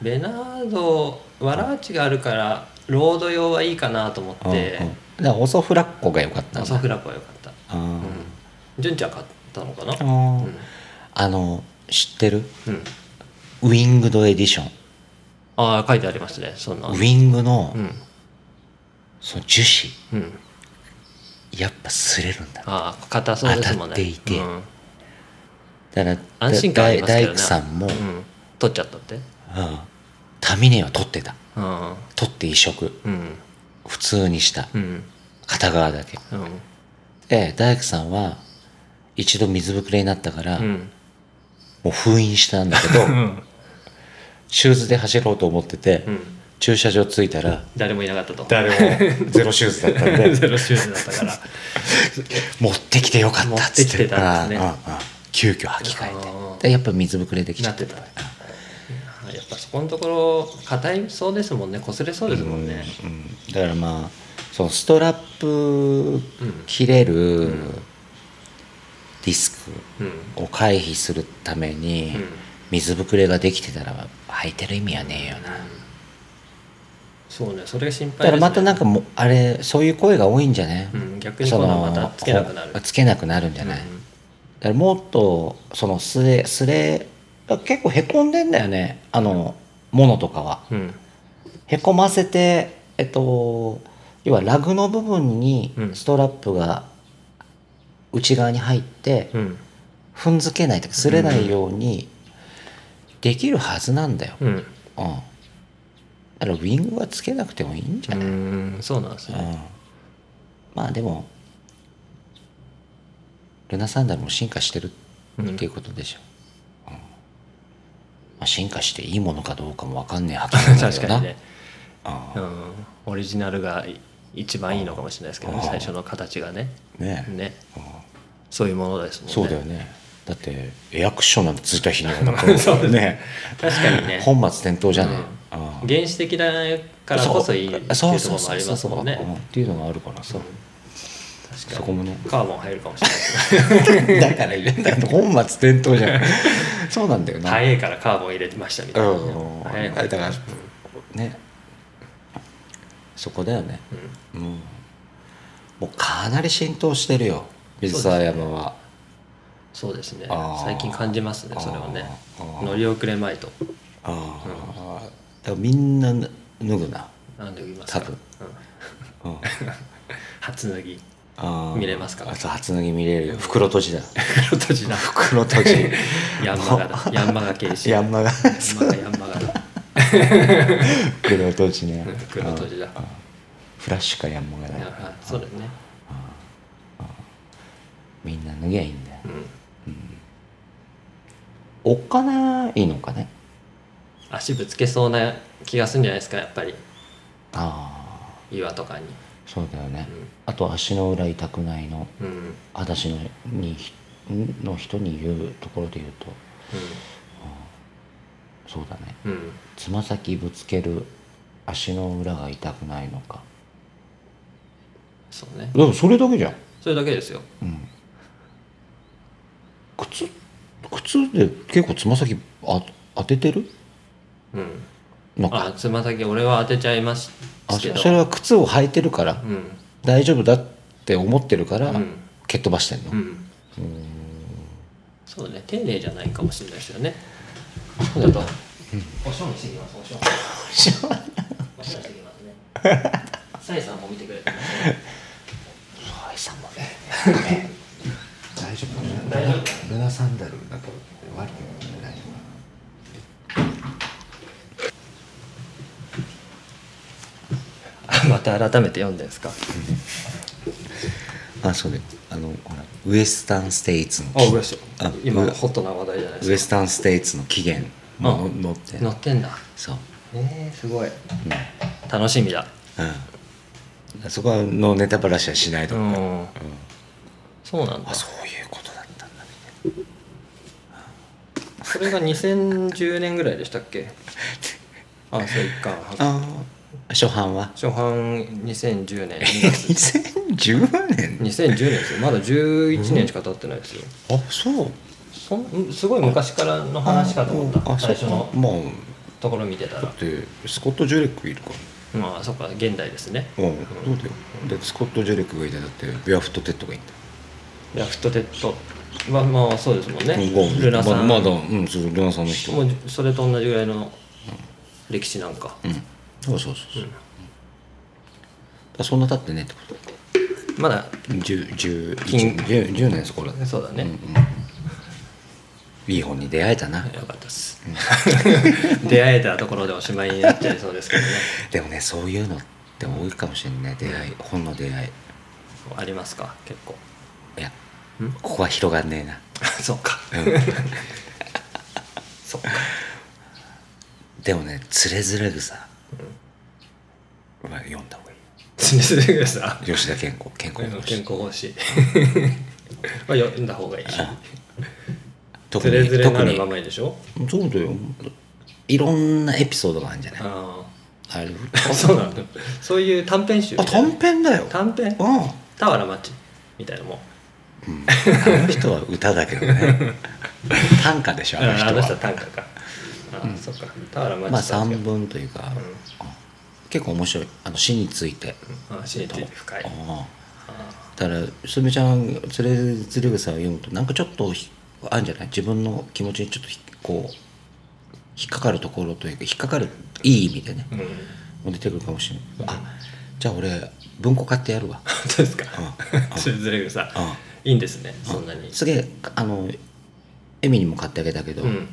S2: ベナード、わらあちがあるから、ロード用はいいかなと思っ
S1: うん
S2: て
S1: う、んうんだからオソフラッコが良かったん
S2: オ
S1: だ
S2: ソフラコは良かった。
S1: あー、
S2: うん。純ちゃん買ったのかな
S1: あー
S2: うん
S1: あの知ってる
S2: うん。
S1: ウィングドエディション
S2: ああ、書いてありましたね、そんな。
S1: ウィングの,、
S2: うん。
S1: その樹脂
S2: うん。
S1: やっぱ擦れるんだ
S2: ああ、硬そうですもんね。
S1: 当たっていて
S2: うん
S1: だから
S2: 安心感ありますけどね
S1: 大工さんも、うん
S2: うん、取っちゃったって
S1: タミネは取ってた
S2: うん
S1: 取って移植
S2: うん
S1: 普通にした
S2: うん
S1: 片側だけ
S2: うん
S1: で大工さんは一度水ぶくれになったから、
S2: う
S1: も
S2: ん
S1: う封印したんだけどシューズで走ろうと思ってて、
S2: うん
S1: 駐車場着いたら
S2: 誰もいなかったと
S1: 誰もゼロシューズだったんで
S2: ゼロシューズだったから
S1: 持ってきてよかったっつ
S2: 持って
S1: って
S2: きてたんですね
S1: ああああ急遽履き
S2: あ
S1: 替え
S2: ー
S1: てでやっぱ水ぶくれできち
S2: な
S1: ゃっ
S2: ってて
S1: た
S2: たあやっぱそこのところ硬いそうですもんね擦れそうですもんね
S1: うんだからまあそのストラップ切れるリス
S2: うん
S1: クを回避するために
S2: うん
S1: 水ぶくれができてたら履いてる意味はねえよな
S2: そうねそれが心配
S1: だからまたなん
S2: か
S1: かもうあれそういう声が多いんじゃね
S2: うん逆に今度はまたつけなくなる
S1: ほつけなくなるんじゃない、だからもっとそのすれすれだから結構へこんでんだよねあのものとかは
S2: うん
S1: へこませてえっと要はラグの部分に
S2: うん
S1: ストラップが内側に入って
S2: うん
S1: 踏んづけないとか擦れないようにできるはずなんだよ、
S2: うん
S1: うん、だからウィングはつけなくてもいいんじゃ
S2: う
S1: ない、
S2: んそうなんです
S1: うん
S2: ね
S1: まあでもルナサンダルも進化してるっていうことでしょ、うんまあ、進化していいものかどうかも分かんねえはずなん だ
S2: 確
S1: よ
S2: か
S1: な
S2: にね
S1: あ
S2: うんオリジナルがい一番いいのかもしれないですけどね
S1: うん
S2: 最初の形がね
S1: あねえ
S2: ね
S1: うん
S2: そういうものですもんね
S1: そうだよねだってエアクッションなんてついた日に はなんかそうね
S2: 確かにね
S1: 本末転倒じゃねえ、ああ
S2: 原始的だからこそいいっていうとこ
S1: そう
S2: ろもありますもん
S1: そうそうそうそううんっ
S2: ね
S1: ていうのがあるからさ、
S2: 確
S1: そ
S2: か
S1: こもね
S2: にカーボン入るかもしれないですね
S1: だから入れんだけど本末転倒 じゃんそうなんだよな、
S2: 早いからカーボン入れてましたみ
S1: う
S2: たいなね
S1: ん
S2: 早い
S1: だからねそこだよね
S2: う
S1: うんもうかなり浸透してるよ水沢山は、
S2: んそうですね
S1: あー
S2: 最近感じますねそれはね
S1: あー
S2: 乗り遅れまいと
S1: ああ、だからみんな脱ぐな、
S2: なんで言いますか
S1: 多分
S2: うん
S1: うん
S2: 初脱ぎ
S1: あー
S2: 見れますか
S1: あそう初脱ぎ見れるよ袋閉じだ
S2: 黒閉じな
S1: 袋閉じ
S2: ヤンマガだヤンマガ形式
S1: ヤンマ
S2: ヤ
S1: が
S2: ンマガヤンマガだ
S1: 袋閉じね
S2: 黒閉じだ
S1: あーフラッシュかヤンマがだ
S2: あそうだよね
S1: みんな脱げばいいんだよ
S2: うん
S1: おっかないのかね
S2: 足ぶつけそうな気がするんじゃないですかやっぱり
S1: ああ
S2: 岩とかに
S1: そうだよね、あと足の裏痛くないの
S2: うんうん
S1: 私のにの人に言うところで言うとそうだね
S2: うん
S1: つま先ぶつける足の裏が痛くないのか
S2: そうね
S1: でもそれだけじゃん、
S2: それだけですよ
S1: うん、靴靴で結構つま先あ当ててる
S2: うん
S1: のか
S2: あつま先俺は当てちゃいます
S1: あ
S2: け
S1: そ
S2: ど
S1: それは靴を履いてるから
S2: うん
S1: 大丈夫だって思ってるから、
S2: うん
S1: 蹴っ飛ばしてんの、
S2: うんそうね丁寧じゃないかもしれないですよねちょっとおしょうにしてきますおしょうおしょうにしてきますねサイさんも見てくれてますね
S1: 河合さんもね大丈夫
S2: 大丈夫
S1: ルナサンダルなんか悪くない
S2: また改めて読んでんですか
S1: あそれあのほらウエスタン・ステイツの
S2: あ上下
S1: あ
S2: 今
S1: う
S2: ホットな話題じゃない
S1: ウエ
S2: で
S1: ス
S2: す
S1: タン・ステイツの起源も
S2: うん
S1: 載って
S2: か載ってんだ
S1: そう、
S2: えー、すごい
S1: うん
S2: 楽しみだ
S1: うん、そこはのネタバラシはしないと
S2: う
S1: 思う、うん
S2: んそうなんだ
S1: あそういうことだったんだね
S2: それが2010年ぐらいでしたっ けあそう一巻
S1: ああ初版は
S2: 初版2010年
S1: 2010年
S2: 2010年ですよまだ11年しか経ってないですよ、
S1: あそう
S2: そんんすごい昔からの話かと思った
S1: あ
S2: 最初
S1: そ
S2: の
S1: うまあ
S2: ところ見てた
S1: だ
S2: ら
S1: ってスコット・ジュレックいるから
S2: まあそっか現代ですね
S1: うんそうだよでスコット・ジュレックがいてだってビアフット・テッドがいいんだ
S2: ラ
S1: よ
S2: フトテッドはまあそうですもんね
S1: うん
S2: ルナさん
S1: ままだうんそうルナさんの人
S2: もうそれと同じぐらいの歴史なんか、
S1: うんそうそうそうそう、だからそんな経ってねってこと
S2: まだ
S1: 10 11
S2: 近
S1: 10 10年そこらで
S2: そうだね、
S1: いい本に出会えたな
S2: よかったです 出会えたところでおしまいになっちゃいそうですけどね
S1: でもねそういうのって多いかもしれない出会い本の出会い
S2: ありますか結構
S1: いや
S2: ん
S1: ここは広がんねえな
S2: そうかそうか
S1: でもね「つれづれ草」は読んだ方がいい
S2: 常々ぐらいさ
S1: 吉田健吾健吾の
S2: 健康法師まあ読んだ方がいい
S1: 特
S2: ズレ
S1: に
S2: ズレ
S1: 特
S2: なる
S1: に
S2: ままいいでしょ
S1: そうだよいろんなエピソードがあるんじゃない
S2: あ
S1: あれ
S2: あそうなんだそういう短編集み
S1: あ
S2: たいな
S1: 短編だよ
S2: 短編
S1: うんあ
S2: 俵町みたいなもん
S1: の人は歌だけ どね短歌でしょあの
S2: あ
S1: 人
S2: の人は
S1: は
S2: 短歌かああそっか俵町
S1: まあ
S2: さん
S1: 三分というか、
S2: ん
S1: うん結構面白いあの死について、
S2: ああ死について深いあ
S1: あ
S2: あ
S1: あだからすみちゃん「つれづれ草」を読むとなんかちょっとひあるんじゃない自分の気持ちにちょっとひこう引っかかるところというか引っかかるいい意味でね
S2: うん本
S1: 出てくるかもしれないあじゃあ俺文庫買ってやるわ
S2: 当ですか
S1: うん
S2: それずれるさ
S1: あ
S2: いいんですねそんなに
S1: すげえあのエミにも買ってあげたけど、
S2: うん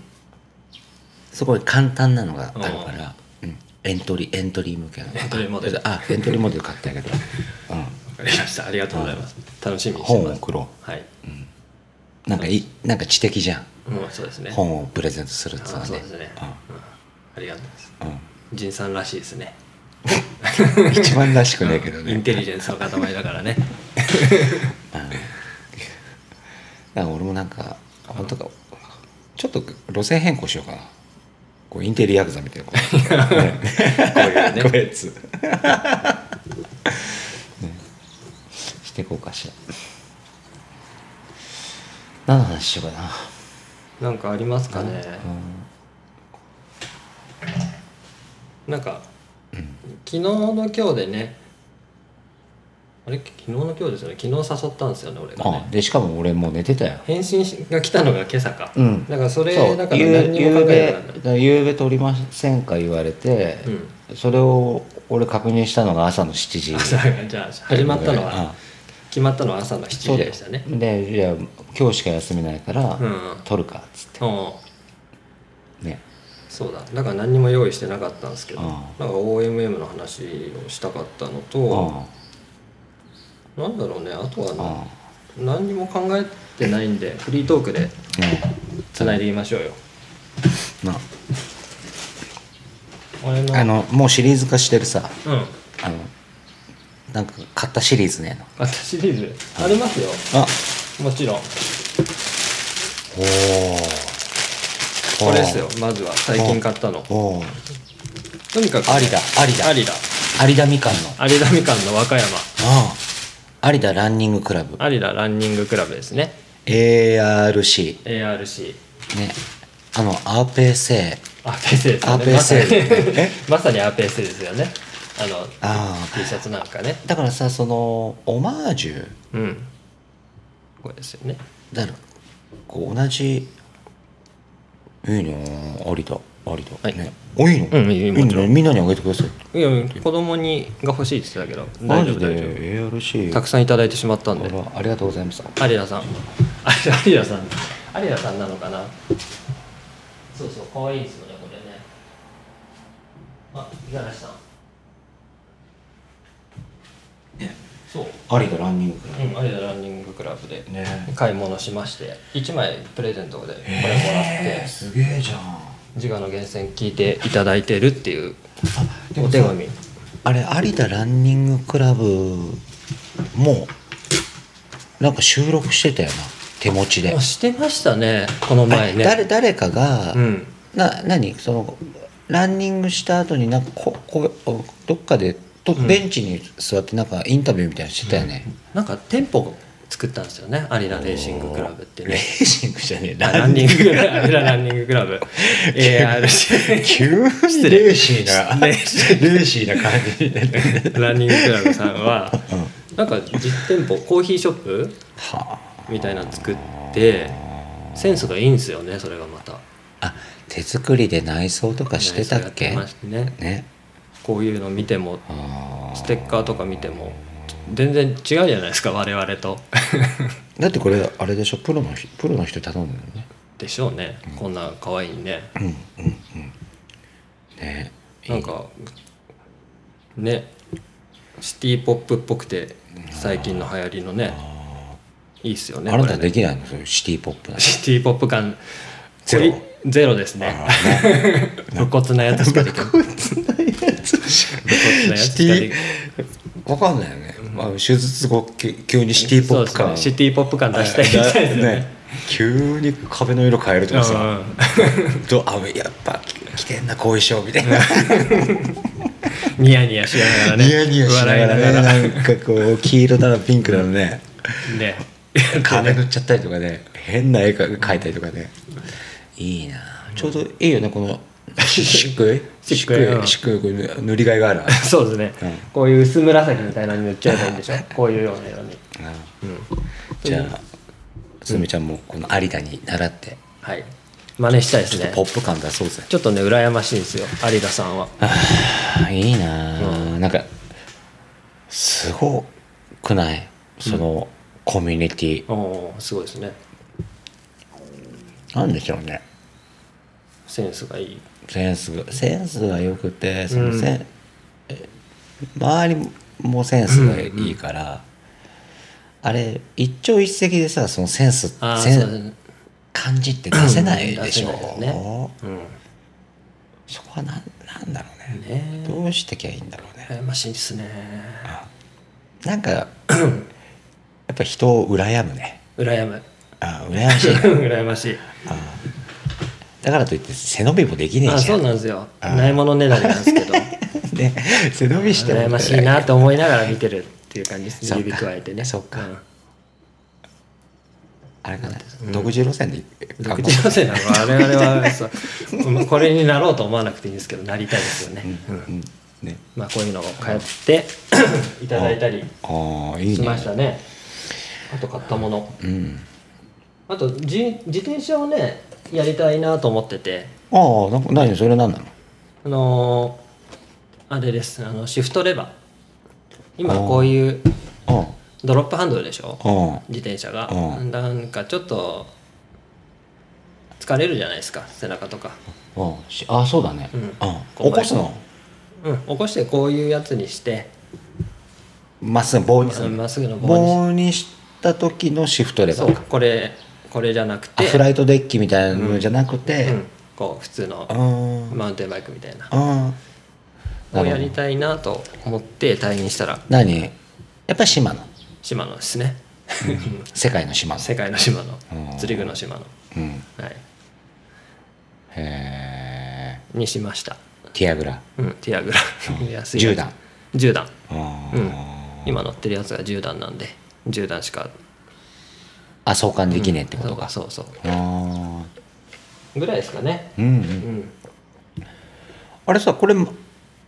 S1: すごい簡単なのがあるから、うん、エントリーエントリー向けの
S2: エントリーモデル
S1: あエントリーモデル買ってあげた、うん
S2: わかりましたありがとうございます楽しみにして
S1: 本を
S2: ます
S1: 送ろ
S2: はい、
S1: うなんかいいなんか知的じゃん
S2: うん、そうですね。
S1: 本をプレゼントするっ
S2: あ
S1: つうのは
S2: そう
S1: ね
S2: ですね、うんありがとうございます。
S1: うん
S2: 仁さんらしいですね。
S1: うん一番らしくないけど
S2: イン
S1: ね
S2: テリジェンスの塊だから ね。
S1: なんか俺もなんか本当かちょっと路線変更しようかなこうインテリヤクザみたいなこうね
S2: こういう
S1: こう
S2: ね。
S1: いう やつねしていこうかしら何の話しようかな
S2: なんかありますかね。なんか、昨日の今日でね。あれ昨日の今日ですよね。昨日誘ったんですよね、俺が
S1: あ
S2: ね。
S1: でしかも俺もう寝てたよ
S2: 返信が来たのが今朝か。
S1: うん
S2: だからそれ
S1: そう
S2: だから
S1: ゆ
S2: 何
S1: う
S2: にも
S1: ゆ
S2: 考
S1: う
S2: え
S1: べ
S2: なかった。
S1: ゆうべ撮りませんか言われて、それを俺確認したのが朝の7時
S2: 朝が じゃあ始まったの
S1: あ
S2: は決まったのは朝の7
S1: そ
S2: 時
S1: うだ
S2: で
S1: よ
S2: したね。
S1: でじゃあ今日しか休みないから、
S2: うん。
S1: 撮るかっつって
S2: うん
S1: ね
S2: そうだだから何にも用意してなかったんですけど
S1: うん
S2: なんか OMM の話をしたかったのと
S1: あ
S2: なんだろうねあと
S1: ああ
S2: はな何にも考えてないんでフリートークで
S1: あね
S2: つないでいきましょうよ
S1: な
S2: 俺の
S1: あのもうシリーズ化してるさ
S2: うん
S1: あのなんか買ったシリーズね
S2: あシリーズありますよ
S1: あ
S2: もちろん
S1: おお
S2: これですよまずは最近買ったの
S1: おお
S2: とにかくね
S1: ありだありだ
S2: ありだ
S1: 有田みかんの
S2: 有田みかんの和歌山
S1: ああ有田ランニングクラブ
S2: 有田ランニングクラブですね
S1: ARC
S2: ARC
S1: ねあの APC
S2: アーペセですよね
S1: APC
S2: まさに
S1: え
S2: まさにアーペセですよねあの
S1: あ
S2: T シャツなんかね
S1: あだからさそのオマージュ
S2: うんこれですよね
S1: だろこう同じいいのありだありだ
S2: はい
S1: ねおいいの
S2: うんいいよもちろん
S1: のみんなにあげてください
S2: いや子供にが欲しいって言ってたけど
S1: マ
S2: 大
S1: ジ
S2: 丈夫大丈夫
S1: で ARC
S2: たくさんいただいてしまったんで
S1: あらありがとうございます
S2: 有田さん あ有田さん有田さんなのかなそうそう可愛いんですよねこれねあ五十嵐さんそう
S1: ありだランニングクラ
S2: うん有田ランニングクラブで
S1: ブね
S2: 買い物しまして1枚プレゼントでこれもらっ
S1: え
S2: て
S1: ー、すげえじゃん
S2: 自我の源泉聞いていただいてるっていう
S1: でも
S2: お手紙
S1: あれ有田ランニングクラブもなんか収録してたよな手持ちで
S2: あしてましたねこの
S1: あ
S2: 前
S1: れ
S2: ね
S1: 誰誰かが、
S2: うん
S1: な何そのランニングした後になんかこここどっかでと
S2: うん
S1: ベンチに座ってなんかインタビューみたいなのしてたよね、
S2: なんか店舗を作ったんですよね有田レーシングクラブって
S1: レー
S2: ね
S1: シングじゃねえ
S2: あランニングクラブ有田ランニングクラ ブ ARC
S1: 急にレーシーなレーシーな感じで
S2: ランニングクラブさんはなんか実店舗コーヒーショップ
S1: は
S2: みたいなの作ってセンスがいいんですよねそれがまた
S1: ああ手作りで内装とかしてたっ
S2: や
S1: け
S2: てましたね
S1: ね
S2: こういうの見ても
S1: あー
S2: ステッカーとか見ても全然違うじゃないですか我々と
S1: だってこれあれでしょプロの人プロの人頼んだよね
S2: でしょうねこんな可愛いね
S1: うんうんうんね
S2: なんかねシティポップっぽくて最近の流行りのねいいっすよね
S1: あな
S2: こ
S1: た
S2: れね
S1: できないのそういうシティポップなの
S2: シティポップ感
S1: ゼロ
S2: これゼロですね 露骨なやつしかできない露骨なやつ
S1: シ
S2: し
S1: テ
S2: かできない
S1: ィわかんないよね、まあ、手術後き急にシティポップ
S2: そう
S1: 感
S2: ですねシティポップ感出したいみたいですよね
S1: ね急に壁の色変えるとかさ、
S2: うん
S1: どうあやっぱ来てんな後遺症みたいな
S2: ニヤニヤしながらね
S1: ニヤニヤしながら
S2: 笑
S1: ね
S2: いながら
S1: なんかこう黄色だのピンクだのね
S2: ね
S1: 壁塗っちゃったりとかね変な絵描いたりとかねいいなちょうどいいよねこの漆 喰
S2: 漆
S1: 漆
S2: 喰
S1: 喰漆喰これ塗りがいがあるわ
S2: そうですね、
S1: うん
S2: こういう薄紫みたいなのに塗っちゃえばいいんでしょこういうような色に
S1: じゃあつみちゃんもこの有田に習って
S2: はい真似したいで
S1: ち
S2: す
S1: ょ
S2: ね
S1: っとポップ感出そうぜ
S2: ちょっとね羨ましいんですよ有田さんは
S1: あいいな、なんかすごくないその、コミュニティ
S2: おおーすごいですね
S1: なんでしょうね
S2: センスがいい
S1: センスがセンスが良くてその
S2: うん
S1: せん、え周りもセンスがいいから、あれ一朝一夕でさそのセンス
S2: ああ
S1: セ
S2: そうで
S1: ン
S2: すね
S1: 感じって出せないでしょ、
S2: 出せないですねうん
S1: そこはなんなんだろうね
S2: ね
S1: どうしてきゃいいんだろうね
S2: え羨ましいですね
S1: な んかやっぱ人を羨むね
S2: 羨む
S1: あ羨ましいな
S2: 羨ましい
S1: だからといって背伸びもできねえ
S2: あ
S1: じ
S2: そ
S1: ゃ
S2: うんなんですよないものねだりなんですけど
S1: ね背伸び しても
S2: 羨ましいなと思いながら見てるっていう感じです
S1: そ
S2: ね
S1: っか
S2: 指加えてね
S1: そっか
S2: ん
S1: あれかな独自路線で
S2: 独自路線なのか我々はそううんこれになろうと思わなくていいんですけどなりたいですよね、うん
S1: うんね
S2: まあこういうのを通っていただいたり
S1: ああいい
S2: し
S1: ね
S2: ましたねあと買ったもの
S1: うん
S2: あと自自転車をねやりたいなと思ってて
S1: ああなんか何それ何なの
S2: あのーあれですあのシフトレバー今
S1: あー
S2: こういう
S1: あ
S2: ドロップハンドルでしょ
S1: あ
S2: 自転車が
S1: うん
S2: なんかちょっと疲れるじゃないですか背中とか
S1: ああしああそうだね
S2: うん
S1: ああ起こすの
S2: うん起こしてこういうやつにして
S1: まっすぐ棒にす
S2: うん
S1: る
S2: まっすぐの棒にし
S1: 棒にした時のシフトレバ
S2: そう
S1: ーか
S2: これこれじゃなく
S1: あ
S2: て
S1: フライトデッキみたいなのじゃなくて
S2: うん、こう普通の
S1: あー
S2: マウンテンバイクみたいな
S1: ああ
S2: をやりたいなと思って退院したら
S1: 何やっぱり島の
S2: 島野ですね
S1: 世界の島の
S2: 世界の島野
S1: うん
S2: 釣り具の島野
S1: うん
S2: はい
S1: へえ
S2: にしました
S1: ティアグラ
S2: うんティアグラ 安い
S1: 10段
S2: 10段
S1: あ
S2: うん
S1: ー
S2: 今乗ってるやつが10段なんで10段しか
S1: あ相関できねえってこ
S2: そ
S1: と
S2: う
S1: か
S2: かそうそう
S1: あ
S2: ぐらいですかね
S1: あうんう
S2: うんん
S1: あれさこれ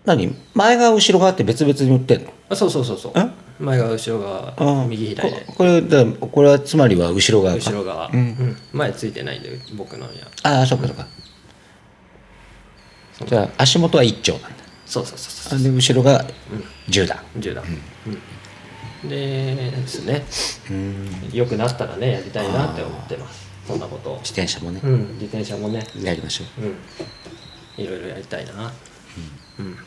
S1: 何前が後ろがあって別々に売ってんの
S2: あそうそうそうそう
S1: え
S2: 前側後ろ側右左で
S1: ここれだこれはつまりは後ろ側か
S2: 後ろ側
S1: うん
S2: うん前ついてないんで僕のや
S1: ああそっかそっか
S2: そう
S1: じゃあ足元は一丁なんだ
S2: そうそうそうそう
S1: あで後ろが10段
S2: 10段、うんでですね
S1: うん
S2: 良くなったらねやりたいなって思ってますそんなことを、
S1: 自転車もね
S2: うん、自転車もね、
S1: やりましょう
S2: うん、いろいろやりたいなうん、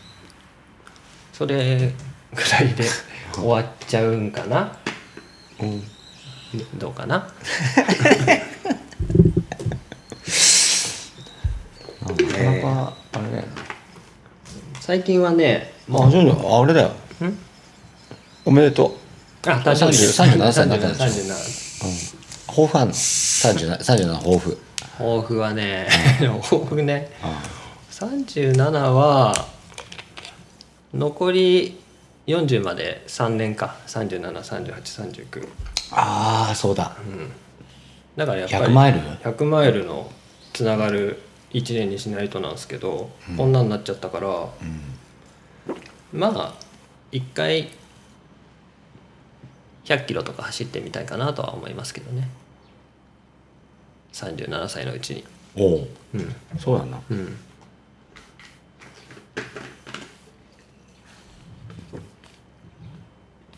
S2: それぐらいで終わっちゃうんかな
S1: うん
S2: どうかな
S1: なんかなかなかあれだよな
S2: 最近はねも
S1: あ、ジョニー、あれだよ。
S2: う、ん
S1: おめでとう。
S2: あ、誕生日
S1: 37歳になったんでし
S2: 37
S1: うん。抱負あんの ?37、37抱負。
S2: 抱負はね、抱負ね、
S1: あ
S2: 37は、残り40まで3年か、37、38、39。
S1: あー、そうだ。
S2: だからやっぱり
S1: 100マイル
S2: 100マイルのつながる1年にしないとなんですけど、こんなになっちゃったから、まあ、一回、100キロとか走ってみたいかなとは思いますけどね。37歳のうちに。
S1: おう
S2: うん。
S1: そうだな。
S2: うん。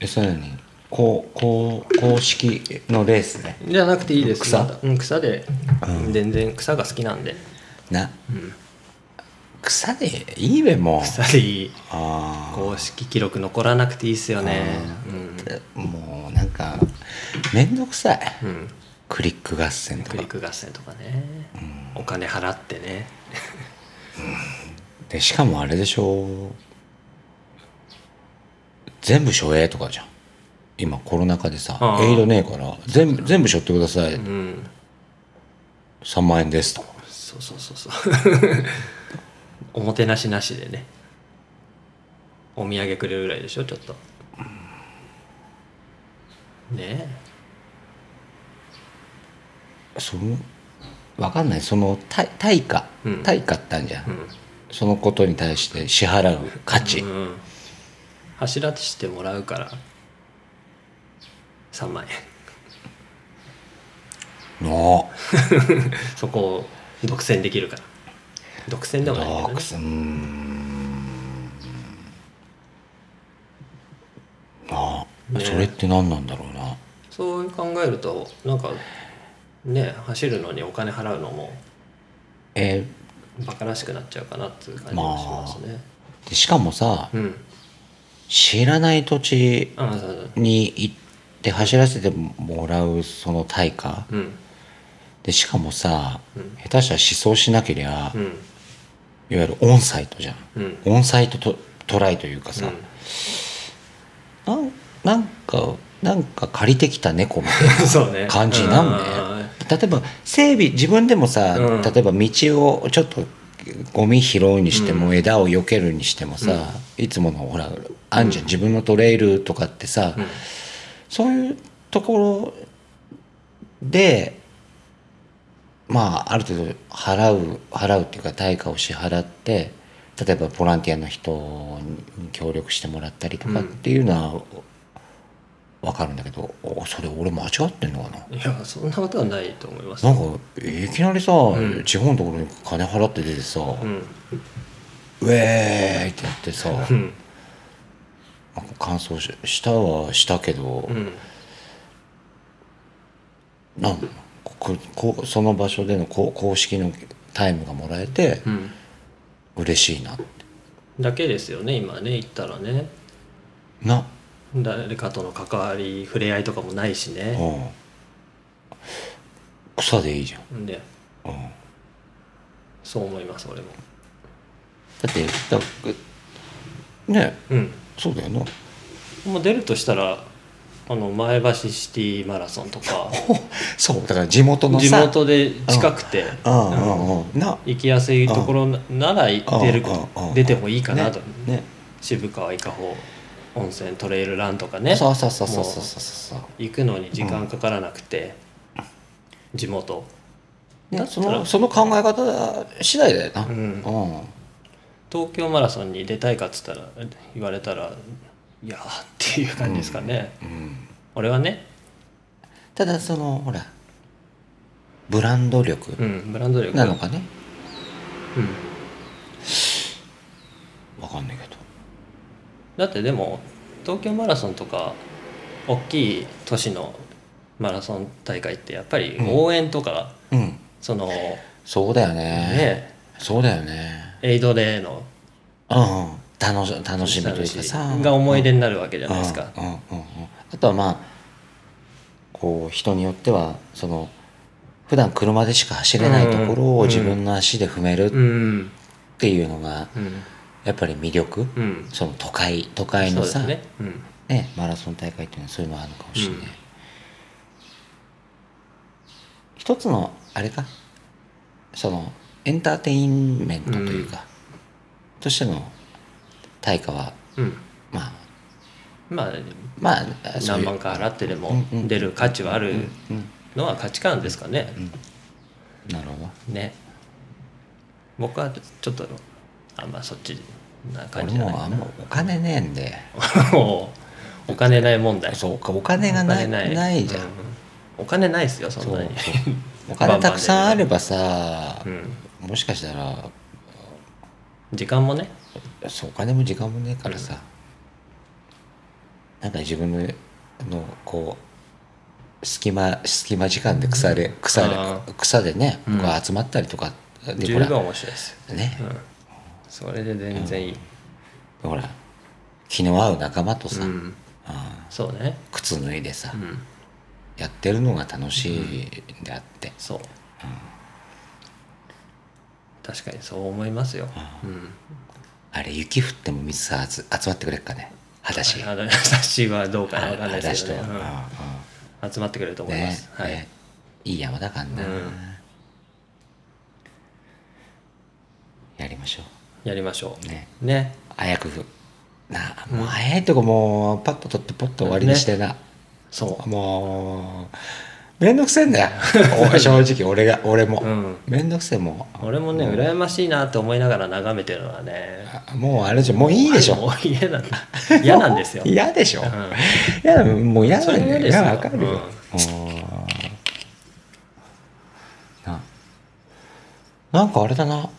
S1: え、そうやね。こう、こう、公式のレースね。
S2: じゃなくていいです
S1: 草
S2: まだうん、草で、
S1: うん
S2: 全然草が好きなんで、
S1: な。
S2: うん、
S1: 草でいいべ、もう。
S2: 草でいい
S1: あー
S2: 公式記録残らなくていいっすよね
S1: もう、なんか、めんどくさい。
S2: うん、うん、
S1: クリック合戦と
S2: ク
S1: か
S2: リッ。ク合戦とかね、お金払ってね
S1: で、しかもあれでしょ。全部所営とかじゃん。今コロナ禍でさ
S2: あ、ー
S1: エイドねえから、全部、全部しょってください。
S2: うん
S1: 3万円ですと。
S2: そうそうそうそう おもてなしなしでねお土産くれるぐらいでしょちょっとね
S1: その、わかんない。その、対対価
S2: うん。
S1: 対価ってあるじゃん。
S2: えうん
S1: そのことに対して支払う価値。
S2: うん、柱してもらうから3万円
S1: の、
S2: そこを独占できるから独占でもないけど、
S1: ド
S2: ね
S1: ーク、ス、うーん。なあ、
S2: ね
S1: それって何なんだろうな。
S2: そう考えるとなんかね走るのにお金払うのも
S1: え
S2: バカらしくなっちゃうかなっていう感じがしますね、
S1: ーでしかもさ、
S2: うん
S1: 知らない土地
S2: ああそうそう
S1: に行って走らせてもらうその対価。
S2: うん
S1: で、しかもさ、
S2: うん
S1: 下手したら思想しなけりゃ、
S2: うん
S1: いわゆるオンサイトじゃん。
S2: うんうん
S1: オンサイトとトライというかさ、なんなんかなんか借りてきた猫みたいな
S2: そうね
S1: 感じになるね例えば整備自分でもさ、
S2: うん
S1: 例えば道をちょっとゴミ拾うにしても、
S2: う
S1: 枝を避けるにしてもさ、いつものほらあんじゃん、自分のトレイルとかってさ、
S2: うん
S1: そういうところでまあある程度払う払うっていうか対価を支払って例えばボランティアの人に協力してもらったりとかっていうのは分かるんだけど、おそれ俺間違ってんのかな
S2: うんいやそんなことはないと思います
S1: なんかいきなりさ、
S2: ん
S1: 地方のところに金払って出てさ、
S2: う
S1: ウ
S2: ん
S1: ェーイってやってさ、
S2: う
S1: なん
S2: ん
S1: か乾燥ししたはしたけど、
S2: うん
S1: なんこここその場所でのこ公式のタイムがもらえて
S2: うん
S1: 嬉しいなって
S2: だけですよね今ね行ったらね
S1: な、
S2: 誰かとの関わり触れ合いとかもないし
S1: う
S2: ね
S1: ん、草でいいじゃん、
S2: で
S1: うん、だ
S2: そう思います俺も
S1: ってだね
S2: うん
S1: そうだよな
S2: もう出るとしたらあの前橋シティマラソンと か
S1: そうだから地元のさ
S2: 地元で近くて
S1: うんうんうんな
S2: 行きやすいところなら出る
S1: うんうんうん
S2: 出てもいいかなと
S1: ね
S2: 渋川伊香保温泉トレイルランとか
S1: ね
S2: ね
S1: そうそうそうそうそう
S2: も
S1: そうそう
S2: 行くのに時間かからなくて地元だ
S1: ね、
S2: った
S1: そ
S2: ら
S1: のその考え方次第だよな、
S2: うん
S1: うん
S2: 東京マラソンに出たいかっつったら言われたらいやーっていう感じですかね
S1: うん、
S2: 俺はね
S1: ただそのほらブランド力
S2: うんブランド力
S1: なのかね、
S2: うん
S1: わかんないけど
S2: だってでも東京マラソンとか大きい都市のマラソン大会ってやっぱり応援とか、
S1: うん
S2: その
S1: そうだよね
S2: ね
S1: そうだよね
S2: エイドレーの
S1: うん楽し楽しみというかさ
S2: が思い出になるわけじゃないですか。
S1: うんうんうんうん、あとはまあこう人によってはその普段車でしか走れないところ
S2: う
S1: を
S2: ん
S1: 自分の足で踏める
S2: う
S1: っ
S2: ん。
S1: ていうのが
S2: うん。
S1: やっぱり魅力、
S2: うん。
S1: その都会都会
S2: そう
S1: の
S2: で
S1: さ
S2: す
S1: ね
S2: ね。うん。
S1: マラソン大会っていうのはそういうのがあるのかもしれない、
S2: うん
S1: 一つのあれかそのエンターテインメントというか、としての対価は
S2: うん。
S1: まあ
S2: まあ、
S1: まあそう
S2: 何
S1: いう
S2: 万か払ってでも
S1: うんうん
S2: 出る価値はある
S1: うん
S2: のは価値観ですかね。
S1: なるほど
S2: ね。僕はちょっと、あんまそっちな感
S1: 俺
S2: じじゃない
S1: もあんまお金ねえんで
S2: も うお金ない問題
S1: そうかお金がないないじゃん、
S2: うんお金ないですよそん
S1: そう
S2: な
S1: そう
S2: に
S1: お金たくさんあれば
S2: バ
S1: さ
S2: ンバン出るね
S1: もしかした
S2: う
S1: ら
S2: ん、時間もね
S1: そうお金も時間もねえからさ、なんか自分ののこう隙間隙間時間で草で草で
S2: あ
S1: 草でね、
S2: うん
S1: こう集まったりとかで
S2: 十
S1: ほ
S2: 分
S1: ら
S2: 面白いです
S1: ね
S2: よ、うん、それで全然いい、
S1: ほら気の合う仲間と
S2: う
S1: さ、
S2: ん
S1: あー
S2: そうね
S1: 靴脱いでさ、
S2: うん
S1: やってるのが楽しいんであって、
S2: そう、確かにそう思いますよ、うん、
S1: あれ雪降っても水さ集集まってくれっかね裸足
S2: あの優しいはどうかわかんないですけど、ね
S1: 裸足と
S2: うん集まってくれると
S1: うん
S2: 思い
S1: ね
S2: ます、はい、
S1: ねいい山だからな、
S2: うん
S1: やりましょ
S2: やりましょ
S1: うね
S2: うね
S1: 早くなあもう早いとこもうパッと取ってポッと終わりにしてな、
S2: そ
S1: もうめんどくせ えんだよお正直俺が俺も、
S2: う、うん、
S1: めんどくせえもう
S2: 俺もね羨ましいなと思いながら眺めてるのはね
S1: あもうあれじゃもういいでしょ
S2: もう嫌なんだ嫌なんです よ
S1: 嫌でしょ、
S2: うん
S1: いやもう嫌
S2: そ
S1: だ
S2: れ
S1: よ
S2: 嫌
S1: ね
S2: で
S1: い
S2: すよ
S1: やわかるよ、
S2: うん
S1: うんななんかあれだな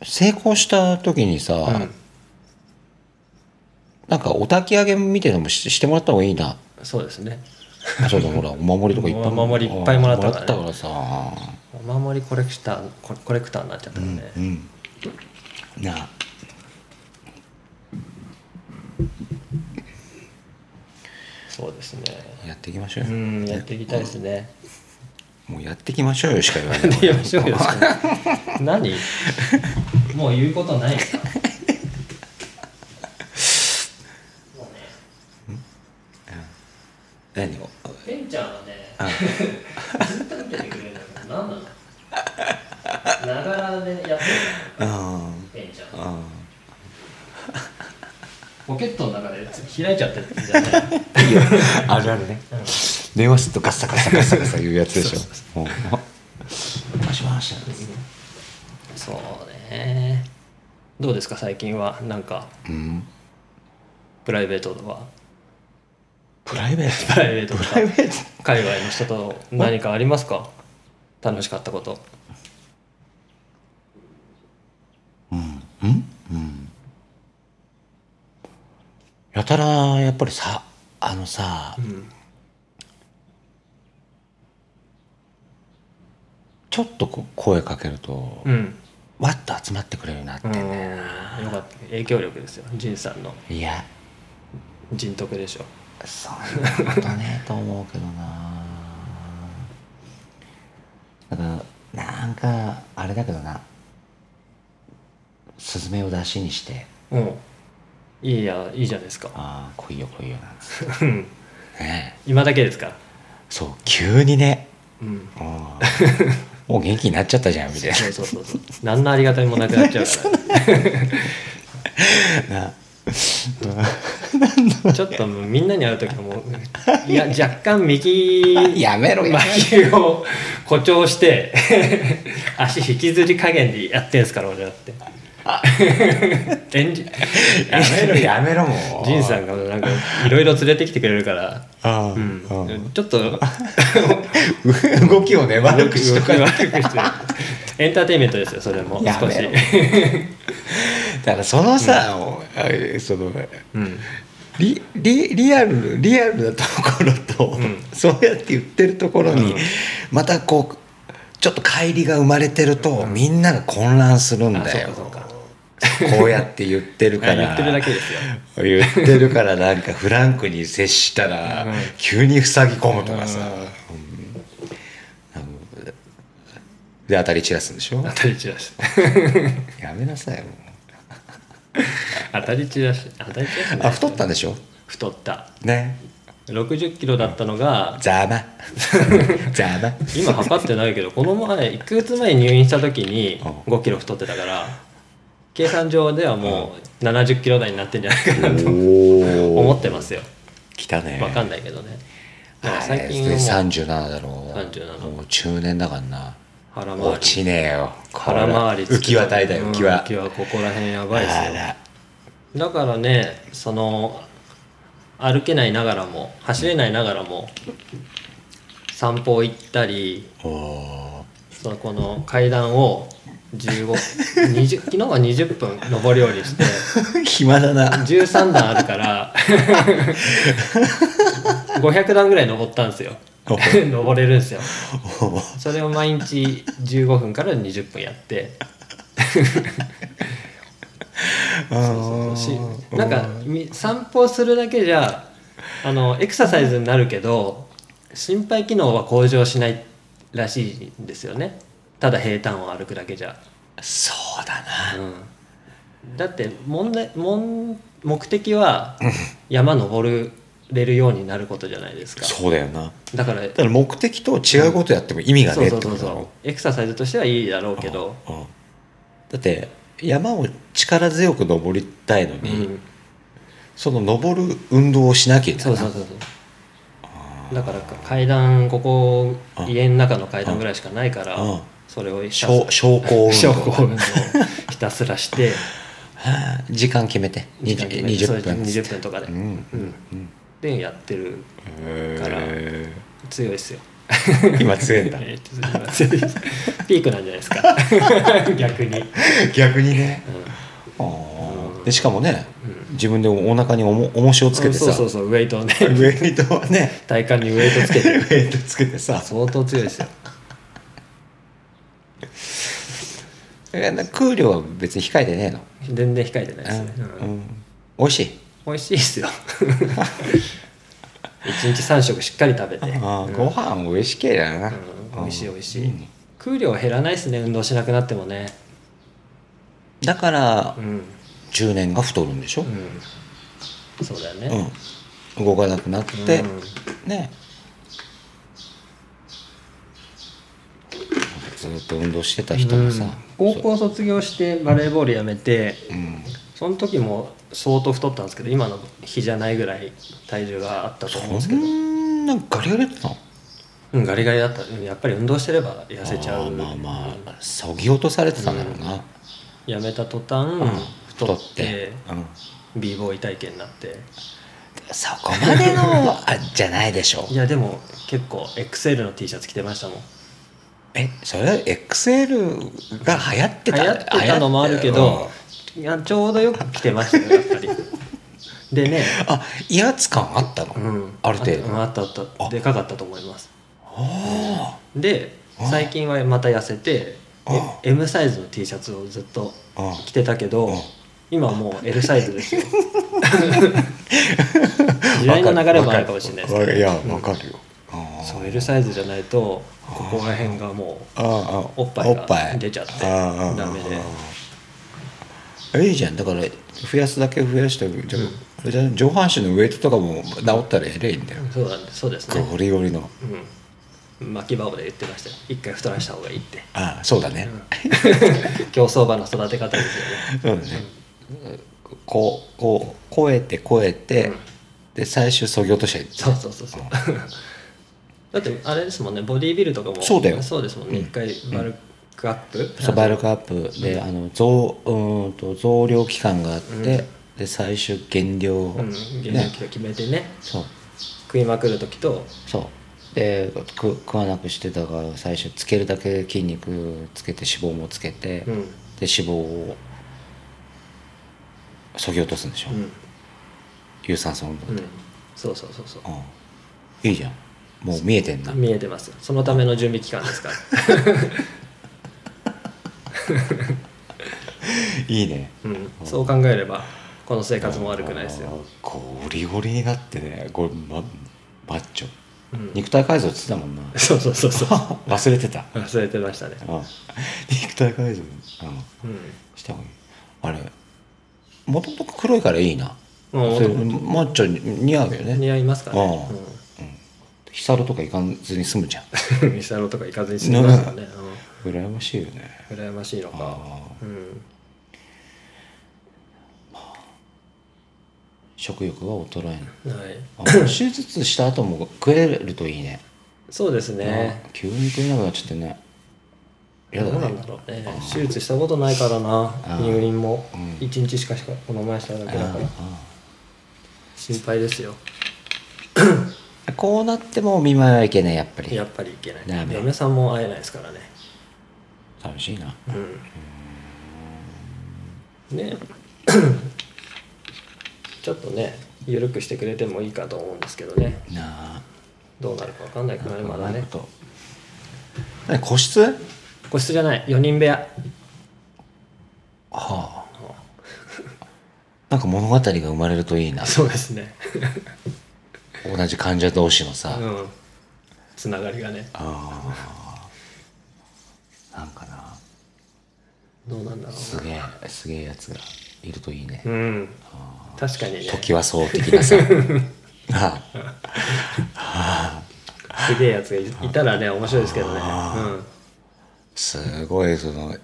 S1: 成功した時にさ、なんかお焚き上げみたいなのもししてもらった方がいいな
S2: うん、そうですね
S1: あそうだほらお守りとかいっぱい
S2: お守りいっぱいもらったからね
S1: もらったからさ
S2: お守りコレクターココレクターになっちゃったからね、
S1: うんなあ
S2: そうですね
S1: やっていきましょう
S2: う
S1: よ、
S2: んやっていきたいですね、
S1: もうやっていきましょうよしか言わな
S2: や
S1: い
S2: って いきましょうよ 何もう言うことないか
S1: 何を
S2: ペンちゃんはねずっと見ててくれるんだけど何なのながらでやってる
S1: あ
S2: ペンちゃん
S1: ああ
S2: ポケットの中で開いちゃってるんじゃない
S1: あいいよ あるあるね電話するとガッサガッサガッサガッサいうやつでしょ。うんもしもし
S2: そうねどうですか最近はなんか
S1: うん。
S2: プライベートとか
S1: プライベー
S2: プライベートと
S1: ト。
S2: か
S1: プライベー
S2: 海外の人と何かありますか楽しかったこと
S1: ト。うんうん。やたらやっぱりさあのさ
S2: うん
S1: ちょっとこう声かけると
S2: うん、
S1: わっと集まってくれるなって
S2: うん、。よかった影響力ですよ仁さんの
S1: いや
S2: 仁徳でしょ
S1: そんなことねえと思うけどな。だからなんかあれだけどな。スズメを出しにして。
S2: うんいいやいいじゃないですか
S1: ああ来いよ来いよなんつっ
S2: うん
S1: てね
S2: 今だけですから
S1: そう急にね
S2: うん
S1: うん もう元気になっちゃったじゃんみたい
S2: そうそうそうそう何のありがたみもなくなっちゃうか
S1: なな
S2: らちょっともうみんなに会う時はもういや若干右
S1: やめろや
S2: 麻痺を誇張して 足引きずり加減でやってんすから俺だってエンジ
S1: やめろやめろもう
S2: ジンさんがなんかいろいろ連れてきてくれるから、
S1: ああ、
S2: う
S1: うん
S2: ん、ちょっ と
S1: 動きをね 悪くしとか
S2: 動
S1: な
S2: き悪くしてエンターテインメントですよそれも
S1: や
S2: 少
S1: め
S2: し
S1: ろ、だからそのさ、おあその
S2: うん、
S1: リリリアルリアルなところと、
S2: うん
S1: そうやって言ってるところに、
S2: うん
S1: またこうちょっと乖離が生まれてると、みんなが混乱するん
S2: あそ
S1: だ
S2: うか
S1: よ
S2: そうか
S1: こうやって言って るから
S2: 言ってるだけですよ。
S1: 言ってるからなんかフランクに接したら
S2: うん
S1: 急に塞ぎ込むとかさ、
S2: うん
S1: うんで当たり散らすんでしょ
S2: 当たり散らし。
S1: やめなさいもう
S2: 当たり散らし。当たり散らしじゃない
S1: あ太ったんでしょ
S2: 太った。
S1: ね
S2: 60キロだったのが、
S1: ざまざま
S2: 今測ってないけど、この前、1ヶ月前に入院した時に
S1: うん
S2: 5キロ太ってたから、計算上ではもう70キロ台になってんじゃないかなと
S1: お
S2: 思
S1: お
S2: ってますよ。
S1: 来たね
S2: わかんないけどね。だから
S1: あ
S2: 最
S1: れ
S2: 近はもう
S1: 37だろ
S2: 37
S1: もう中年だからな
S2: 腹回
S1: 落
S2: り。
S1: ちねえよ
S2: 腹回りつけ
S1: 浮き輪体だよ
S2: うん
S1: 浮き輪
S2: 浮き輪ここら辺やばいです
S1: あ
S2: よ
S1: ら
S2: だからねその歩けないながらも走れないながらも散歩行ったり
S1: おお
S2: そのこの階段を15 20昨日は20分上り下りして
S1: ー 暇だな
S2: 13段あるから 500段ぐらい登ったんですよ 登れるんですよ
S1: おお
S2: それを毎日15分から20分やってそうそうしなんかみ散歩するだけじゃあのエクササイズになるけど心肺機能は向上しないらしいんですよねただ平坦を歩くだけじゃ、
S1: そうだな
S2: うん、だって問題問目的は山登れるようになることじゃないですか
S1: そうだよな
S2: だから
S1: だから目的と違うことやっても意味が
S2: そ
S1: ねえ
S2: う
S1: って
S2: そう
S1: こと
S2: そう
S1: だ
S2: そ
S1: ろ
S2: うエクササイズとしてはいいだろうけど、
S1: うんだって山を力強く登りたいの
S2: う
S1: に、
S2: ん、
S1: その登る運動をしなきゃいけない
S2: そうそうそうそうだからか階段ここ家の中の階段ぐらいしかないから
S1: うん
S2: それをひたす
S1: 昇昇降運動
S2: 昇降運動をひたすら して
S1: はあ時間決めて
S2: 時間決めて
S1: 20
S2: それ
S1: 分
S2: 20分とかで、
S1: うん
S2: うん
S1: うん
S2: でやってるから
S1: へ
S2: 強いですよ
S1: ー今強いんだ
S2: えー強いですピークなんじゃないですか逆に、うん
S1: 逆にねあーでしかもね自分でお腹におも重しをつけて
S2: そ
S1: さ
S2: うそうそうウェイトをね
S1: 上にとはね
S2: 体幹にウェイトつけて
S1: ウェイトつけてさ
S2: 相当強いですよ
S1: えな空量は別に控えてねえの
S2: 全然控えてないですね、
S1: う
S2: うんん
S1: 美味しい
S2: 美味しいですよ 一日三食しっかり食べて、
S1: あ
S2: う
S1: ー
S2: ん
S1: ご飯も美味しけりゃな
S2: うん美味しい美味しい、
S1: うん
S2: 空量減らないですね運動しなくなってもね
S1: だから
S2: うん、
S1: 10年が太るんでしょ
S2: うん、そうだよね、
S1: うん動かなくなって
S2: うん
S1: ねずっと運動してた人もさ
S2: うん高校卒業してバレーボールやめて
S1: うん
S2: その時も相当太ったんですけど今の日じゃないぐらい体重があったと思うんです
S1: そ
S2: けど、
S1: んなガリガリやってたの
S2: うん、ガリガリだったうんやっぱり運動してれば痩せちゃ
S1: あ
S2: う
S1: ーまあま
S2: うん
S1: あそぎ落とされてたんだろうな
S2: やめた途端、太
S1: 太
S2: っ
S1: っててうん
S2: b ボーイ体験になって
S1: そこま でのあじゃないでしょ
S2: いやでも結構 XL の T シャツ着てましたもん
S1: えそれは XL が流行ってた
S2: 流行ってたのもあるけ
S1: 流行っ
S2: ど
S1: て、
S2: いやちょうどよく着てましたよやっぱ りでね、
S1: うんあ威圧感あったの、
S2: うん、
S1: ある程度
S2: あったあったあった
S1: あ
S2: でかかったと思います
S1: あ
S2: で
S1: あ
S2: 最近はまた痩せて
S1: あ
S2: M サイズの T シャツをずっと
S1: ああ
S2: 着てたけど
S1: あ
S2: 今はもう L サイズ ですよ 時代の流れもあるかもしれないですけど
S1: いやわかるよ、あー
S2: そう L サイズじゃないとここら辺がもう
S1: あーあー
S2: おっぱいが出ちゃって
S1: あーあー
S2: ダメで
S1: あーいいじゃんだから増やすだけ増やしてじゃあ,、じゃあ上半身のウエイトとかも治ったらえれいいんだよ、
S2: そうなんですそうですね
S1: ゴリゴリの
S2: うん巻き場で言ってましたよ一回太らした方がいいって
S1: ああそうだね、
S2: 競走馬の育て方ですよね
S1: そうだね、こうこう超えて超えて、
S2: うん
S1: で最終削ぎ落としちゃいい
S2: そうそうそうそう だってあれですもんねボディービルとかも
S1: そうだよ
S2: そうですもんね一回バルクアップ
S1: そうバイルカップで、あの増うーんと増量期間があって、
S2: うん
S1: で最終減量、
S2: うん減量
S1: ね
S2: 期を決めてね
S1: そう
S2: 食いまくる時と
S1: そうでく食わなくしてたから最初つけるだけ筋肉つけて脂肪もつけて、
S2: うん
S1: で脂肪を削ぎ落とすんでしょ、
S2: うん
S1: 有酸素運動
S2: う
S1: で、
S2: んそうそうそうそう
S1: うんいいじゃんもう見えてんな
S2: 見えてますよそのた めの準備期間ですから
S1: いいね
S2: うん、そう考えればこの生活も悪くないです
S1: あ
S2: よ、
S1: ーゴリゴリになってねこれまマッチョ
S2: うん、
S1: 肉体改造っつってたもんな
S2: そうそうそう そう
S1: 忘れてた
S2: 忘れてましたね、
S1: うん肉体改造うん
S2: うん、
S1: した方がいいあれもともと黒いからいいな
S2: も
S1: そうれマッチョに似合うよね
S2: 似合いますかね
S1: ああヒサロとか行かずに済むじゃん
S2: うん ミサロとか行かずに済みますよね、
S1: 羨ましいよね
S2: うん、羨ましいのか
S1: あ
S2: うん
S1: 食欲が衰えない
S2: はい
S1: あ手術した後も食えるといいね
S2: そうですね
S1: あ急に食えなくなっちゃってねやだ
S2: どうなん
S1: ね
S2: だろうね手術したことないからな
S1: あ
S2: 入院も
S1: うん
S2: 1日しかしかこの前しただけだから
S1: あ
S2: 心配ですよ
S1: あこうなってもお見舞いはいけないやっぱり
S2: やっぱりいけな
S1: ダ
S2: い
S1: メ
S2: 嫁さんも会えないですからね
S1: 寂しいな
S2: うんね ちょっとね緩くしてくれてもいいかと思うんですけどね
S1: なあ
S2: どうなるか分かんないからねまだね
S1: と何個室は
S2: 個室じゃない4人部屋
S1: あなんか物語が生まれるといい な
S2: そうですね
S1: 同じ患者同士のさ、
S2: う
S1: あ
S2: んつながりがね
S1: あなんかな
S2: どうなんだろ
S1: すげえすげえやつがいるといいね
S2: ううん確かにね
S1: 時はそう 的なさああ
S2: すげえやつがいいたらね面白いですけどね
S1: すごいその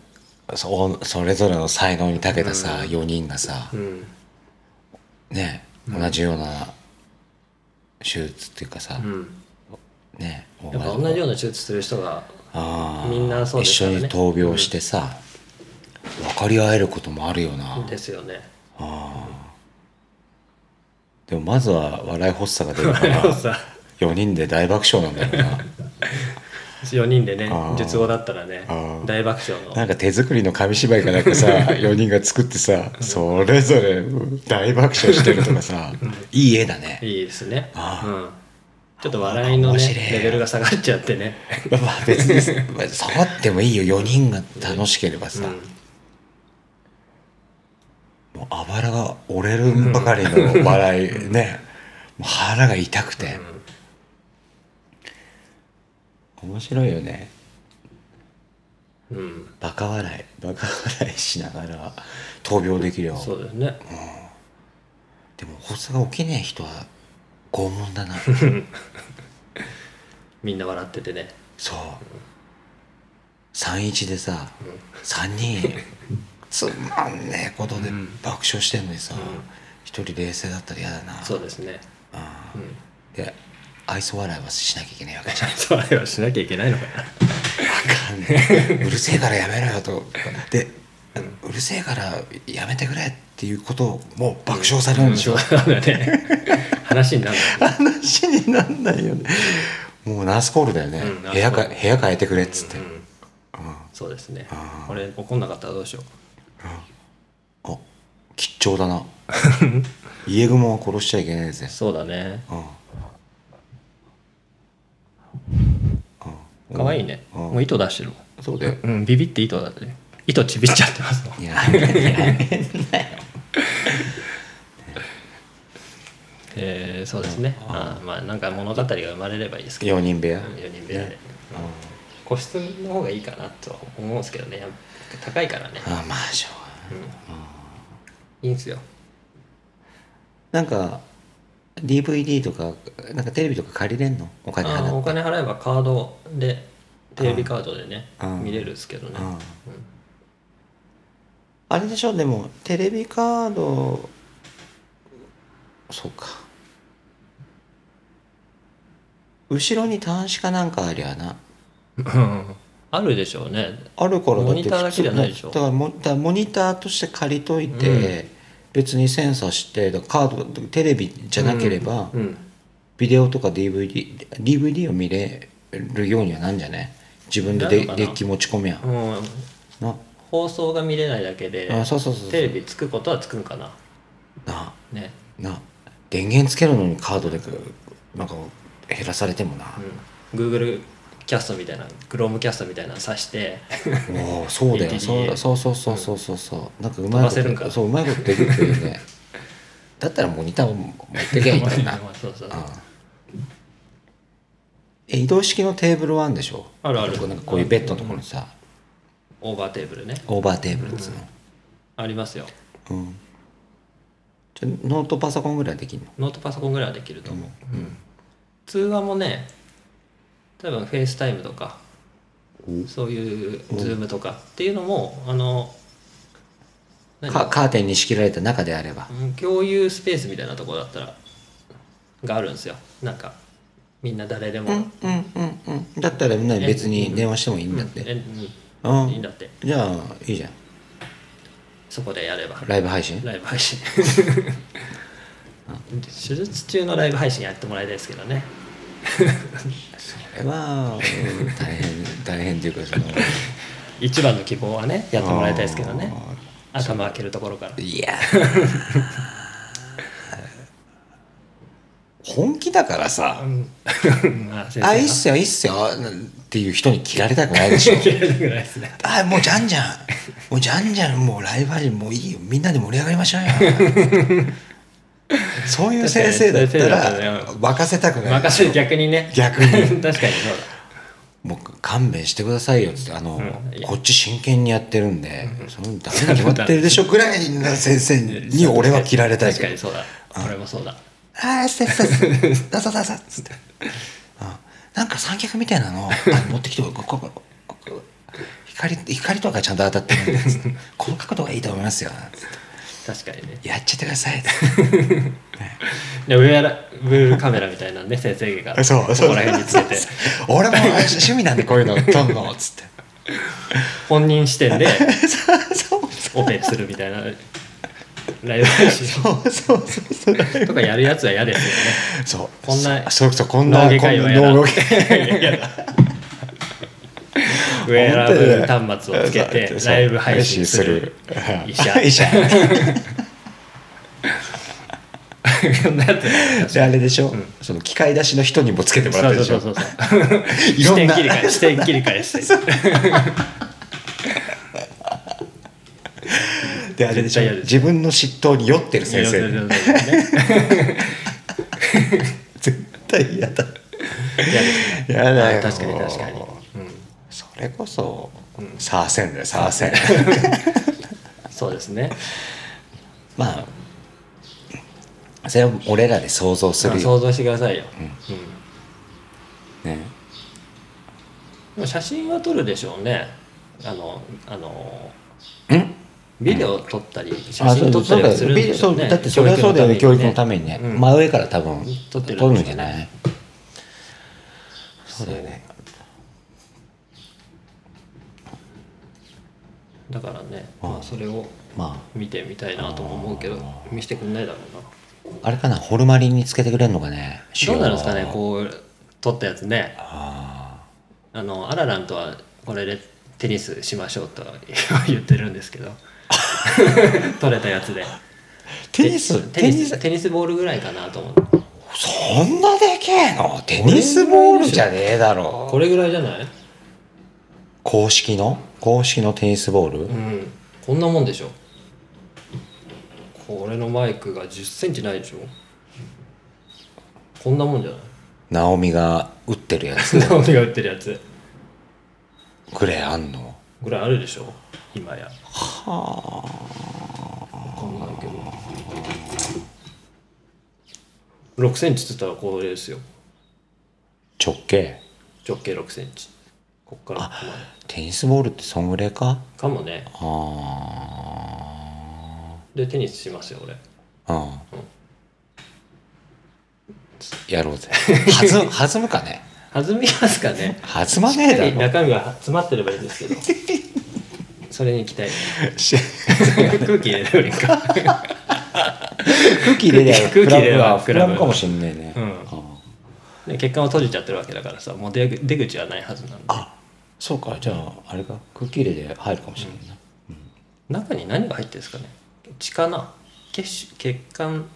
S1: そそれぞれの才能に長けたさ、4人がさ
S2: う、んうん
S1: ね同じような手術っていうかさ、
S2: うん
S1: ねもう
S2: やっぱ同じような手術する人が
S1: あー
S2: みんなそうで
S1: 一
S2: すか
S1: 緒
S2: らね
S1: に闘病してさ、分かり合えることもあるよな、
S2: ですよね
S1: でもまずは笑い発作が出 るか
S2: でも
S1: ら
S2: さ
S1: 4人で大爆笑なんだよ
S2: 4人でね
S1: あー
S2: 術後だったらね
S1: あー
S2: 大爆笑
S1: な
S2: の
S1: なんか手作りの紙芝居かなんかさ4人が作ってさそれぞれ大爆笑してるとかさいい絵だね
S2: いいですね、
S1: ああ
S2: うん、ちょっと笑いの
S1: 面
S2: ね
S1: 白い
S2: レベルが下がっちゃってね、
S1: まあ別にまあ触ってもいいよ4人が楽しければ
S2: う
S1: さ、
S2: ん、
S1: もうあばらが折れるばかりの笑いねもう腹が痛くて、面白いよね
S2: うん、
S1: バカ笑いバカ笑いしながら闘病できるよ
S2: そうですね
S1: でも発作が起きねえ人は拷問だな
S2: みんな笑っててね
S1: そう31でさ、3人 つまんねえことで爆笑してんのにさ、一1人冷静だったら嫌だな
S2: そうですね、
S1: あ
S2: う
S1: ー
S2: ん、
S1: で愛想笑いはしなきゃいけないわけじゃん
S2: それはしなきゃいけないのかな
S1: あ かんねうるせえからやめろよとで、うるせえからやめてくれっていうことをもう爆笑されるんでし
S2: しょ
S1: ょ
S2: うがないね話になる
S1: 話になんないよねもうナースコールだよね、
S2: うん
S1: 部屋
S2: ナ
S1: か
S2: ースコール
S1: 部屋変えてくれっ つって、
S2: うん、そうですね
S1: あー
S2: 俺怒んなかったらどうしよ
S1: あ吉兆だな 家雲は殺しちゃいけないぜ
S2: う、そうだね
S1: うん、
S2: 可愛いね
S1: うん
S2: もう糸出してるもん
S1: そうだよ
S2: うんビビって糸だってね糸ちびっちゃってますもん
S1: いやや めなよ
S2: えーそうですねあーまあなんか物語が生まれればいいですけど
S1: 4人部屋、
S2: 4人部屋で個室の方がいいかなとは思うんですけどねやっぱ高いからね
S1: あまあしょう
S2: いいんすよ
S1: がないなんか DVD とかなんかテレビとか借りれんのお
S2: あ
S1: 金
S2: ー
S1: 払
S2: お
S1: って
S2: 金払えばカードでテレビカードでね
S1: うん
S2: 見れるんですけどね
S1: うんあれでしょでもテレビカードそうか後ろに端子かなんかありゃな
S2: うん あるでしょうね
S1: あるからだって
S2: モニターだけじゃないでしょ
S1: 普通だからモだからモニターとして借りといて、別にセンサーしてだからカードテレビじゃなければ、
S2: うん
S1: ビデオとか DVD DVD を見れるようにはなんじゃね自分で
S2: な
S1: で
S2: るのか
S1: デ
S2: な
S1: ッキ持ち込みや
S2: うん
S1: な
S2: 放送が見れないだけで
S1: あそうそうそうそう
S2: テレビつくことはつくんかな
S1: な
S2: ね
S1: な電源つけるのにカードでなんか減らされてもな、
S2: うん Google キャストみたいなクロームキャストみたいなの挿して
S1: おー そうだよ
S2: DTDA
S1: そうそうそうそうそうそうそうなんかうま
S2: 飛ば
S1: いこと
S2: せるんか
S1: そううまいことできるといい ねだったらモニターを持ってきゃいいんだよ な
S2: そうそう
S1: うんえ移動式のテーブルはあるんでしょ
S2: あるある
S1: なんかこういうベッドのところにさ、
S2: オーバーテーブルね
S1: オーバーテーブルっつうの、
S2: ありますよ
S1: うんじゃノートパソコンぐらいできるの
S2: ノートパソコンぐらいはできると思う、うん通話もね多分フェイスタイムとかそういうズームとかっていうのもあの何
S1: かカーテンに仕切られた中であれば
S2: うん共有スペースみたいなところだったらがあるんですよなんかみんな誰でも、
S1: うんうんうんだったらみんなに別に電話してもいいんだって、
S2: え
S1: う
S2: うんんいいんだって
S1: じゃあいいじゃん
S2: そこでやれば
S1: ライブ配信
S2: ライブ配信手術中のライブ配信やってもらいたいですけどね
S1: それは、うん大変大変というか その
S2: 一番の希望はねやってもらいたいですけどね
S1: あー
S2: 頭開けるところから
S1: いや本気だからさ
S2: うん、まあ
S1: 「
S2: 先生
S1: あいいっすよいいっすよ」っていう人に切られたくない でしょ
S2: 切られたくないですね
S1: あもうじゃんじゃんもうじゃんじゃんもうライブ配信もういいよみんなで盛り上がりましょうよ そういう先生だった
S2: 確かに先生だ
S1: ら
S2: ったら
S1: 任せたくない
S2: 任せ逆にね
S1: 逆に
S2: 確かにそう
S1: もう勘弁してくださいよっつってあの、
S2: うん
S1: こっち真剣にやだってるんで、そのダメに決まってるでしょぐらいな先生に
S2: だ
S1: 俺は切られたい
S2: 確
S1: け
S2: か
S1: ど
S2: にそうだ俺もそうだ
S1: ああ、せっせっせ、ださださっつって。あなんか三脚みたいなのあ持ってきて、ここここ光光とかちゃんと当たってるんでつって、この角度がいいと思いますよ。つっ
S2: 確かにね
S1: てやっちゃってください。
S2: でウェアラブルカメラみたいなね先生が
S1: そう、
S2: ここら辺につけて
S1: 俺も趣味なんでこういうの撮んの、つって。
S2: 本人視点で
S1: そうそう
S2: オペするみたいなライブ配信
S1: そうそうそうそう。
S2: とかやるやつは嫌ですよね
S1: そう
S2: こんな
S1: そうそうこんな
S2: 脳外科医はやだ
S1: こんな脳外科医
S2: ウェアラブル端末をつけてライブ配信する医者
S1: 医者
S2: こんなやつ
S1: であれでしょ、
S2: ん
S1: その機械出しの人にもつけてもらってるでしょ
S2: そうそうそう
S1: い
S2: 視
S1: ろん
S2: 点
S1: な
S2: 切り替え視点切り替え して
S1: であれでしょ
S2: 絶対嫌です
S1: 自分の嫉妬に酔ってる先生
S2: ね
S1: 絶対嫌だ
S2: 嫌ですね
S1: 嫌だよ
S2: あ確かに確かに、うん、
S1: それこそ、サーセンだよサーセン
S2: そうですね
S1: まあそれは俺らで想像す
S2: まあ
S1: るよ、
S2: 想像してくださいよ、うん
S1: ね、
S2: でも写真は撮るでしょうねあのあの
S1: うん
S2: ビデオ撮ったり写
S1: あそ
S2: 真
S1: う
S2: 撮
S1: そ
S2: ったり
S1: うだ
S2: は
S1: よ
S2: するんですよ
S1: ビ
S2: ね
S1: デオだってそれはそうだよね教育のためにね、
S2: うん
S1: 真上から多分
S2: 撮ってる
S1: 撮るんじゃない
S2: そうだよねだからね、まあ、それを
S1: ま
S2: 見てみたいなとも思うけど見せてくんないだろうな
S1: ああれかなホルマリンにつけてくれるのかね
S2: どうなるんですかね
S1: 塩を
S2: こう撮ったやつね
S1: あ
S2: あのアラランとはこれでテニスしましょうとは言ってるんですけ ど撮れたやつで
S1: ーテニス
S2: テニ
S1: テニ
S2: ス
S1: ス
S2: テニスボールぐらいかなと思う
S1: そんなでけえのテニスボールじゃねえだろ
S2: これぐらいじゃない
S1: 公式の公式のテニスボール、
S2: うんこんなもんでしょこれのマイクが1 0ンチないでしょこんなもんじゃ ない
S1: ナオミが打ってるや つ
S2: ナオミが売ってるやつ
S1: くれあんの
S2: ぐらいあるでしょ今やはあ分かんないけど6センチっつったらこれですよ
S1: 直径
S2: 直径6センチこっからここまで
S1: テニスボールってそんぐらいか
S2: かもね
S1: あ
S2: でテニスしますよ俺
S1: ーうんやろ うぜ弾む弾むかね
S2: 弾みますかね
S1: 弾まねえだろ
S2: 中身が詰まってればいいですけどそれに期待
S1: し
S2: 空気入れればいいか
S1: 空気入れりゃ
S2: 空気入れれば
S1: ク
S2: クラブ
S1: ラブはクラブかもしんねえね、
S2: うん
S1: あ
S2: ね血管を閉じちゃってるわけだからさもう出出口はないはずなんで
S1: あそうかじゃああれか空気入れで入るかもしれないな、
S2: 中に何が入ってるんですかね血かな血し血管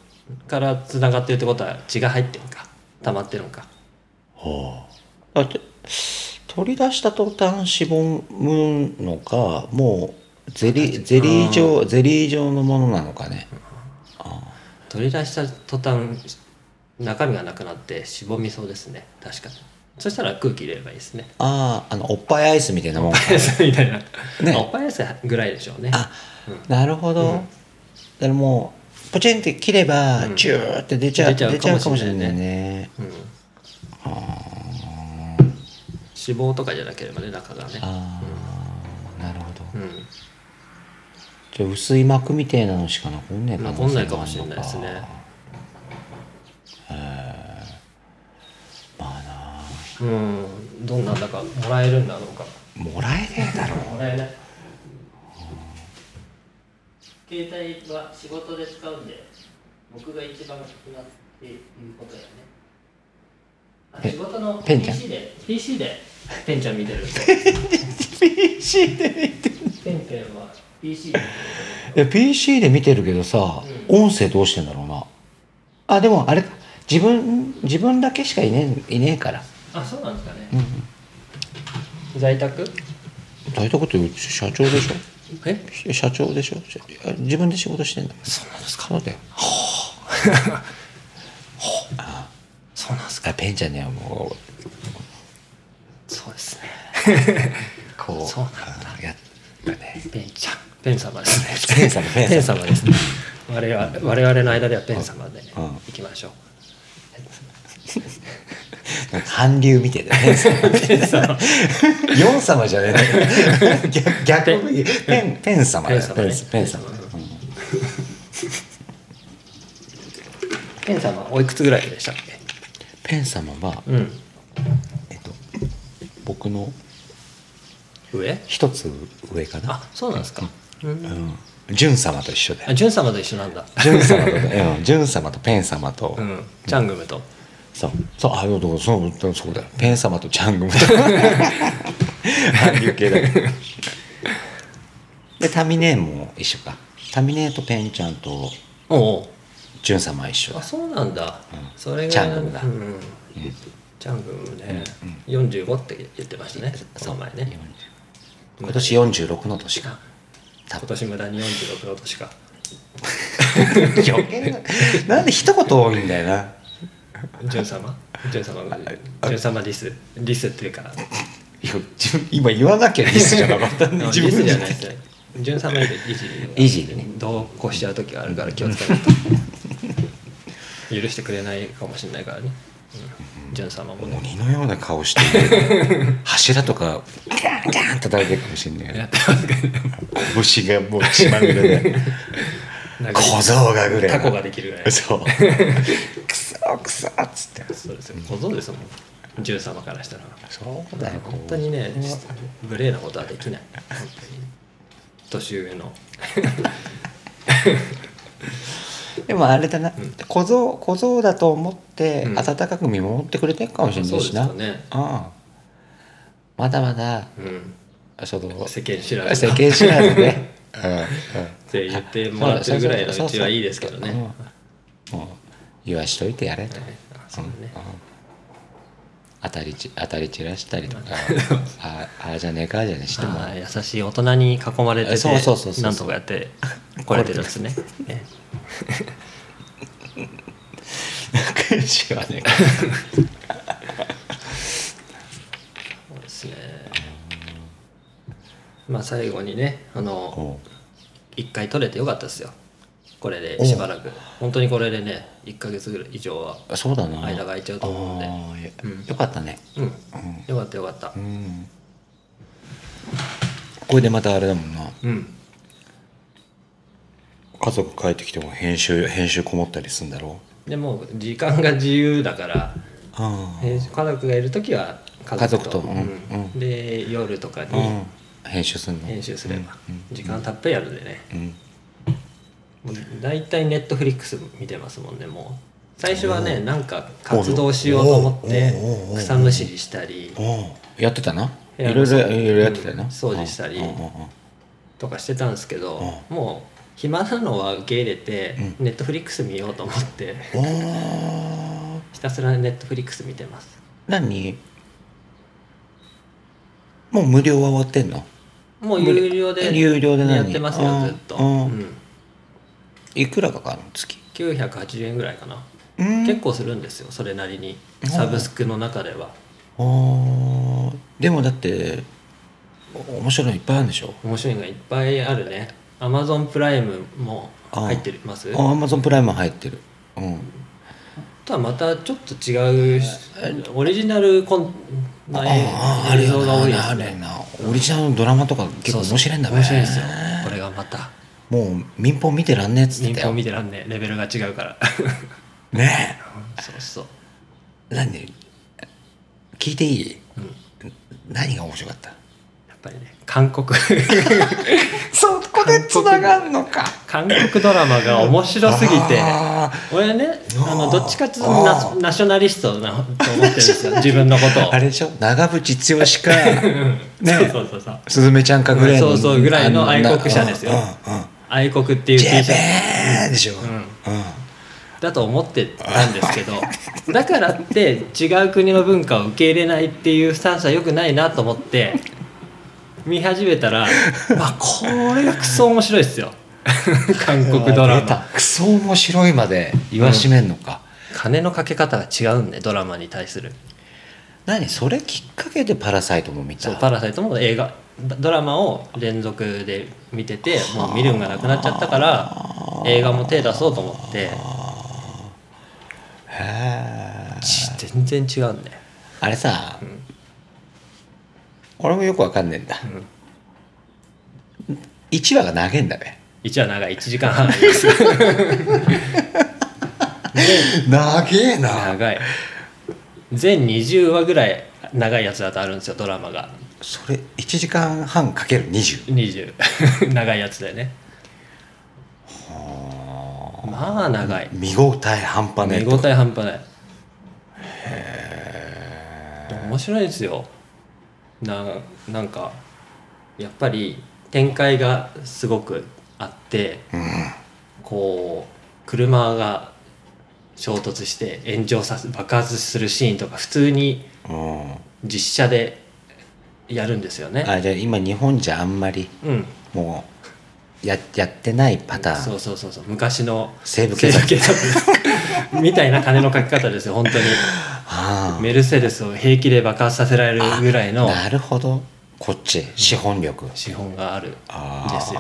S2: からつながってるってことは血が入ってるのか溜まってるのか
S1: はあだって取り出した途端しぼむのかもうゼリゼリー状ゼリー状のものなのかね
S2: 取り出した途端中身がなくなってしぼみそうですね確かにそしたら空気入れればいいです ね
S1: あああのおっぱいアイスみたいなもんか
S2: パイスみたいな、
S1: ね
S2: おっぱいスぐらいでしょうね
S1: あなるほど、
S2: うん
S1: だからもうポチンって切れば、
S2: うん
S1: ジューって出ちゃう
S2: 出ちゃう
S1: 出ちゃう
S2: か
S1: か
S2: も
S1: も
S2: し
S1: し
S2: れ
S1: れ
S2: な
S1: ないい
S2: ね
S1: ね
S2: うん脂肪とかじゃなければね中がね
S1: ああなるほど、
S2: うん
S1: じゃあ薄い膜みたいなのしか残んねえか
S2: 残んないかもしれないですねうんどんなんだかもらえるんだろうか
S1: もらえねえだろ
S2: もらえない
S3: 携帯は仕事で使うんで僕が一番少なっていうことやねあ
S1: え
S3: 仕事の
S1: ペンちゃん
S3: PC で PC で
S2: ペンちゃん見て る
S1: PC で
S3: ペンペンは PC で
S1: PC で見てるけどさ、音声どうしてんだろうなあでもあれか自分自分だけしかいねえいねえから
S3: あそうなんですかね
S2: 在宅
S1: 大体こと言う社長でし
S2: え
S1: ょ社長でしょ社あ自分で仕事してんだそうなんですかそうだよ
S2: そうなんです
S1: あペンちゃんにはもう
S2: そうですね
S1: こう
S2: そうなん
S1: うんやったね
S2: ペンちゃんペン様ですね
S1: ペン様ペン様
S2: ペン様ですね我々我々の間ではペン様で、ね
S1: うん
S2: 行きましょう
S1: なんか韓流見てたねペン様ヨン様じゃねえの逆逆にペンペン様だよ
S2: ペ
S1: ペ
S2: ン様
S1: ン
S2: ね
S1: ペン様
S2: ペン様はおいくつぐらいでしたっけ
S1: ペン様は
S2: うん
S1: えっと僕の
S2: 上
S1: 一つ上かな
S2: あそうなんですかうん
S1: うんジュン様と一緒だ
S2: あ
S1: よ
S2: ジュン様と一緒なんだ
S1: ジュン様と うんジュン様とペン様と
S2: うんチャングムと
S1: そうそうあそうそうそうそうだよペン様とチャング ムと韓流系だよでタミネーも一緒かタミネーとペンちゃんと
S2: おうおう
S1: ジュン様は一緒だ
S2: あそうなんだ、
S1: うん
S2: それが
S1: チャングムだ
S2: うんチャングムね、45って言ってましたねその前ね
S1: 今年46の年か
S2: あ
S1: 多
S2: 今
S1: 分
S2: 年無駄に46の年 か
S1: 余計ななんで一言多いんだよな
S2: ジュン様ジュン様のジュン様リスリスっていうか
S1: いや自分今言わなきゃリスじゃなかったんで
S2: リ
S1: 自
S2: ス
S1: 分
S2: じ
S1: じ
S2: ゃ
S1: ゃ
S2: な
S1: ないい
S2: ですねジュン様よりイジ
S1: イジーでね
S2: 同行しちゃう時があるから気をつけないと許してくれないかもしれないからね、うん、ジュン様もね
S1: 鬼のような顔してる柱とかガーンガーン叩いてるかもしれない
S2: やって
S1: ね
S2: ますけど
S1: 拳がもう血まみれで
S2: 殴り
S1: 小僧がぐらい
S2: タコができるぐらい
S1: そう くそくそっつって
S2: そうですよ小僧ですもんジュン様からしたら
S1: そうだよ
S2: 本当にね無礼なことはできない本当に年上の
S1: でもあれだな、小僧小僧だと思って
S2: うん
S1: 温かく見守ってくれてるかもしれないしな、
S2: そうですよね
S1: あまだまだ
S2: うん
S1: その
S2: 世間知らず
S1: 世間知らず ね、うんうん
S2: って言ってもらってるぐらいの
S1: そううそうそう
S2: ちはいいですけどね。
S1: うんもう言わしといてやれと、
S2: はいあそうだね
S1: うん当たりち当たり散らし たりとかあああじゃねえかあじゃねえしても
S2: あー優しい大人に囲まれて
S1: えそうそうそうそ
S2: て
S1: う
S2: なんとかやってこれてるんですね。ね
S1: 知ら ね
S2: そうですね。まあ最後にねあ
S1: え
S2: の
S1: か
S2: 一回取れてよかったですよ。これでしばらく本当にこれでね一ヶ月ぐらい以上は
S1: あそうだな
S2: 間が空いちゃうと思うんで
S1: あーよ
S2: うん
S1: よかったね
S2: うん、よかったよかった
S1: う。んこれでまたあれだもんな
S2: うん
S1: 家族帰ってきても編集編集こもったりすんだろ
S2: でも時間が自由だから
S1: あ
S2: えー家族がいる時は家族と
S1: 家族とうん
S2: うんで夜とか
S1: あ、う
S2: に
S1: ん、編集すんの
S2: 編集すれば
S1: うん
S2: 時間たっぷりあるんでね
S1: うん
S2: もう大体ネットフリックス見てますもんねもう最初はねなんか活動しようと思って
S1: おうおうおうおう
S2: 草むしりしたり
S1: おうやってたな
S2: 部
S1: い
S2: 屋
S1: ろ
S2: の
S1: い
S2: 掃
S1: ろ
S2: 除
S1: いろいろやってたよな、
S2: うん掃除したり
S1: うんうんうんうん
S2: とかしてたんですけどもう暇なのは受け入れてネットフリックス見ようと思って
S1: おー
S2: ひたすらネットフリックス見てます
S1: 何もう無料は終わってんの
S2: もう有料で
S1: 有料で何
S2: やってますよずっと、
S1: あーあー
S2: うん
S1: いくらかかるの月
S2: 980円ぐらいかな、
S1: うん
S2: 結構するんですよそれなりに
S1: うん
S2: サブスクの中では
S1: あーでもだってお面白いのいっぱいあるんでしょ
S2: 面白いのがいっぱいあるねアマゾンプライムも入ってます
S1: あアマゾンプライム入ってるうん
S2: とはまたちょっと違うオリジナルコンな
S1: ああある
S2: 映像が
S1: よな
S2: 多いで
S1: あ
S2: す
S1: るよ
S2: ね
S1: なオリジナルのドラマとか結構
S2: そうそう
S1: 面白いんだね
S2: 面白いですよこれがまた
S1: もう民放見てらんねえっつって
S2: 民
S1: た
S2: 放
S1: よ
S2: 見てらんねレベルが違うから
S1: ね
S2: そうそう
S1: え何聞いていい
S2: うん
S1: 何が面白かった
S2: やっぱりね韓国
S1: そこ
S2: で繋が
S1: んのか
S2: 韓国ドラマが面白すぎて俺ねあの
S1: あー
S2: どっちかっていうと
S1: あ
S2: ナ
S1: ー
S2: ナショナリストなと思ってるんですよ自分のことを
S1: あれでしょ長渕剛か ね
S2: そうそうそうそう
S1: すずめちゃんかぐらいの
S2: そうそうぐらいの愛国者ですよ
S1: うんうんうん
S2: 愛国っていう T
S1: ジ
S2: シ
S1: ェ
S2: ャ
S1: ベ
S2: ツ
S1: ーでしょうん
S2: うんだと思ってたんですけどだからって違う国の文化を受け入れないっていうスタンスは良くないなと思って見始めたら、まあ、これがクソ面白いですよ韓国ドラ
S1: 出た
S2: マ
S1: クソ面白いまで言わしめんのか、
S2: 金のかけ方が違うんでドラマに対する
S1: 何それきっかけで「パラサイト」も見た
S2: そう「パラサイト」も映画ドラマを連続で見ててもう見るんがなくなっちゃったから映画も手出そうと思って
S1: へえ
S2: ち全然違うんだよ
S1: あれさ、俺もよくわかんねえんだ、一1話が投げんだね
S2: 1話長い1時間半あります
S1: 長えな
S2: 長い全20話ぐらい長いやつだとあるんですよドラマが
S1: それ1時間半かける20
S2: 20 長いやつでね
S1: は
S2: まあ長い
S1: あ見応え半端ねえ
S2: 見
S1: と
S2: 応え半端ない面白いですよななんかやっぱり展開がすごくあってこう車が衝突して炎上させ爆発するシーンとか普通に
S1: うん、うん、
S2: 実写でやるんですよね、
S1: あじゃあ今日本じゃあんまり
S2: うん
S1: もうややってないパターン
S2: そうそうそうそう昔の
S1: 西部警察
S2: 西部察 みたいな金のかけ方ですよ本当に
S1: あ
S2: メルセデスを平気で爆発させられるぐらい
S1: あ
S2: の
S1: なるほどこっち資本力
S2: 資本がある
S1: ああ
S2: です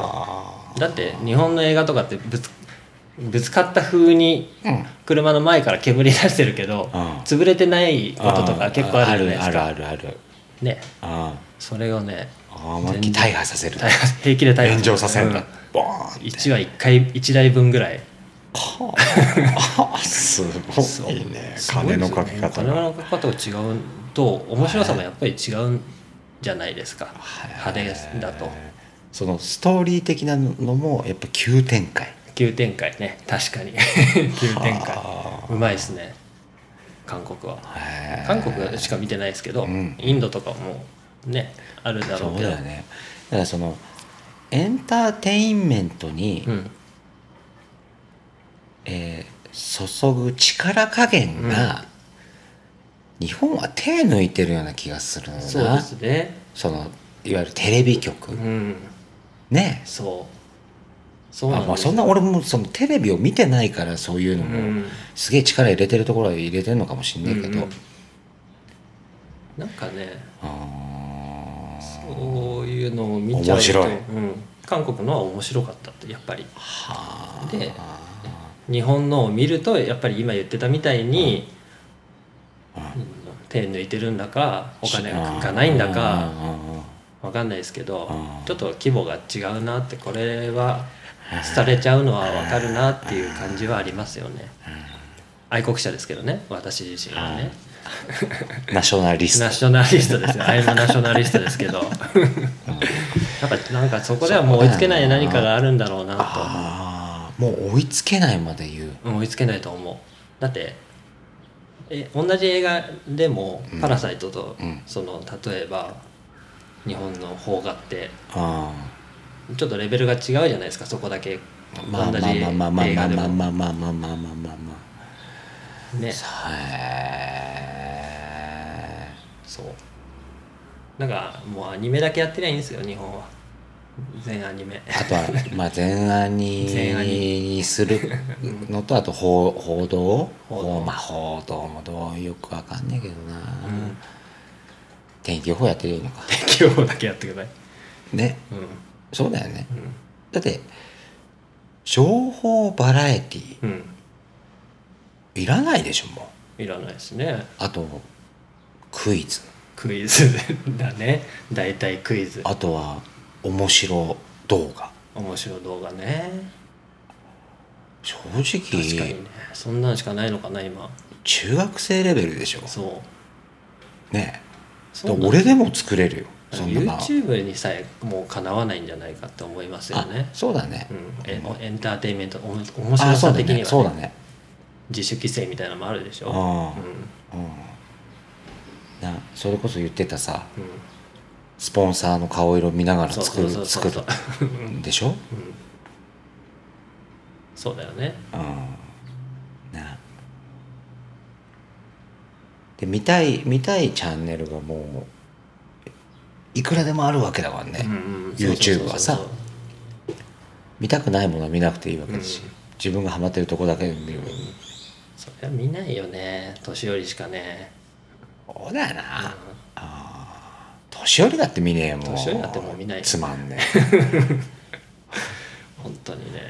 S2: だって日本の映画とかってぶつぶつかった風に
S1: うん
S2: 車の前から煙出してるけど、
S1: うん
S2: 潰れてないこととか結構あるじゃないです
S1: ある
S2: か
S1: あるあるある
S2: ね
S1: あ
S2: それをね
S1: あ思いっきり大破させる
S2: 大発平気で大
S1: 炎上させるんだ、ボーン
S2: 1話1回1台分ぐらい
S1: ああ すごいね金のかけ方
S2: 金
S1: が
S2: のかけ方が違うと面白さもやっぱり違うんじゃないですか派手だと
S1: そのストーリー的なのもやっぱ急展開
S2: 急展開ね確 かに急展開
S1: は
S2: うまいですね韓国は
S1: へえ
S2: 韓国しか見てないですけど、
S1: うん
S2: インドとかもねあるだろう
S1: そう
S2: けど
S1: だよねだからそのエンターテインメントに、
S2: うん
S1: えー注ぐ力加減が、日本は手抜いてるような気がするな
S2: そうですね
S1: そのいわゆるテレビ局、
S2: うん
S1: ね
S2: そうそう
S1: あ
S2: なん
S1: ま
S2: で
S1: あ、
S2: すよ
S1: そんな俺もそのテレビを見てないからそういうの
S2: う
S1: も、
S2: ん
S1: すげえ力入れてるところは入れてるのかもしんないけど、
S2: うんなんかね
S1: あー
S2: そういうのを見ちゃう
S1: 面
S2: と、
S1: 白
S2: う
S1: い
S2: ん、韓国のは面白かったってやっぱり
S1: はあ
S2: で日本のを見るとやっぱり今言ってたみたいに、
S1: うんうん
S2: 手抜いてるんだかお金がかないんだ
S1: う
S2: か
S1: んうんうんうん
S2: わかんないですけど
S1: うん
S2: ちょっと規模が違うなってこれは廃れちゃうのはわかるなっていう感じはありますよね愛国者ですけどね私自身はね
S1: ナショナリスト
S2: ナショナリストで すよ愛のナショナリストですけどやっぱなんかそこではもう追いつけない何かがあるんだろうなと思う
S1: ああもう追いつけないまで言う
S2: うん追いつけないと思うだってえ同じ映画でも
S1: う
S2: 「
S1: ん
S2: パラサイトと」
S1: うん
S2: その例えば日本の邦画って
S1: ああ
S2: ちょっとレベルが違うじゃないですかそこだけ
S1: ま
S2: 同
S1: あま
S2: じ
S1: あまあまあ
S2: 映
S1: ま
S2: 画
S1: あ
S2: で
S1: まあ
S2: も
S1: まあまあまあまあまあまあま
S2: ね
S1: あはい
S2: そうなんかもうアニメだけやってりゃいいんですよ日本は全アニメ
S1: あとは、まあ、前案
S2: 前案
S1: にするのと、あと報報道
S2: 報道
S1: 報まあ、報道もどうよくわかんないけど
S2: う
S1: な、
S2: ん
S1: 天気予報やってるのか。
S2: 天気予報だけやってください
S1: ね、
S2: うん
S1: そうだよね。だって、情報バラエティ
S2: うん、うん、
S1: いらないでしょ、もう。
S2: いらないですね
S1: あと、クイズ。
S2: クイズだね大体クイズ
S1: あとは、面白動画。
S2: 面白い動画ね
S1: 正
S2: 確かに
S1: 直、
S2: ねそんなんしかないのかな今
S1: 中学生レベルでしょ。
S2: そう
S1: ね
S2: そうなん
S1: 俺でも作れるよ。そんなの
S2: YouTube にさえもうかなわないんじゃないかって思いますよね
S1: あ、そうだね
S2: う。ん、え
S1: うん
S2: エンターテインメントおも面白
S1: あそう
S2: さ
S1: だ
S2: 的にはね、
S1: ね。そうだね。
S2: 自主規制みたいなのもあるでしょ、う
S1: あ
S2: ん
S1: あ、うん。な、それこそ言ってたさ、
S2: うん、
S1: スポンサーの顔色見ながら
S2: そう
S1: 作
S2: そうそ
S1: る、
S2: うそう
S1: 作
S2: そう
S1: る。んでしょ
S2: うんそうだよね
S1: うん。な。で、見たい、見たいチャンネルがもう、いくらでもあるわけだからね。
S2: うんうん
S1: YouTube はさ
S2: そうそう
S1: 見たくないものは見なくていいわけだし、
S2: うん
S1: 自分がハマってるとこだけで見る。
S2: そうそれは見ないよね年寄りしかね
S1: そうだよな。あー年寄りだって見ねえよ、もう。
S2: 年寄りだってもう見ない
S1: つまん ねえ。
S2: 本当にね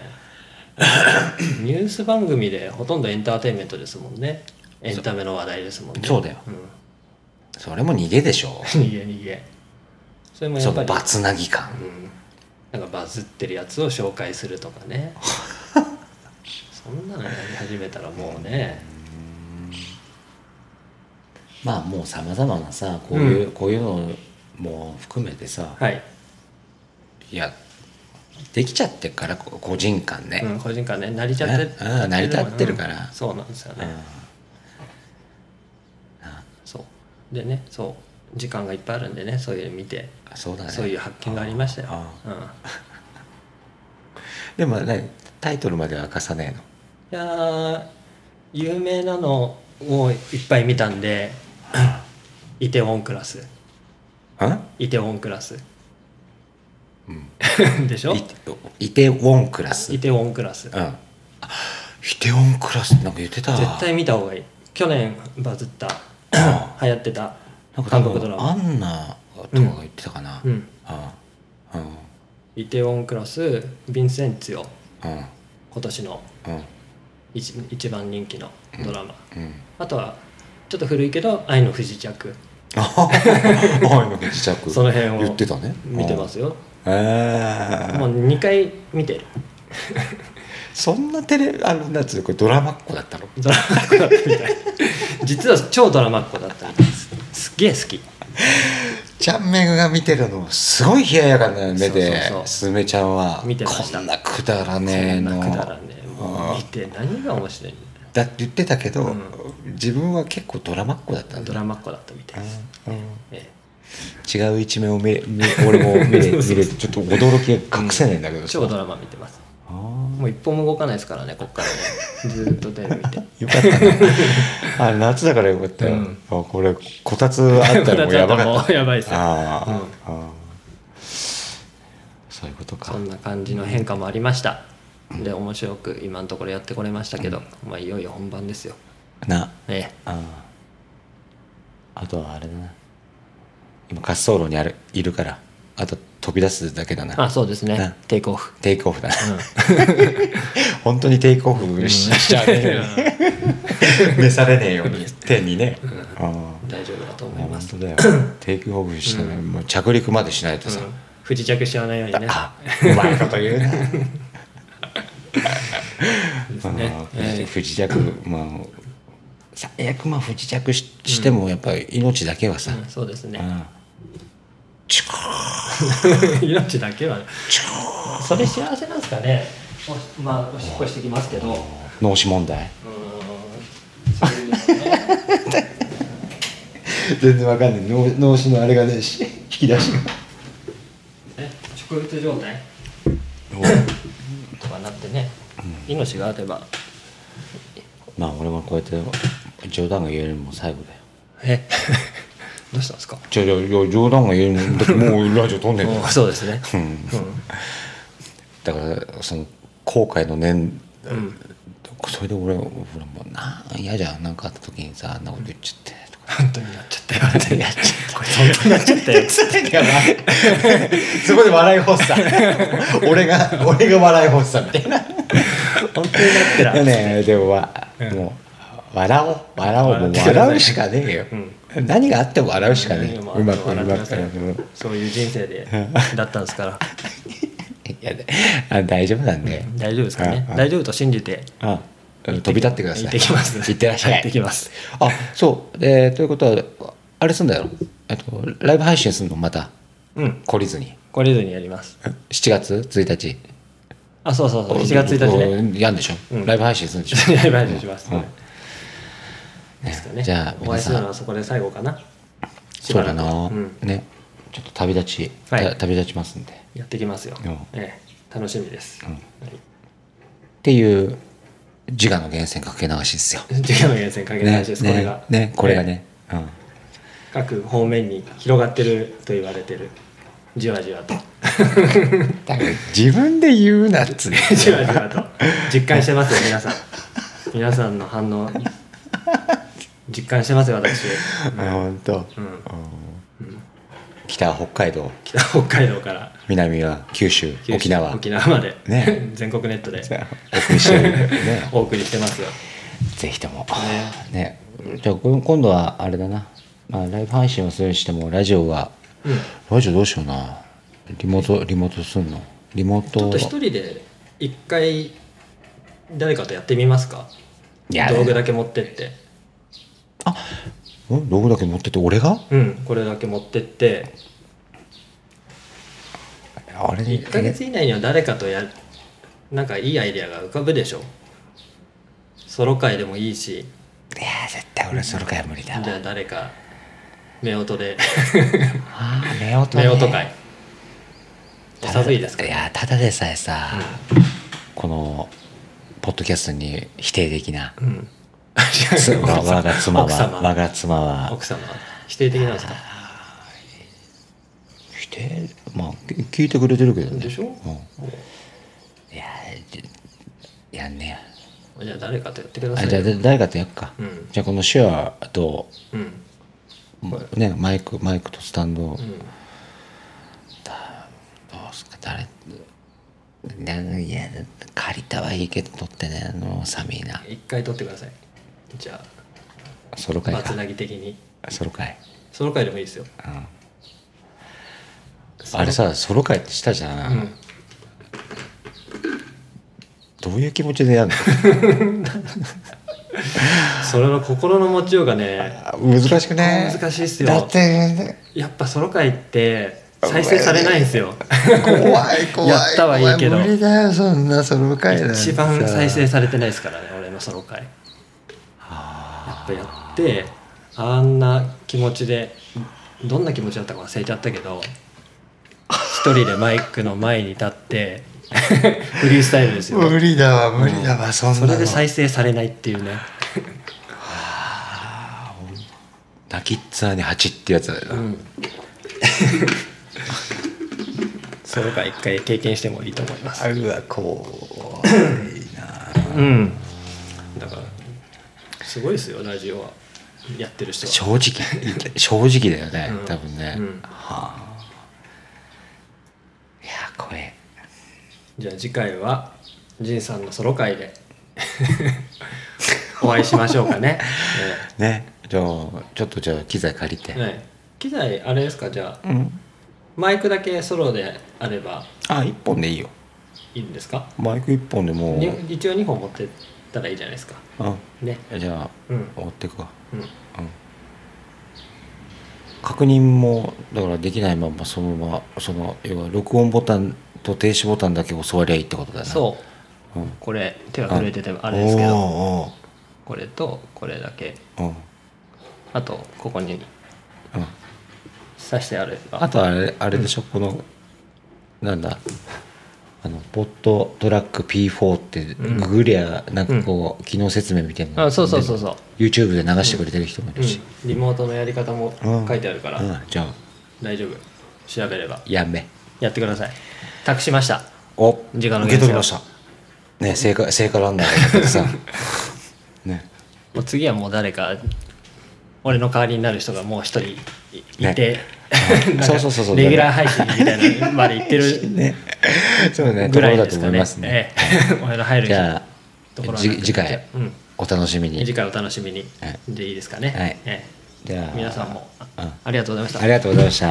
S2: ニュース番組でほとんどエンターテインメントですもんねエンタメの話題ですもんね
S1: そうだよ
S2: ん、
S1: それも逃げでしょ
S2: 逃げ逃げそれもや
S1: そ
S2: っぱ
S1: の
S2: り
S1: バツなぎ感
S2: うん、なんかバズってるやつを紹介するとか ねそんなのやり始めたらもうね
S1: まあもうさまざまなさこういう、
S2: うん
S1: こういうのも含めてさ、
S2: はい、
S1: い、やできちゃってっからこ個人間ね、
S2: うん、個人間ね成り立って
S1: ねうん成り立ってるから
S2: うんそうなんですよね、そうでねそう時間がいっぱいあるんでねそういうの見て
S1: うんそうだね
S2: そういう発見がありましたよ
S1: あ、
S2: うん、い
S1: でもねタイトルまでは明かさね
S2: やー有名なのをいっぱい見たんで 「イテウォンクラス」
S1: えの
S2: 「イテウォンクラス」
S1: うん、
S2: でし
S1: う
S2: ょ
S1: んイテイテウォンクラスう
S2: イ
S1: ん
S2: テウォンクラス
S1: あイテウォンクラスってなんか言ってた
S2: 絶対見た方がいい去年バズった
S1: あ
S2: 流行ってた
S1: なんか多
S2: 韓国ドラ
S1: 分ア
S2: マ
S1: ンナとかが言ってたかな、
S2: うん
S1: あうん
S2: イテウォンクラスヴィンセンツィオ
S1: うん
S2: 今年の
S1: うん
S2: 一一番人気のドラマ、
S1: うん
S2: あとはちょっと古いけど「愛の不時着
S1: ああ、今自」着。
S2: その辺を
S1: 言ってたね。
S2: 見てますよ
S1: うん。ええ
S2: もう2回見てる
S1: そんなテレ、あの、なんつうの、これドラマっ子だったの。
S2: ドラマっ子だったみたい実は超ドラマっ子だったみたいですすっげえ好き
S1: ちゃんめぐが見てるの、すごい冷ややかな
S2: そ
S1: 目
S2: うそうそ
S1: で、
S2: う
S1: すめちゃんは。
S2: 見てました
S1: こんなくだらねえ
S2: そん
S1: の。
S2: なくだらねえもう見て何が面白いんだ
S1: だって言ってたけど、
S2: うん
S1: 自分は結構ドラマっ子だった
S2: よ
S1: ん
S2: ド
S1: だ。
S2: ラマっ子だったみたいです、
S1: うんうん
S2: え
S1: 違う一面を見れ、見俺も見れ、
S2: そうそ
S1: 見
S2: う
S1: れ、ちょっと驚きが隠せないんだけ
S2: え
S1: どさ。
S2: 超ドラマ見てます
S1: あー
S2: もう一歩も動かないですからね、こっからね。ずーっとテレビ見 て。
S1: よかっ たね。あ夏だからよかったよ。
S2: うん
S1: あこれこたつあった らもうやばかっ
S2: やばいです
S1: た。
S2: よ。
S1: あー、
S2: うん
S1: あーそういうことか
S2: そ。んな感じの変化もありました。で、面白く今のところやってこれましたけど、まあ、いよいよ本番ですよ。
S1: な
S2: ね
S1: あーあとはあれだな。今滑走路にあるいるからあと飛び出すだけだ
S2: あ、
S1: な。
S2: そうです
S1: うん
S2: ね。テイクオフ。
S1: テイクオフだな。 本当にテイクオフし しちゃうね。召されねえように手にね。あー
S2: 大丈夫だと思い
S1: 本
S2: ます。
S1: 当だよ。テイクオフしたら、もう着陸までしないとさ。
S2: うん不時着しちゃわないようにね。
S1: あう まいこと言うね。
S2: ですね
S1: あー
S2: ええ
S1: 不時着、まあ、最悪まあ不時着ししてもやっぱり命だけはさ、
S2: うんそうです
S1: う
S2: ね。
S1: んチュコ ー
S2: 命だけは。それ幸せなんですかね。おまあ、おしっこしてきますけど。うーん
S1: 脳死問題
S2: そういうのね
S1: 全然わかんない脳脳死のあれがねし引き出しが
S2: ね植物状態とかなってね、命があれば
S1: まあ俺もこうやって冗談が言えるのも最後だよ
S2: え どうしたんですか
S1: じゃじゃいや冗談が言えんだってもうラジオ飛んでんだよ
S2: もうそうですね、
S1: うん
S2: う
S1: だからその後悔の念
S2: んうん、
S1: それで俺俺もうな嫌じゃんなんかあった時にさあんなこと言っち ゃってとか
S2: 本当になっちゃったよって
S1: やっちゃった
S2: これ本当になっちゃったよ
S1: そこで笑い発作 俺が俺が笑い発作みたいな
S2: 本当になってら
S1: いやねでもわ、
S2: うん
S1: もう笑おう笑おうも
S2: 笑
S1: う
S2: ってください
S1: 笑うしかねえよ、何があっても笑うしかねえ
S2: う
S1: うん
S2: ま
S1: ま
S2: あ
S1: くうま
S2: 笑って
S1: く
S2: ください
S1: うん
S2: そういう人生でだったんですから
S1: いやあ大丈夫なんで、
S2: 大丈夫ですかね
S1: ああ
S2: 大丈夫と信じて
S1: あ飛び立ってください
S2: 行ってきます
S1: 行ってらっしゃい
S2: 行ってきます
S1: あそうでということはあれすんだよえっとライブ配信するのまた
S2: うん
S1: 懲りずに
S2: これ以上にやります
S1: 7月1日
S2: あそうそうそう1月1日ね
S1: ねやんでしょ、
S2: うん
S1: ライブ配信するんでしょ
S2: ライブ配信します、
S1: うん
S2: ですかね
S1: じゃあ
S2: お会いするの
S1: 皆
S2: はそこで最後かなし
S1: そ
S2: ば
S1: う
S2: ら
S1: だ
S2: く
S1: な、
S2: うん
S1: ねちょっと旅立ち、
S2: はい
S1: た旅立ちますんで
S2: やってきますよ
S1: うん、
S2: ええ、楽しみです、
S1: うん
S2: はい
S1: っていう自我の源泉かけ流しですよ。
S2: 次回の源泉かけ流しです、これが、
S1: ねねこれが
S2: え
S1: ね、うん
S2: え各方面に広がってると言われてるじわじ わと
S1: だから自分で言うなっつう
S2: じわじわと実感してますよ皆さん皆さんの反応実感してますよ私、
S1: 本当、
S2: うん
S1: うん
S2: うん
S1: 北は北海道
S2: 北北海道から
S1: 南は九州
S2: 九州
S1: 沖縄
S2: 沖縄まで、
S1: ね
S2: 全国ネットで
S1: じゃあお送りしてるんでね
S2: お送りしてますよ
S1: ぜひともねじゃあこ今度はあれだな、まあ、ライブ配信をするにしてもラジオは
S2: うんち
S1: ラジオどうしようなリモートリモートすんのリモート
S2: ょっと一人で一回誰かとやってみますか
S1: いや
S2: 道具だけ持ってって
S1: ん道具だけ持ってて俺が
S2: うんこれだけ持ってって
S1: あれ
S2: 1ヶ月以内には誰かとやなんかいいアイデアが浮かぶでしょソロ会でもいいし
S1: いやー絶対俺ソロ会は無理
S2: じ
S1: だわ
S2: ゃあ誰か夫婦 で
S1: ああ目音
S2: 夫婦会お寒いですか
S1: い
S2: ら
S1: やーただでさえさ、このポッドキャストに否定的な
S2: うん
S1: つわ我が妻
S2: 奥
S1: は我
S2: 様
S1: が妻は
S2: 奥様否定的なんですか
S1: 否定まあき聞いてくれてるけどね
S2: でしょ
S1: うんいやーじやんね
S2: じゃあ誰かとやってくだ
S1: や
S2: さ
S1: あ
S2: い
S1: じゃあ
S2: よ
S1: だ誰かとやっか、
S2: うん
S1: じゃあこの手話と、
S2: うん
S1: ね、マイクマイクとスタンド、
S2: う
S1: ど
S2: ん
S1: うすか誰ないや借りたはいいけど取ってねあの寒いな
S2: 一回撮ってくださいじゃ
S1: ソロ
S2: あ
S1: 会
S2: まつ
S1: か
S2: なぎ的に
S1: ソロ会
S2: ソロ会でもいいですよ
S1: うんあれさソロ会ってしたじゃ、
S2: うんん
S1: どういう気持ちでやるの
S2: それの心の持ちようがね
S1: あ難しくね
S2: 難しいっすよ
S1: だって
S2: やっぱソロ会って再生されないんですよ
S1: 怖い怖い
S2: やったはいいけど
S1: 怖無理だよそんなソロ会なんてさ
S2: 一番再生されてないですからね俺のソロ回やっぱやってあんな気持ちでどんな気持ちだったか忘れちゃったけど一人でマイクの前に立って フリースタイルですよ
S1: 無理だわ無理だわ、そんな
S2: そ
S1: の
S2: れで再生されないっていうね
S1: 泣きっつぁに蜂ってやつだよな、
S2: うんソロ回一回経験してもいいと思います
S1: あうわ怖いな
S2: うんだからすごいですよラジオはやってる人は
S1: 正直正直だよね、
S2: うん
S1: 多分ね、
S2: うん
S1: はあいや怖え
S2: じゃあ次回は仁さんのソロ会で お会いしましょうかね。
S1: ねじゃあちょっとじゃあ機材借りて、
S2: ええはい機材あれですかじゃあ
S1: うん
S2: マイクだけソロであれば
S1: あ一本でいいよ
S2: いいんですか
S1: マイク一本でもう
S2: に一応2本持ってったらいいじゃないですか。
S1: う
S2: ね。
S1: んじゃあ
S2: うん。
S1: 追ってくわ、
S2: うん、
S1: うん、確認もだからできないまんまそのままその要は録音ボタンと停止ボタンだけ教わりゃいいってことだな、
S2: そう
S1: うん
S2: う、これ手が震えててあれですけ
S1: お
S2: ど
S1: ー
S2: これとこれだけ
S1: おーうん
S2: あとここに
S1: うん
S2: 挿してあれば
S1: あとあれあれでしょ、このなんだあのポットトラック P4 って
S2: うん
S1: ググりゃなんかこう、機能説明みたいなの
S2: あそうそうそうそう、
S1: YouTube で流してくれてる人もいるし、
S2: リモートのやり方も書いてあるから、
S1: うんじゃあ
S2: 大丈夫調べれば
S1: やめ
S2: やってください託しました
S1: お
S2: 時間の限界
S1: 受け取りましたね聖火聖火ランナーだけどさ ね
S2: もう次はもう誰か俺の代わりになる人がもう一人いいて、 なんか
S1: そうそうそうそう
S2: レギュラー配信みたいなのまで行ってる
S1: ねそうね
S2: ぐ
S1: とこ
S2: ら
S1: ろ
S2: い
S1: だ
S2: で
S1: と
S2: す
S1: 思
S2: か
S1: い
S2: ね
S1: ますね
S2: ええ俺の入る
S1: じゃ
S2: とこ
S1: あ
S2: ろ
S1: じ
S2: になって
S1: 次回
S2: うん
S1: お楽しみに
S2: 次回お楽しみに、
S1: はい
S2: でいいですかね、
S1: はい
S2: え
S1: じゃ
S2: え
S1: あ
S2: 皆さんも
S1: うん
S2: あありがとうございました
S1: ありがとうございました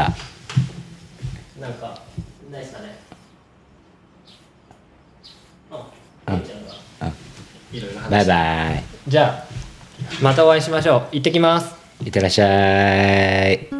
S3: なんか、ないですかね。あ、あいちゃんが
S1: うん
S2: いろいろ話
S1: バイバイ
S2: じゃあまたお会いしましょう行ってきます
S1: いってらっしゃい